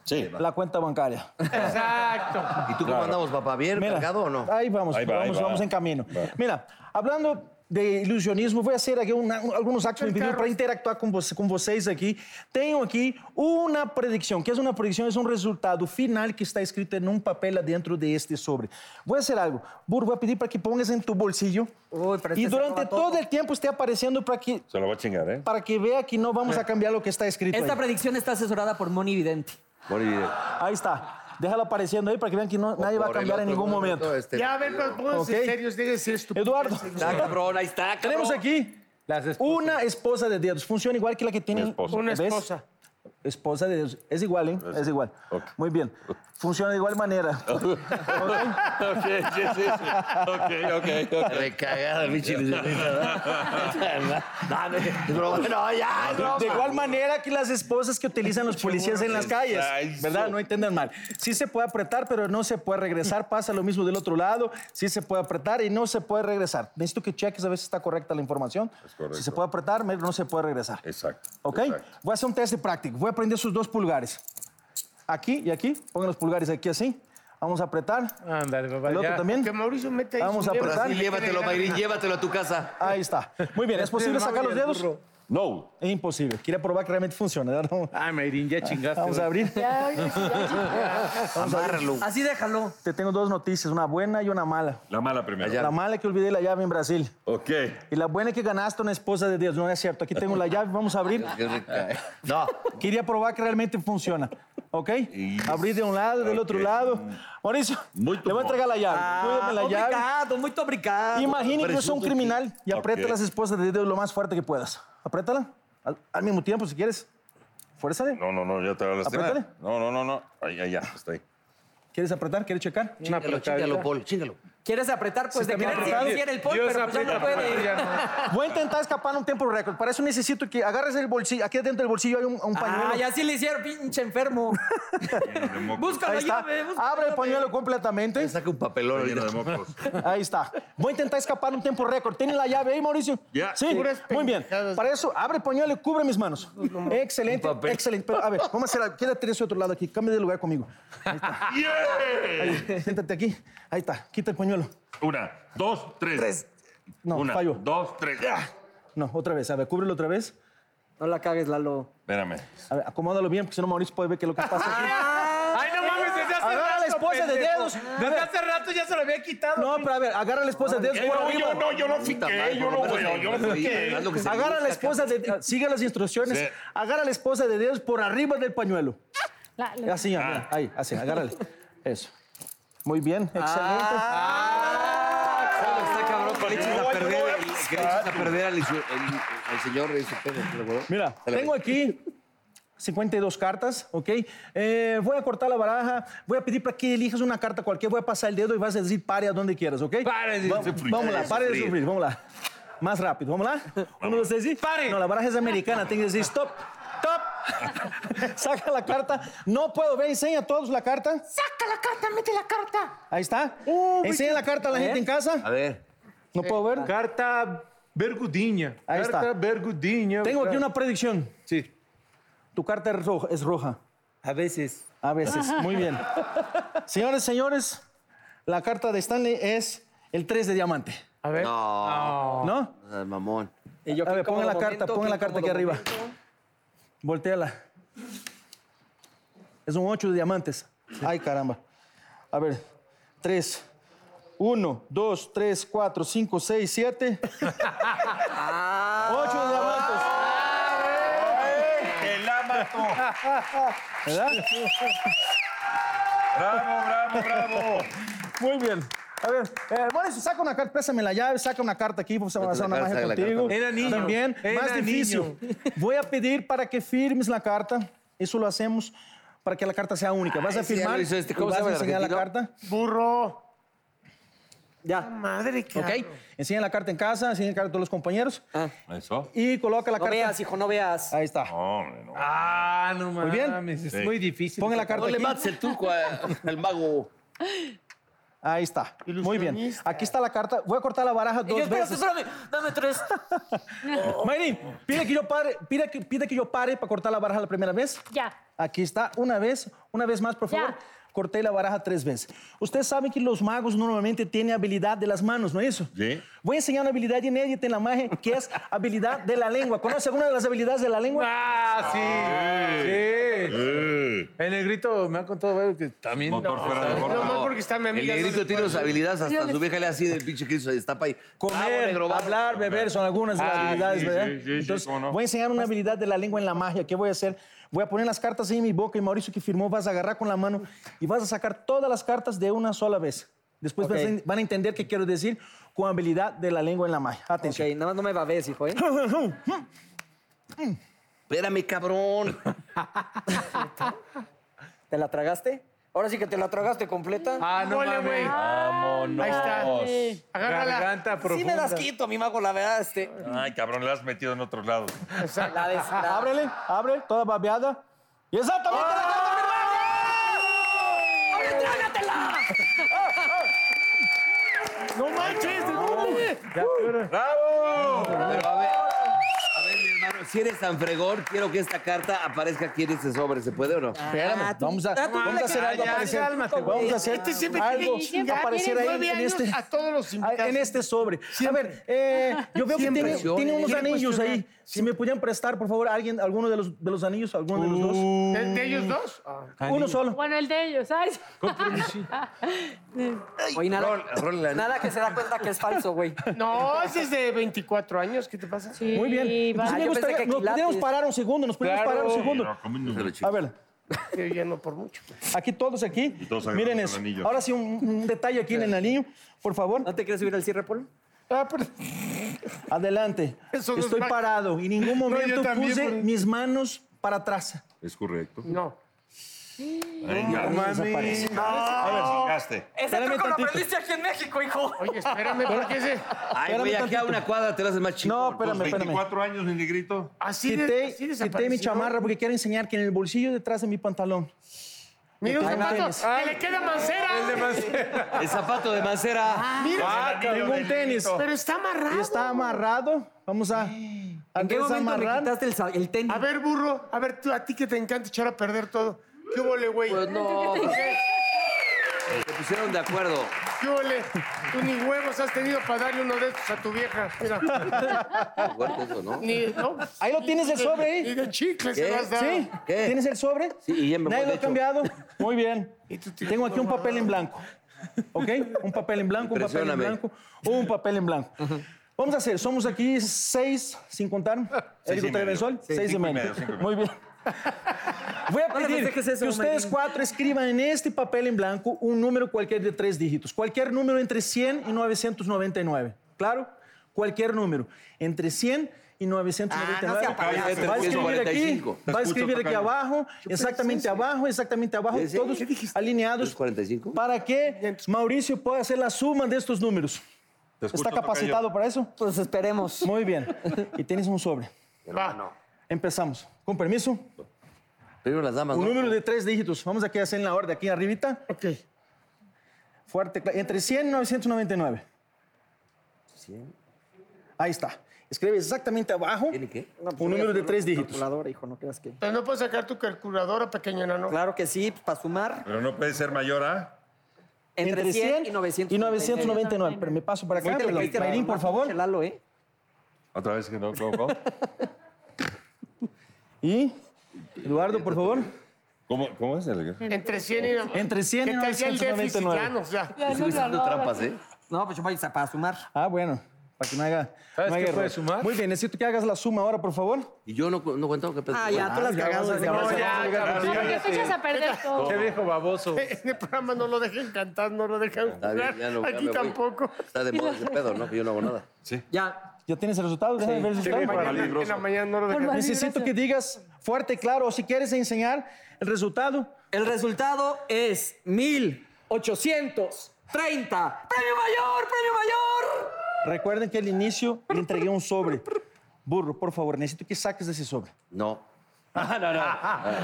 [SPEAKER 6] Sí.
[SPEAKER 9] La cuenta bancária.
[SPEAKER 7] ¿Y tú cómo andamos, papá? ¿Bien?
[SPEAKER 9] Mira,
[SPEAKER 7] ¿Cargado o no?
[SPEAKER 9] Ahí vamos,
[SPEAKER 6] Ahí va,
[SPEAKER 9] vamos,
[SPEAKER 6] ahí va.
[SPEAKER 9] vamos en camino.
[SPEAKER 6] Va.
[SPEAKER 9] Mira, hablando de ilusionismo. Vou fazer aqui uma- um- alguns actos em vídeo para interactuar com, você- com vocês aqui. Tenho aqui uma predição. que é uma predição? É um resultado final que está escrito em um papel dentro de este sobre. Vou fazer algo. Burro, vou pedir para que pongas em tu bolsillo.
[SPEAKER 4] Uy, pero este
[SPEAKER 9] e
[SPEAKER 4] se
[SPEAKER 9] durante
[SPEAKER 4] roba
[SPEAKER 9] todo
[SPEAKER 4] todo.
[SPEAKER 9] o tempo esté aparecendo para que,
[SPEAKER 6] Se lo va a chingar, ¿eh?
[SPEAKER 9] para que vea que não vamos a cambiar o que está escrito
[SPEAKER 4] Esta
[SPEAKER 9] ahí.
[SPEAKER 4] predicción está asesorada por Moni Vidente.
[SPEAKER 9] Ahí está. Déjala apareciendo ahí para que vean que no- nadie va a
[SPEAKER 2] Por el
[SPEAKER 9] cambiar en
[SPEAKER 2] otro
[SPEAKER 9] ningún
[SPEAKER 2] mundo,
[SPEAKER 9] momento.
[SPEAKER 2] este,
[SPEAKER 5] Ya, a ver, pero pónganse
[SPEAKER 9] Ok.
[SPEAKER 5] serios, dejen de ser estúpidos.
[SPEAKER 9] Eduardo,
[SPEAKER 7] Está cabrón, ahí está, cabrón.
[SPEAKER 9] tenemos aquí
[SPEAKER 1] Las esposas.
[SPEAKER 9] una esposa de dedos. Funciona igual que la que tiene...
[SPEAKER 6] Mi esposa.
[SPEAKER 5] Una
[SPEAKER 9] ¿ves?
[SPEAKER 5] esposa.
[SPEAKER 9] Esposa de dedos. Es igual, ¿eh? Es igual.
[SPEAKER 6] Ok.
[SPEAKER 9] Muy bien. Funciona de igual manera.
[SPEAKER 3] Ok, sí, sí, sí. Ok, ok, ok.
[SPEAKER 2] Recagada, pinche ilusionista.
[SPEAKER 7] No, no, es broma. No, ya, es broma.
[SPEAKER 9] De igual manera que las esposas que utilizan los policías en las calles, ¿verdad? No entiendan mal. Sí se puede apretar, pero no se puede regresar. Pasa lo mismo del otro lado. Sí se puede apretar y no se puede regresar. Necesito que cheques a ver si está correcta la información.
[SPEAKER 6] correcto.
[SPEAKER 9] Si se puede apretar, no se puede regresar.
[SPEAKER 6] Exacto.
[SPEAKER 9] ¿Ok?
[SPEAKER 6] exacto.
[SPEAKER 9] Voy a hacer un test de práctica. Voy a prender sus dos pulgares. Aquí y aquí. Pongan los pulgares aquí así. Vamos a apretar.
[SPEAKER 1] Ándale, papá.
[SPEAKER 9] El otro
[SPEAKER 1] ya.
[SPEAKER 9] también.
[SPEAKER 5] Que Mauricio meta ahí
[SPEAKER 9] Vamos
[SPEAKER 5] su
[SPEAKER 9] a
[SPEAKER 5] dedo.
[SPEAKER 9] apretar.
[SPEAKER 7] Sí, llévatelo, Mayrín, llévatelo a tu casa.
[SPEAKER 9] Ahí está. Muy bien. ¿Es posible sacar los dedos?
[SPEAKER 6] No.
[SPEAKER 9] Es imposible. Quiere probar que realmente funciona. ¿verdad? No.
[SPEAKER 1] Ay, Mayrin, ya chingaste.
[SPEAKER 9] Ah, Vamos a
[SPEAKER 1] güey.
[SPEAKER 9] abrir.
[SPEAKER 2] Amárralo.
[SPEAKER 4] Así déjalo.
[SPEAKER 9] Te tengo dos noticias, una buena y una mala.
[SPEAKER 6] La mala primero.
[SPEAKER 9] La mala es que olvidé la llave en Brasil.
[SPEAKER 6] Ok.
[SPEAKER 9] Y la buena es que ganaste una esposa de Dios. No es cierto. Aquí tengo la llave, vamos a abrir.
[SPEAKER 2] Qué recae- No,
[SPEAKER 9] Quería probar que realmente funciona. ¿Ok?
[SPEAKER 6] Yes.
[SPEAKER 9] Abrir de un lado, del otro
[SPEAKER 6] Ok.
[SPEAKER 9] lado. Mauricio,
[SPEAKER 6] Muy Ah,
[SPEAKER 9] le
[SPEAKER 6] tumor.
[SPEAKER 9] voy a entregar la llave.
[SPEAKER 4] Ah,
[SPEAKER 9] Cuídame la llave.
[SPEAKER 4] Obrigado, muy obrigado.
[SPEAKER 9] Imagine que yo soy un criminal y aprieta
[SPEAKER 6] Ok.
[SPEAKER 9] las esposas de Dios lo más fuerte que puedas. Apriétala. Al, al mismo tiempo, si quieres. Fuérzale.
[SPEAKER 6] No, no, no, ya te voy a lastimar.
[SPEAKER 9] Apriétale.
[SPEAKER 6] No, no, no, no. Ahí, ahí, ya, está ahí.
[SPEAKER 9] ¿Quieres apretar? ¿Quieres checar?
[SPEAKER 2] chíngalo,
[SPEAKER 1] Una
[SPEAKER 2] chíngalo,
[SPEAKER 7] eh.
[SPEAKER 1] apretadita.
[SPEAKER 2] Paul, chíngalo.
[SPEAKER 4] ¿Quieres apretar? Pues
[SPEAKER 9] Sí,
[SPEAKER 4] de
[SPEAKER 9] también
[SPEAKER 4] querer si
[SPEAKER 9] apretado.
[SPEAKER 4] quisiera el pol,
[SPEAKER 1] Dios
[SPEAKER 4] pero pues ya no
[SPEAKER 1] aprieta,
[SPEAKER 4] puede.
[SPEAKER 1] ya no.
[SPEAKER 9] Voy a intentar escapar un tiempo récord. Para eso necesito que agarres el bolsillo. Aquí dentro del bolsillo hay un, un pañuelo.
[SPEAKER 4] Ah, ya sí le hicieron, pinche enfermo. Busca
[SPEAKER 9] Ahí
[SPEAKER 4] la
[SPEAKER 9] está.
[SPEAKER 4] llave, busca
[SPEAKER 9] Abre
[SPEAKER 4] la
[SPEAKER 9] el
[SPEAKER 4] llave.
[SPEAKER 9] pañuelo completamente.
[SPEAKER 2] Saca un papelón.
[SPEAKER 6] Lleno
[SPEAKER 2] ahorita.
[SPEAKER 6] de mocos.
[SPEAKER 9] Ahí está. Voy a intentar escapar un tiempo récord. ¿Tienen la llave ahí, Mauricio?
[SPEAKER 6] Ya.
[SPEAKER 9] Sí.
[SPEAKER 5] Puras
[SPEAKER 9] Muy bien.
[SPEAKER 5] pendejadas.
[SPEAKER 9] Para eso, abre el pañuelo y cubre mis manos.
[SPEAKER 4] Pues
[SPEAKER 9] Excelente, excelente. Pero a ver, vamos a hacer algo. Quédate de ese otro lado aquí. Cambia de lugar conmigo. Ahí está. Ahí, siéntate aquí. Ahí está. Quita el pañuelo.
[SPEAKER 6] Una, dos, tres.
[SPEAKER 9] No,
[SPEAKER 6] Una,
[SPEAKER 9] falló.
[SPEAKER 6] dos, tres. ¡Ah!
[SPEAKER 9] No, otra vez. A ver, cúbrelo otra vez.
[SPEAKER 4] No la cagues, Lalo.
[SPEAKER 6] Espérame.
[SPEAKER 9] A ver, acomódalo bien, porque si no, Mauricio puede ver qué es lo que pasa aquí.
[SPEAKER 1] Ay, no mames, desde hace
[SPEAKER 9] Agarra a
[SPEAKER 1] rato.
[SPEAKER 9] la esposa de
[SPEAKER 1] pendejo.
[SPEAKER 9] dedos.
[SPEAKER 1] Desde hace rato ya se lo había quitado.
[SPEAKER 9] No, pero a ver, agarra a la esposa de Dios. por
[SPEAKER 6] No, yo
[SPEAKER 9] arriba.
[SPEAKER 6] no, yo no fiqué, yo no veo, yo no fiqué.
[SPEAKER 7] Haz lo que se
[SPEAKER 9] Agarra a la
[SPEAKER 7] busca,
[SPEAKER 9] esposa de... Sigue las instrucciones.
[SPEAKER 6] Sí.
[SPEAKER 9] Agarra a la esposa de Dios por arriba del pañuelo.
[SPEAKER 8] La- la-
[SPEAKER 9] Así, Ah, mira, ahí, así, agárrale. Eso. Muy bien, excelente.
[SPEAKER 7] cabrón. Está cabrón, que le eches a perder,
[SPEAKER 6] voy a
[SPEAKER 7] el- que le eches a perder al, el- al señor ese pedo, ¿te lo acuerdo?
[SPEAKER 9] Mira,
[SPEAKER 7] Dale,
[SPEAKER 9] tengo
[SPEAKER 7] güey.
[SPEAKER 9] aquí 52 cartas, ¿ok? Eh, voy a cortar la baraja, voy a pedir para que elijas una carta cualquiera, voy a pasar el dedo y vas a decir pare a donde quieras, ¿ok?
[SPEAKER 1] Pare de
[SPEAKER 9] Va-
[SPEAKER 6] sufrir.
[SPEAKER 9] Vamos lá,
[SPEAKER 6] Pare de
[SPEAKER 9] pare de
[SPEAKER 6] sufrir.
[SPEAKER 9] sufrir, vamos lá. Más rápido, vamos lá? Uno, dos, tres y...
[SPEAKER 1] Pare.
[SPEAKER 9] No, la baraja es americana, tiene que decir stop, stop. Saca la carta. No puedo ver, enseña a todos la carta.
[SPEAKER 10] Saca la carta, mete la carta.
[SPEAKER 9] Ahí está. enseña la carta a la gente en casa.
[SPEAKER 7] A ver.
[SPEAKER 9] No puedo ver.
[SPEAKER 1] Carta vergudiña.
[SPEAKER 9] Ahí está.
[SPEAKER 1] Carta vergudiña.
[SPEAKER 9] Tengo aquí una predicción.
[SPEAKER 1] Sí.
[SPEAKER 9] Tu carta es roja. Es roja.
[SPEAKER 4] A veces.
[SPEAKER 9] A veces. Muy bien. Señores, señores, la carta de Stanley es el 3 de diamante.
[SPEAKER 5] A ver.
[SPEAKER 9] ¿No?
[SPEAKER 7] Ah, Mamón.
[SPEAKER 4] Y yo,
[SPEAKER 9] A
[SPEAKER 4] qué
[SPEAKER 9] ver, pongan la
[SPEAKER 4] incómodo
[SPEAKER 9] carta,
[SPEAKER 4] momento,
[SPEAKER 9] pongan
[SPEAKER 4] qué
[SPEAKER 9] la carta aquí
[SPEAKER 4] incómodo
[SPEAKER 9] arriba.
[SPEAKER 4] momento.
[SPEAKER 9] Volteala. Es un 8 de diamantes. Ay, caramba. A ver, 3. 1, 2, 3, 4, 5, 6, 7. 8
[SPEAKER 4] Ah.
[SPEAKER 9] de diamantes.
[SPEAKER 6] Te la mató.
[SPEAKER 9] ¿Verdad?
[SPEAKER 6] Bravo, bravo, bravo.
[SPEAKER 9] Muy bien. A ver, eh, Mauricio, saca una carta, préstame la llave, saca una carta aquí, vamos a hacer una
[SPEAKER 2] la
[SPEAKER 9] magia
[SPEAKER 2] carta, saca la
[SPEAKER 9] contigo.
[SPEAKER 2] carta.
[SPEAKER 1] Era niño,
[SPEAKER 9] También,
[SPEAKER 1] era
[SPEAKER 9] más difícil. Voy a pedir para que firmes la carta, eso lo hacemos para que la carta sea única. Vas a
[SPEAKER 7] Ay, sí, ya
[SPEAKER 9] firmar,
[SPEAKER 7] lo hizo este, ¿cómo
[SPEAKER 9] y
[SPEAKER 7] se
[SPEAKER 9] vas a
[SPEAKER 7] llama el
[SPEAKER 9] enseñar la
[SPEAKER 7] argentino?
[SPEAKER 9] carta,
[SPEAKER 5] Burro.
[SPEAKER 4] Ya.
[SPEAKER 5] Madre que.
[SPEAKER 9] ¿ok? Enseña la carta en casa, enseña la carta a todos los compañeros
[SPEAKER 7] Ah.
[SPEAKER 6] Eso.
[SPEAKER 9] y coloca la
[SPEAKER 4] No
[SPEAKER 9] carta.
[SPEAKER 4] veas, hijo, no veas.
[SPEAKER 9] Ahí está.
[SPEAKER 6] Hombre, no.
[SPEAKER 1] Ah, no mames.
[SPEAKER 9] bien.
[SPEAKER 1] Es muy difícil.
[SPEAKER 9] Pongan la
[SPEAKER 7] No
[SPEAKER 9] carta
[SPEAKER 7] le
[SPEAKER 9] aquí.
[SPEAKER 7] mates el turco a- al mago.
[SPEAKER 9] Ahí está. Muy bien. Aquí está la carta. Voy a cortar la baraja
[SPEAKER 4] Y yo,
[SPEAKER 9] dos
[SPEAKER 4] espérate,
[SPEAKER 9] veces.
[SPEAKER 4] espérame, dame tres.
[SPEAKER 8] Oh.
[SPEAKER 9] Mayrin, pide que yo pare, pide que, pide que yo pare para cortar la baraja la primera vez.
[SPEAKER 8] Ya.
[SPEAKER 9] Aquí está, una vez, una vez más, por
[SPEAKER 8] Ya.
[SPEAKER 9] favor. Corté la baraja tres veces. Ustedes saben que los magos normalmente tienen habilidad de las manos, ¿no es eso?
[SPEAKER 6] Sí.
[SPEAKER 9] Voy a enseñar una habilidad inédita en la magia, que es habilidad de la lengua. ¿Conoce alguna de las habilidades de la lengua?
[SPEAKER 1] Ah, sí. Sí. El negrito me ha contado varios que también.
[SPEAKER 7] Motor fuera de
[SPEAKER 5] No, más porque está mi
[SPEAKER 7] El
[SPEAKER 5] amiga.
[SPEAKER 7] negrito
[SPEAKER 5] no
[SPEAKER 7] tiene sus habilidades, hasta su vieja le hace así del pinche que hizo, destapa ahí. Bravo,
[SPEAKER 9] Comer,
[SPEAKER 7] negro, bravo.
[SPEAKER 9] hablar, beber, son algunas de las
[SPEAKER 1] Ah,
[SPEAKER 9] habilidades,
[SPEAKER 3] sí,
[SPEAKER 9] ¿verdad?
[SPEAKER 3] sí, sí, sí,
[SPEAKER 9] Entonces,
[SPEAKER 3] cómo no.
[SPEAKER 9] voy a enseñar una habilidad de la lengua en la magia. ¿Qué voy a hacer? Voy a poner las cartas ahí en mi boca y Mauricio que firmó vas a agarrar con la mano y vas a sacar todas las cartas de una sola vez. Después vas a en- van a entender qué quiero decir con habilidad de la lengua en la magia.
[SPEAKER 4] Ok,
[SPEAKER 9] Atención.
[SPEAKER 4] nada más no me babes, hijo, ¿eh?
[SPEAKER 7] Espérame, cabrón.
[SPEAKER 4] ¿Te la tragaste? Ahora sí que te la tragaste completa.
[SPEAKER 1] Ah, no
[SPEAKER 5] Mole, güey.
[SPEAKER 1] mames.
[SPEAKER 3] Vámonos.
[SPEAKER 5] Ahí está.
[SPEAKER 8] Sí.
[SPEAKER 5] Agárrala.
[SPEAKER 1] Garganta
[SPEAKER 4] sí me
[SPEAKER 1] profunda.
[SPEAKER 4] las quito, mi mago, la verdad, este.
[SPEAKER 6] Ay, cabrón, la has metido en otros lados.
[SPEAKER 4] La des- la-
[SPEAKER 9] Ábrele, abre, toda babeada. Y exactamente la carta, mi hermano.
[SPEAKER 4] ¡Ahora trágatela!
[SPEAKER 5] No manches, no, hombre.
[SPEAKER 7] Pero a ver, a ver, mi hermano, si eres tan fregón, quiero que esta carta aparezca aquí en este sobre. ¿Se puede o no?
[SPEAKER 9] Espérame,
[SPEAKER 4] Ah, tú-
[SPEAKER 9] vamos a,
[SPEAKER 4] ah, tú
[SPEAKER 9] vamos
[SPEAKER 4] le
[SPEAKER 9] a hacer
[SPEAKER 4] caes,
[SPEAKER 9] algo
[SPEAKER 1] ya,
[SPEAKER 9] aparecer.
[SPEAKER 1] cálmate, güey.
[SPEAKER 9] vamos a hacer
[SPEAKER 5] Este siempre
[SPEAKER 9] algo
[SPEAKER 5] tiene chingar,
[SPEAKER 9] aparecer
[SPEAKER 5] tiene
[SPEAKER 9] ahí
[SPEAKER 5] nueve
[SPEAKER 9] en
[SPEAKER 5] años
[SPEAKER 9] este,
[SPEAKER 5] a todos los invitados.
[SPEAKER 9] en este sobre. A ver, eh, yo veo que tiene,
[SPEAKER 7] presiones.
[SPEAKER 9] tiene unos
[SPEAKER 5] Quiere
[SPEAKER 9] anillos
[SPEAKER 5] cuestionar.
[SPEAKER 9] ahí. Si me pudieran prestar, por favor, alguien, alguno de los, de los anillos, alguno de los
[SPEAKER 3] Uh,
[SPEAKER 9] dos.
[SPEAKER 5] ¿De, de ellos dos? Ah.
[SPEAKER 9] Uno solo.
[SPEAKER 8] Bueno, el de ellos, ¿sabes?
[SPEAKER 4] Oye, nada,
[SPEAKER 7] Rol- rol la-
[SPEAKER 4] nada que se da cuenta que es falso, güey.
[SPEAKER 5] No, ese es de 24 años. ¿Qué te pasa?
[SPEAKER 8] Sí,
[SPEAKER 9] Muy bien. Entonces
[SPEAKER 8] va.
[SPEAKER 9] me
[SPEAKER 4] yo pensé
[SPEAKER 9] gustaría,
[SPEAKER 4] que
[SPEAKER 9] nos
[SPEAKER 4] quilates.
[SPEAKER 9] pudiéramos parar un segundo, nos pudiéramos
[SPEAKER 1] Claro.
[SPEAKER 9] parar un segundo.
[SPEAKER 7] Se lo chico.
[SPEAKER 9] A ver,
[SPEAKER 5] Yo ya no por mucho.
[SPEAKER 9] aquí todos aquí.
[SPEAKER 6] todos agarramos
[SPEAKER 9] Miren
[SPEAKER 6] el
[SPEAKER 9] eso.
[SPEAKER 6] anillo.
[SPEAKER 9] Ahora sí, un, un detalle aquí en el anillo, por favor.
[SPEAKER 4] ¿No te quieres subir al cierre, Paul?
[SPEAKER 9] Ah, perdón. Adelante.
[SPEAKER 5] Eso no es
[SPEAKER 9] Estoy
[SPEAKER 5] magia.
[SPEAKER 9] parado. En ningún momento
[SPEAKER 6] yo también,
[SPEAKER 9] puse
[SPEAKER 6] pero-
[SPEAKER 9] mis manos para atrás.
[SPEAKER 6] Es correcto.
[SPEAKER 5] No.
[SPEAKER 6] Venga,
[SPEAKER 9] Desaparece.
[SPEAKER 6] chingaste.
[SPEAKER 4] Ese
[SPEAKER 9] Espérame
[SPEAKER 4] truco lo
[SPEAKER 9] tantito.
[SPEAKER 4] aprendiste aquí en México, hijo.
[SPEAKER 5] Oye, espérame, porque ese.
[SPEAKER 7] Ay, güey,
[SPEAKER 9] Espérame
[SPEAKER 7] aquí a
[SPEAKER 9] tantito.
[SPEAKER 7] una cuadra te lo haces más chico.
[SPEAKER 9] No, espérame, espérame.
[SPEAKER 6] 24 años, mi negrito.
[SPEAKER 5] Así, de,
[SPEAKER 9] Quité,
[SPEAKER 5] así
[SPEAKER 9] quité mi
[SPEAKER 5] desapareció.
[SPEAKER 9] chamarra porque quiero enseñar que en el bolsillo detrás de mi pantalón.
[SPEAKER 5] Mira un
[SPEAKER 9] Ahí
[SPEAKER 5] zapato.
[SPEAKER 9] tienes.
[SPEAKER 5] Que le queda mancera.
[SPEAKER 7] El zapato de
[SPEAKER 4] Ah,
[SPEAKER 7] mancera.
[SPEAKER 6] Ah,
[SPEAKER 5] Mira,
[SPEAKER 9] Tengo un tenis
[SPEAKER 5] pero está amarrado.
[SPEAKER 9] y está amarrado. Vamos a, a
[SPEAKER 4] ¿En qué momento me
[SPEAKER 9] desamarrar.
[SPEAKER 4] quitaste el, sa- el tenis?
[SPEAKER 5] A
[SPEAKER 7] Ah,
[SPEAKER 5] ver, burro. A ver, tú, a ti que te encanta echar a perder todo. ¿Qué huele, güey?
[SPEAKER 7] Pues no,
[SPEAKER 5] ¿Qué?
[SPEAKER 7] se pusieron de acuerdo.
[SPEAKER 5] ¿Qué huele? Tú ni huevos has tenido para darle uno de estos a tu vieja. Mira.
[SPEAKER 7] Fuerte eso, ¿no?
[SPEAKER 5] Ni, no.
[SPEAKER 9] Ahí lo tienes el sobre ¿eh?
[SPEAKER 5] Ni
[SPEAKER 9] ahí.
[SPEAKER 5] de chicle se
[SPEAKER 7] ¿Qué?
[SPEAKER 5] lo has dado.
[SPEAKER 9] ¿Sí?
[SPEAKER 7] ¿Qué?
[SPEAKER 9] ¿Tienes el sobre?
[SPEAKER 7] Sí, y ya me voy,
[SPEAKER 9] Nadie
[SPEAKER 7] de
[SPEAKER 9] lo ha
[SPEAKER 7] hecho.
[SPEAKER 9] cambiado. Muy bien. Tengo aquí un papel en blanco. ¿Ok? Un papel en blanco, un papel en
[SPEAKER 7] Impresióname.
[SPEAKER 9] blanco, un papel en blanco. Vamos a hacer, somos aquí seis, sin contar.
[SPEAKER 6] Seis y
[SPEAKER 9] Eric Otavio
[SPEAKER 6] medio.
[SPEAKER 9] Sol,
[SPEAKER 6] Sí,
[SPEAKER 9] seis y
[SPEAKER 6] cinco y
[SPEAKER 9] medio.
[SPEAKER 6] medio, cinco y medio.
[SPEAKER 9] Muy bien. Voy a
[SPEAKER 4] No le
[SPEAKER 9] pedir
[SPEAKER 4] festejes eso,
[SPEAKER 9] que ustedes
[SPEAKER 4] Mayrin.
[SPEAKER 9] cuatro escriban en este papel en blanco un número cualquier de tres dígitos. Cualquier número entre 100 y 999. ¿Claro? Cualquier número. Entre 100 y 999.
[SPEAKER 4] Ah, no sea payaso.
[SPEAKER 9] Este, va a escribir aquí,
[SPEAKER 7] 345.
[SPEAKER 9] va a escribir aquí abajo, exactamente abajo, exactamente abajo,
[SPEAKER 7] ¿Sí, sí?
[SPEAKER 9] todos
[SPEAKER 7] ¿Qué dijiste?
[SPEAKER 9] alineados
[SPEAKER 7] 45.
[SPEAKER 9] para que Mauricio pueda hacer la suma de estos números.
[SPEAKER 6] Te escucho,
[SPEAKER 9] ¿Está capacitado para eso?
[SPEAKER 4] Pues esperemos.
[SPEAKER 9] Muy bien. Y tienes un sobre.
[SPEAKER 5] Va.
[SPEAKER 9] Empezamos. Con permiso.
[SPEAKER 7] Primero las damas,
[SPEAKER 9] Un
[SPEAKER 7] ¿no?
[SPEAKER 9] número de tres dígitos. Vamos aquí a hacer en la orden, aquí arribita.
[SPEAKER 5] Ok.
[SPEAKER 9] Fuerte, cla- entre 100 y 999. Ahí está. Escribe exactamente abajo
[SPEAKER 7] ¿Tiene qué?
[SPEAKER 4] pues,
[SPEAKER 9] un número de tres dígitos.
[SPEAKER 4] Calculadora, hijo, no creas que.
[SPEAKER 5] Entonces no puedes sacar tu calculadora, pequeño enano.
[SPEAKER 4] Claro que sí, pues, para sumar
[SPEAKER 6] Pero no puede ser mayor ¿ah? a.
[SPEAKER 4] entre, 100 y 999.
[SPEAKER 9] y 999. Pero me paso para acá.
[SPEAKER 4] Ahorita le
[SPEAKER 9] perdón.
[SPEAKER 4] caíste la
[SPEAKER 9] Mayrín,
[SPEAKER 4] mamá,
[SPEAKER 9] por favor.
[SPEAKER 4] pinche Lalo, ¿eh?
[SPEAKER 6] Otra vez que no, ¿cómo, cómo?
[SPEAKER 9] Y Eduardo, por favor.
[SPEAKER 6] ¿Cómo, cómo es el?
[SPEAKER 5] Entre 100 y...
[SPEAKER 9] Entre 100 y
[SPEAKER 5] ¿Qué tal ya el déficit? Ya,
[SPEAKER 9] 999.
[SPEAKER 5] no, ya.
[SPEAKER 7] Estuve haciendo trampas, ¿eh?
[SPEAKER 4] No, pues yo voy a para sumar.
[SPEAKER 9] Ah, bueno, para que no haga.
[SPEAKER 1] ¿Sabes
[SPEAKER 9] no haga
[SPEAKER 1] qué puede
[SPEAKER 9] error.
[SPEAKER 1] sumar?
[SPEAKER 9] Muy bien, necesito que hagas la suma ahora, por favor.
[SPEAKER 7] Y yo no, cu- no cuento qué pedo.
[SPEAKER 4] Ah, ya, tú las
[SPEAKER 9] ya
[SPEAKER 4] cagadas
[SPEAKER 9] vamos
[SPEAKER 4] desde
[SPEAKER 9] a-
[SPEAKER 4] ahora.
[SPEAKER 9] No,
[SPEAKER 4] se
[SPEAKER 9] ya,
[SPEAKER 4] van a llegar.
[SPEAKER 8] No, porque tú echas a perder todo.
[SPEAKER 1] Qué viejo baboso.
[SPEAKER 5] En el programa no lo dejen cantar, no lo dejan
[SPEAKER 7] Está bien,
[SPEAKER 5] jugar.
[SPEAKER 7] ya no, ya
[SPEAKER 5] Aquí
[SPEAKER 7] me voy.
[SPEAKER 5] tampoco.
[SPEAKER 7] Está de moda ese pedo, ¿no? Que yo no hago nada.
[SPEAKER 4] Ya.
[SPEAKER 9] ¿Ya tienes el resultado? Déjame ver el
[SPEAKER 5] Mañana,
[SPEAKER 9] resultado.
[SPEAKER 5] en la mañana no lo dejan.
[SPEAKER 9] Necesito que digas fuerte, claro, o si quieres enseñar el resultado.
[SPEAKER 4] El resultado es 1830. ¡Premio mayor! ¡Premio mayor!
[SPEAKER 9] Recuerden que al inicio le entregué un sobre. Burro, por favor, necesito que saques de ese sobre.
[SPEAKER 7] No.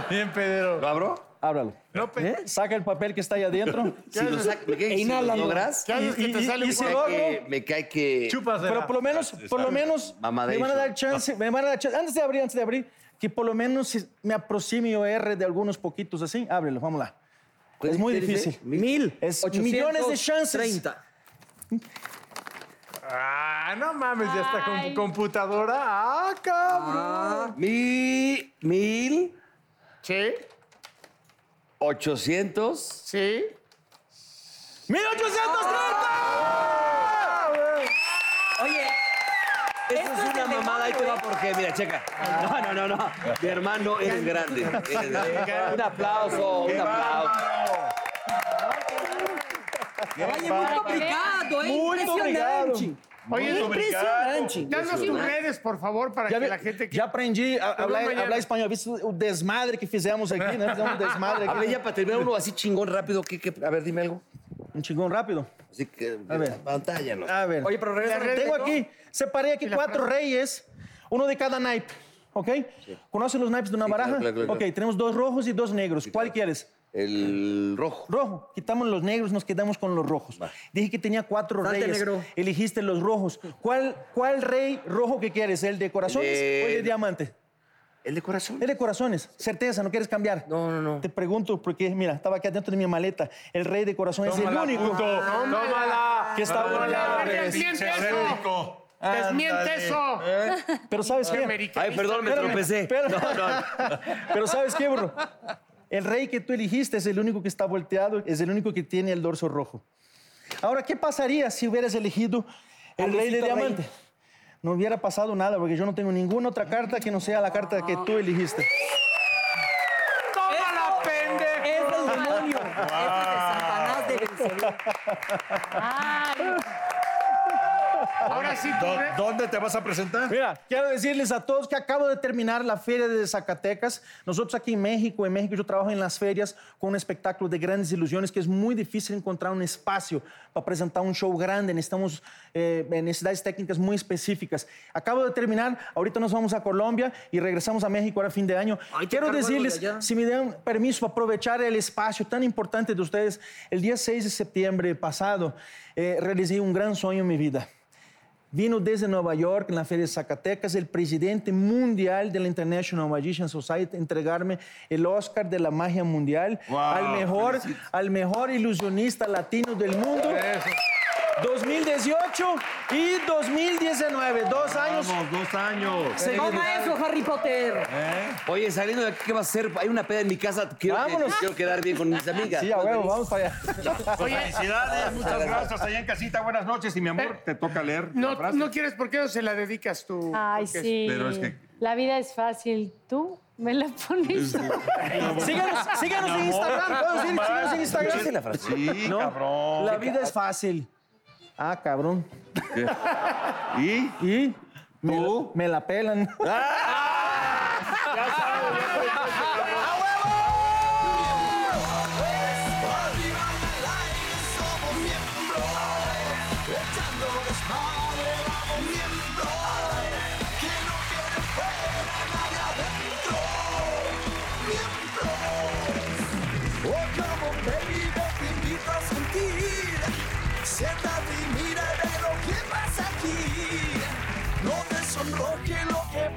[SPEAKER 1] Bien, Pedro.
[SPEAKER 7] ¿Lo abro?
[SPEAKER 9] Ábralo. ¿Eh? Saca el papel que está ahí adentro.
[SPEAKER 7] Si lo saco, me cae que si lo
[SPEAKER 9] Inhálalo.
[SPEAKER 7] logras,
[SPEAKER 5] ¿Qué haces que
[SPEAKER 9] Y-
[SPEAKER 5] te
[SPEAKER 9] y-
[SPEAKER 5] sale
[SPEAKER 9] y
[SPEAKER 5] un
[SPEAKER 9] si
[SPEAKER 5] guapo?
[SPEAKER 9] lo-
[SPEAKER 7] que- me cae que...
[SPEAKER 1] Chúpasela.
[SPEAKER 9] Pero por lo menos, por lo menos, me
[SPEAKER 7] Mamadation.
[SPEAKER 9] van a dar chance, me van a dar chance. Antes de abrir, antes de abrir, que por lo menos se- me aproxime yo R de algunos poquitos así. Ábrelo, vamos lá. Es
[SPEAKER 7] Pues,
[SPEAKER 9] muy
[SPEAKER 7] ¿Qué dice?
[SPEAKER 9] difícil.
[SPEAKER 7] Mil.
[SPEAKER 9] Es millones de chances.
[SPEAKER 4] 30.
[SPEAKER 1] Ah, no mames, ya está con computadora. Ah, cabrón.
[SPEAKER 5] Ah,
[SPEAKER 7] Mi, mil,
[SPEAKER 5] Sí,
[SPEAKER 7] ochocientos,
[SPEAKER 5] sí.
[SPEAKER 7] Oye, eso es una mamada, ahí te va porque, mira, checa. No, no, no, no. Mi hermano, eres grande. eres grande. Un aplauso, un aplauso.
[SPEAKER 4] Oye, muy complicado, ¿eh?
[SPEAKER 9] Muy
[SPEAKER 4] Impresionante.
[SPEAKER 5] Oye,
[SPEAKER 4] Impresionante.
[SPEAKER 5] danos tus redes, por favor, para
[SPEAKER 9] Já,
[SPEAKER 5] que
[SPEAKER 9] vi-
[SPEAKER 5] la gente... que-
[SPEAKER 9] já aprendi a, a
[SPEAKER 5] Perdão,
[SPEAKER 9] hablar,
[SPEAKER 5] Mariana.
[SPEAKER 9] hablar espanhol. Viste o desmadre que fizemos aqui, né? Fizemos um desmadre
[SPEAKER 7] Hable
[SPEAKER 9] aqui.
[SPEAKER 7] ya para terminar uno así chingón rápido. ¿qué, qué? A ver, dime algo.
[SPEAKER 9] Um chingão rápido.
[SPEAKER 7] Así que,
[SPEAKER 9] A ver. Ah.
[SPEAKER 7] pantalla, ¿no?
[SPEAKER 9] A ver.
[SPEAKER 4] Oye, pero regresa.
[SPEAKER 5] Las redes,
[SPEAKER 9] Tengo
[SPEAKER 5] ¿no?
[SPEAKER 9] aqui, separei aqui quatro reis, um de cada naipe, ok? Conhecem os naipes de uma
[SPEAKER 7] Sim, claro,
[SPEAKER 9] baraja?
[SPEAKER 7] claro, claro.
[SPEAKER 9] Ok, temos dois rojos e dois negros. Qual queres?
[SPEAKER 7] El rojo.
[SPEAKER 9] Rojo, quitamos los negros, nos quedamos con los rojos. Dije que tenía cuatro
[SPEAKER 4] Salte,
[SPEAKER 9] reyes.
[SPEAKER 4] negro.
[SPEAKER 9] Eligiste los rojos. ¿Cuál, ¿Cuál rey rojo que quieres? ¿El de corazones o el de
[SPEAKER 7] El-
[SPEAKER 9] diamante?
[SPEAKER 7] ¿El de corazón?
[SPEAKER 9] El de corazones. Certeza, no quieres cambiar.
[SPEAKER 7] No, no, no.
[SPEAKER 9] Te pregunto porque, mira, estaba acá dentro de mi maleta. El rey de corazones es el único
[SPEAKER 1] Tómala.
[SPEAKER 9] que está
[SPEAKER 5] A ver,
[SPEAKER 9] volando.
[SPEAKER 5] ¡Desmiente eso! ¡Desmiente eso!
[SPEAKER 9] Pero ¿sabes qué?
[SPEAKER 5] Americanista.
[SPEAKER 7] Ay, perdón, me
[SPEAKER 9] Espérame,
[SPEAKER 7] tropecé.
[SPEAKER 9] espérame.
[SPEAKER 7] No, no.
[SPEAKER 9] Pero ¿sabes qué, bro? El rey que tú eligiste es el único que está volteado, es el único que tiene el dorso rojo. Ahora, ¿qué pasaría si hubieras elegido el rey de diamante? No hubiera pasado nada, porque yo no tengo ninguna otra carta que no sea la carta que tú eligiste.
[SPEAKER 1] Tómala, pendejo.
[SPEAKER 4] Es del demonio. Es de Satanás de Belcebú.
[SPEAKER 8] Ay,
[SPEAKER 5] Ahora sí, tú, ¿eh?
[SPEAKER 3] ¿Dónde te vas a presentar?
[SPEAKER 9] Mira, quiero decirles a todos que acabo de terminar la feria de Zacatecas. Nosotros aquí en México, en México yo trabajo en las ferias con un espectáculo de grandes ilusiones que es muy difícil encontrar un espacio para presentar un show grande. Necesitamos eh, necesidades técnicas muy específicas. Acabo de terminar, ahorita nos vamos a Colombia y regresamos a México ahora a fin de año.
[SPEAKER 4] Ay, te
[SPEAKER 9] quiero
[SPEAKER 4] encargo algo de
[SPEAKER 9] decirles,
[SPEAKER 4] allá.
[SPEAKER 9] si me dan permiso, aprovechar el espacio tan importante de ustedes. El día 6 de septiembre pasado eh, realicé un gran sueño en mi vida. Vino desde Nueva York, en la Feria de Zacatecas, el presidente mundial de la International Magician Society a entregarme el Oscar de la Magia Mundial al, mejor, al mejor ilusionista latino del mundo. 2018 y 2019, dos años.
[SPEAKER 3] dos años.
[SPEAKER 9] seguidos.
[SPEAKER 4] Toma eso, Harry Potter.
[SPEAKER 7] Oye, saliendo de aquí, ¿qué vas a hacer? Hay una peda en mi casa. Quiero,
[SPEAKER 9] Vámonos.
[SPEAKER 7] quiero quedar bien con mis amigas.
[SPEAKER 9] Sí, a huevo,
[SPEAKER 7] Venís.
[SPEAKER 9] vamos para allá.
[SPEAKER 6] Felicidades, muchas gracias allá en casita. Buenas noches y mi amor, te toca leer
[SPEAKER 5] No,
[SPEAKER 6] la frase.
[SPEAKER 5] no quieres, ¿por qué no se la dedicas tú?
[SPEAKER 7] Ah,
[SPEAKER 8] ay,
[SPEAKER 5] Porque-
[SPEAKER 8] sí.
[SPEAKER 6] Pero es que-
[SPEAKER 8] La vida es fácil. Tú me la pones.
[SPEAKER 9] Síganos, síganos en Instagram, puedo decir, síganos en Instagram.
[SPEAKER 7] ¿Escuchaste la frase?
[SPEAKER 6] Sí,
[SPEAKER 9] No,
[SPEAKER 6] cabrón.
[SPEAKER 9] La vida es fácil. Ah, cabrón.
[SPEAKER 6] ¿Y?
[SPEAKER 9] ¿Y? Me, la- me la pelan.
[SPEAKER 11] Siéntate y mira de lo que pasa aquí. No te sonroje lo que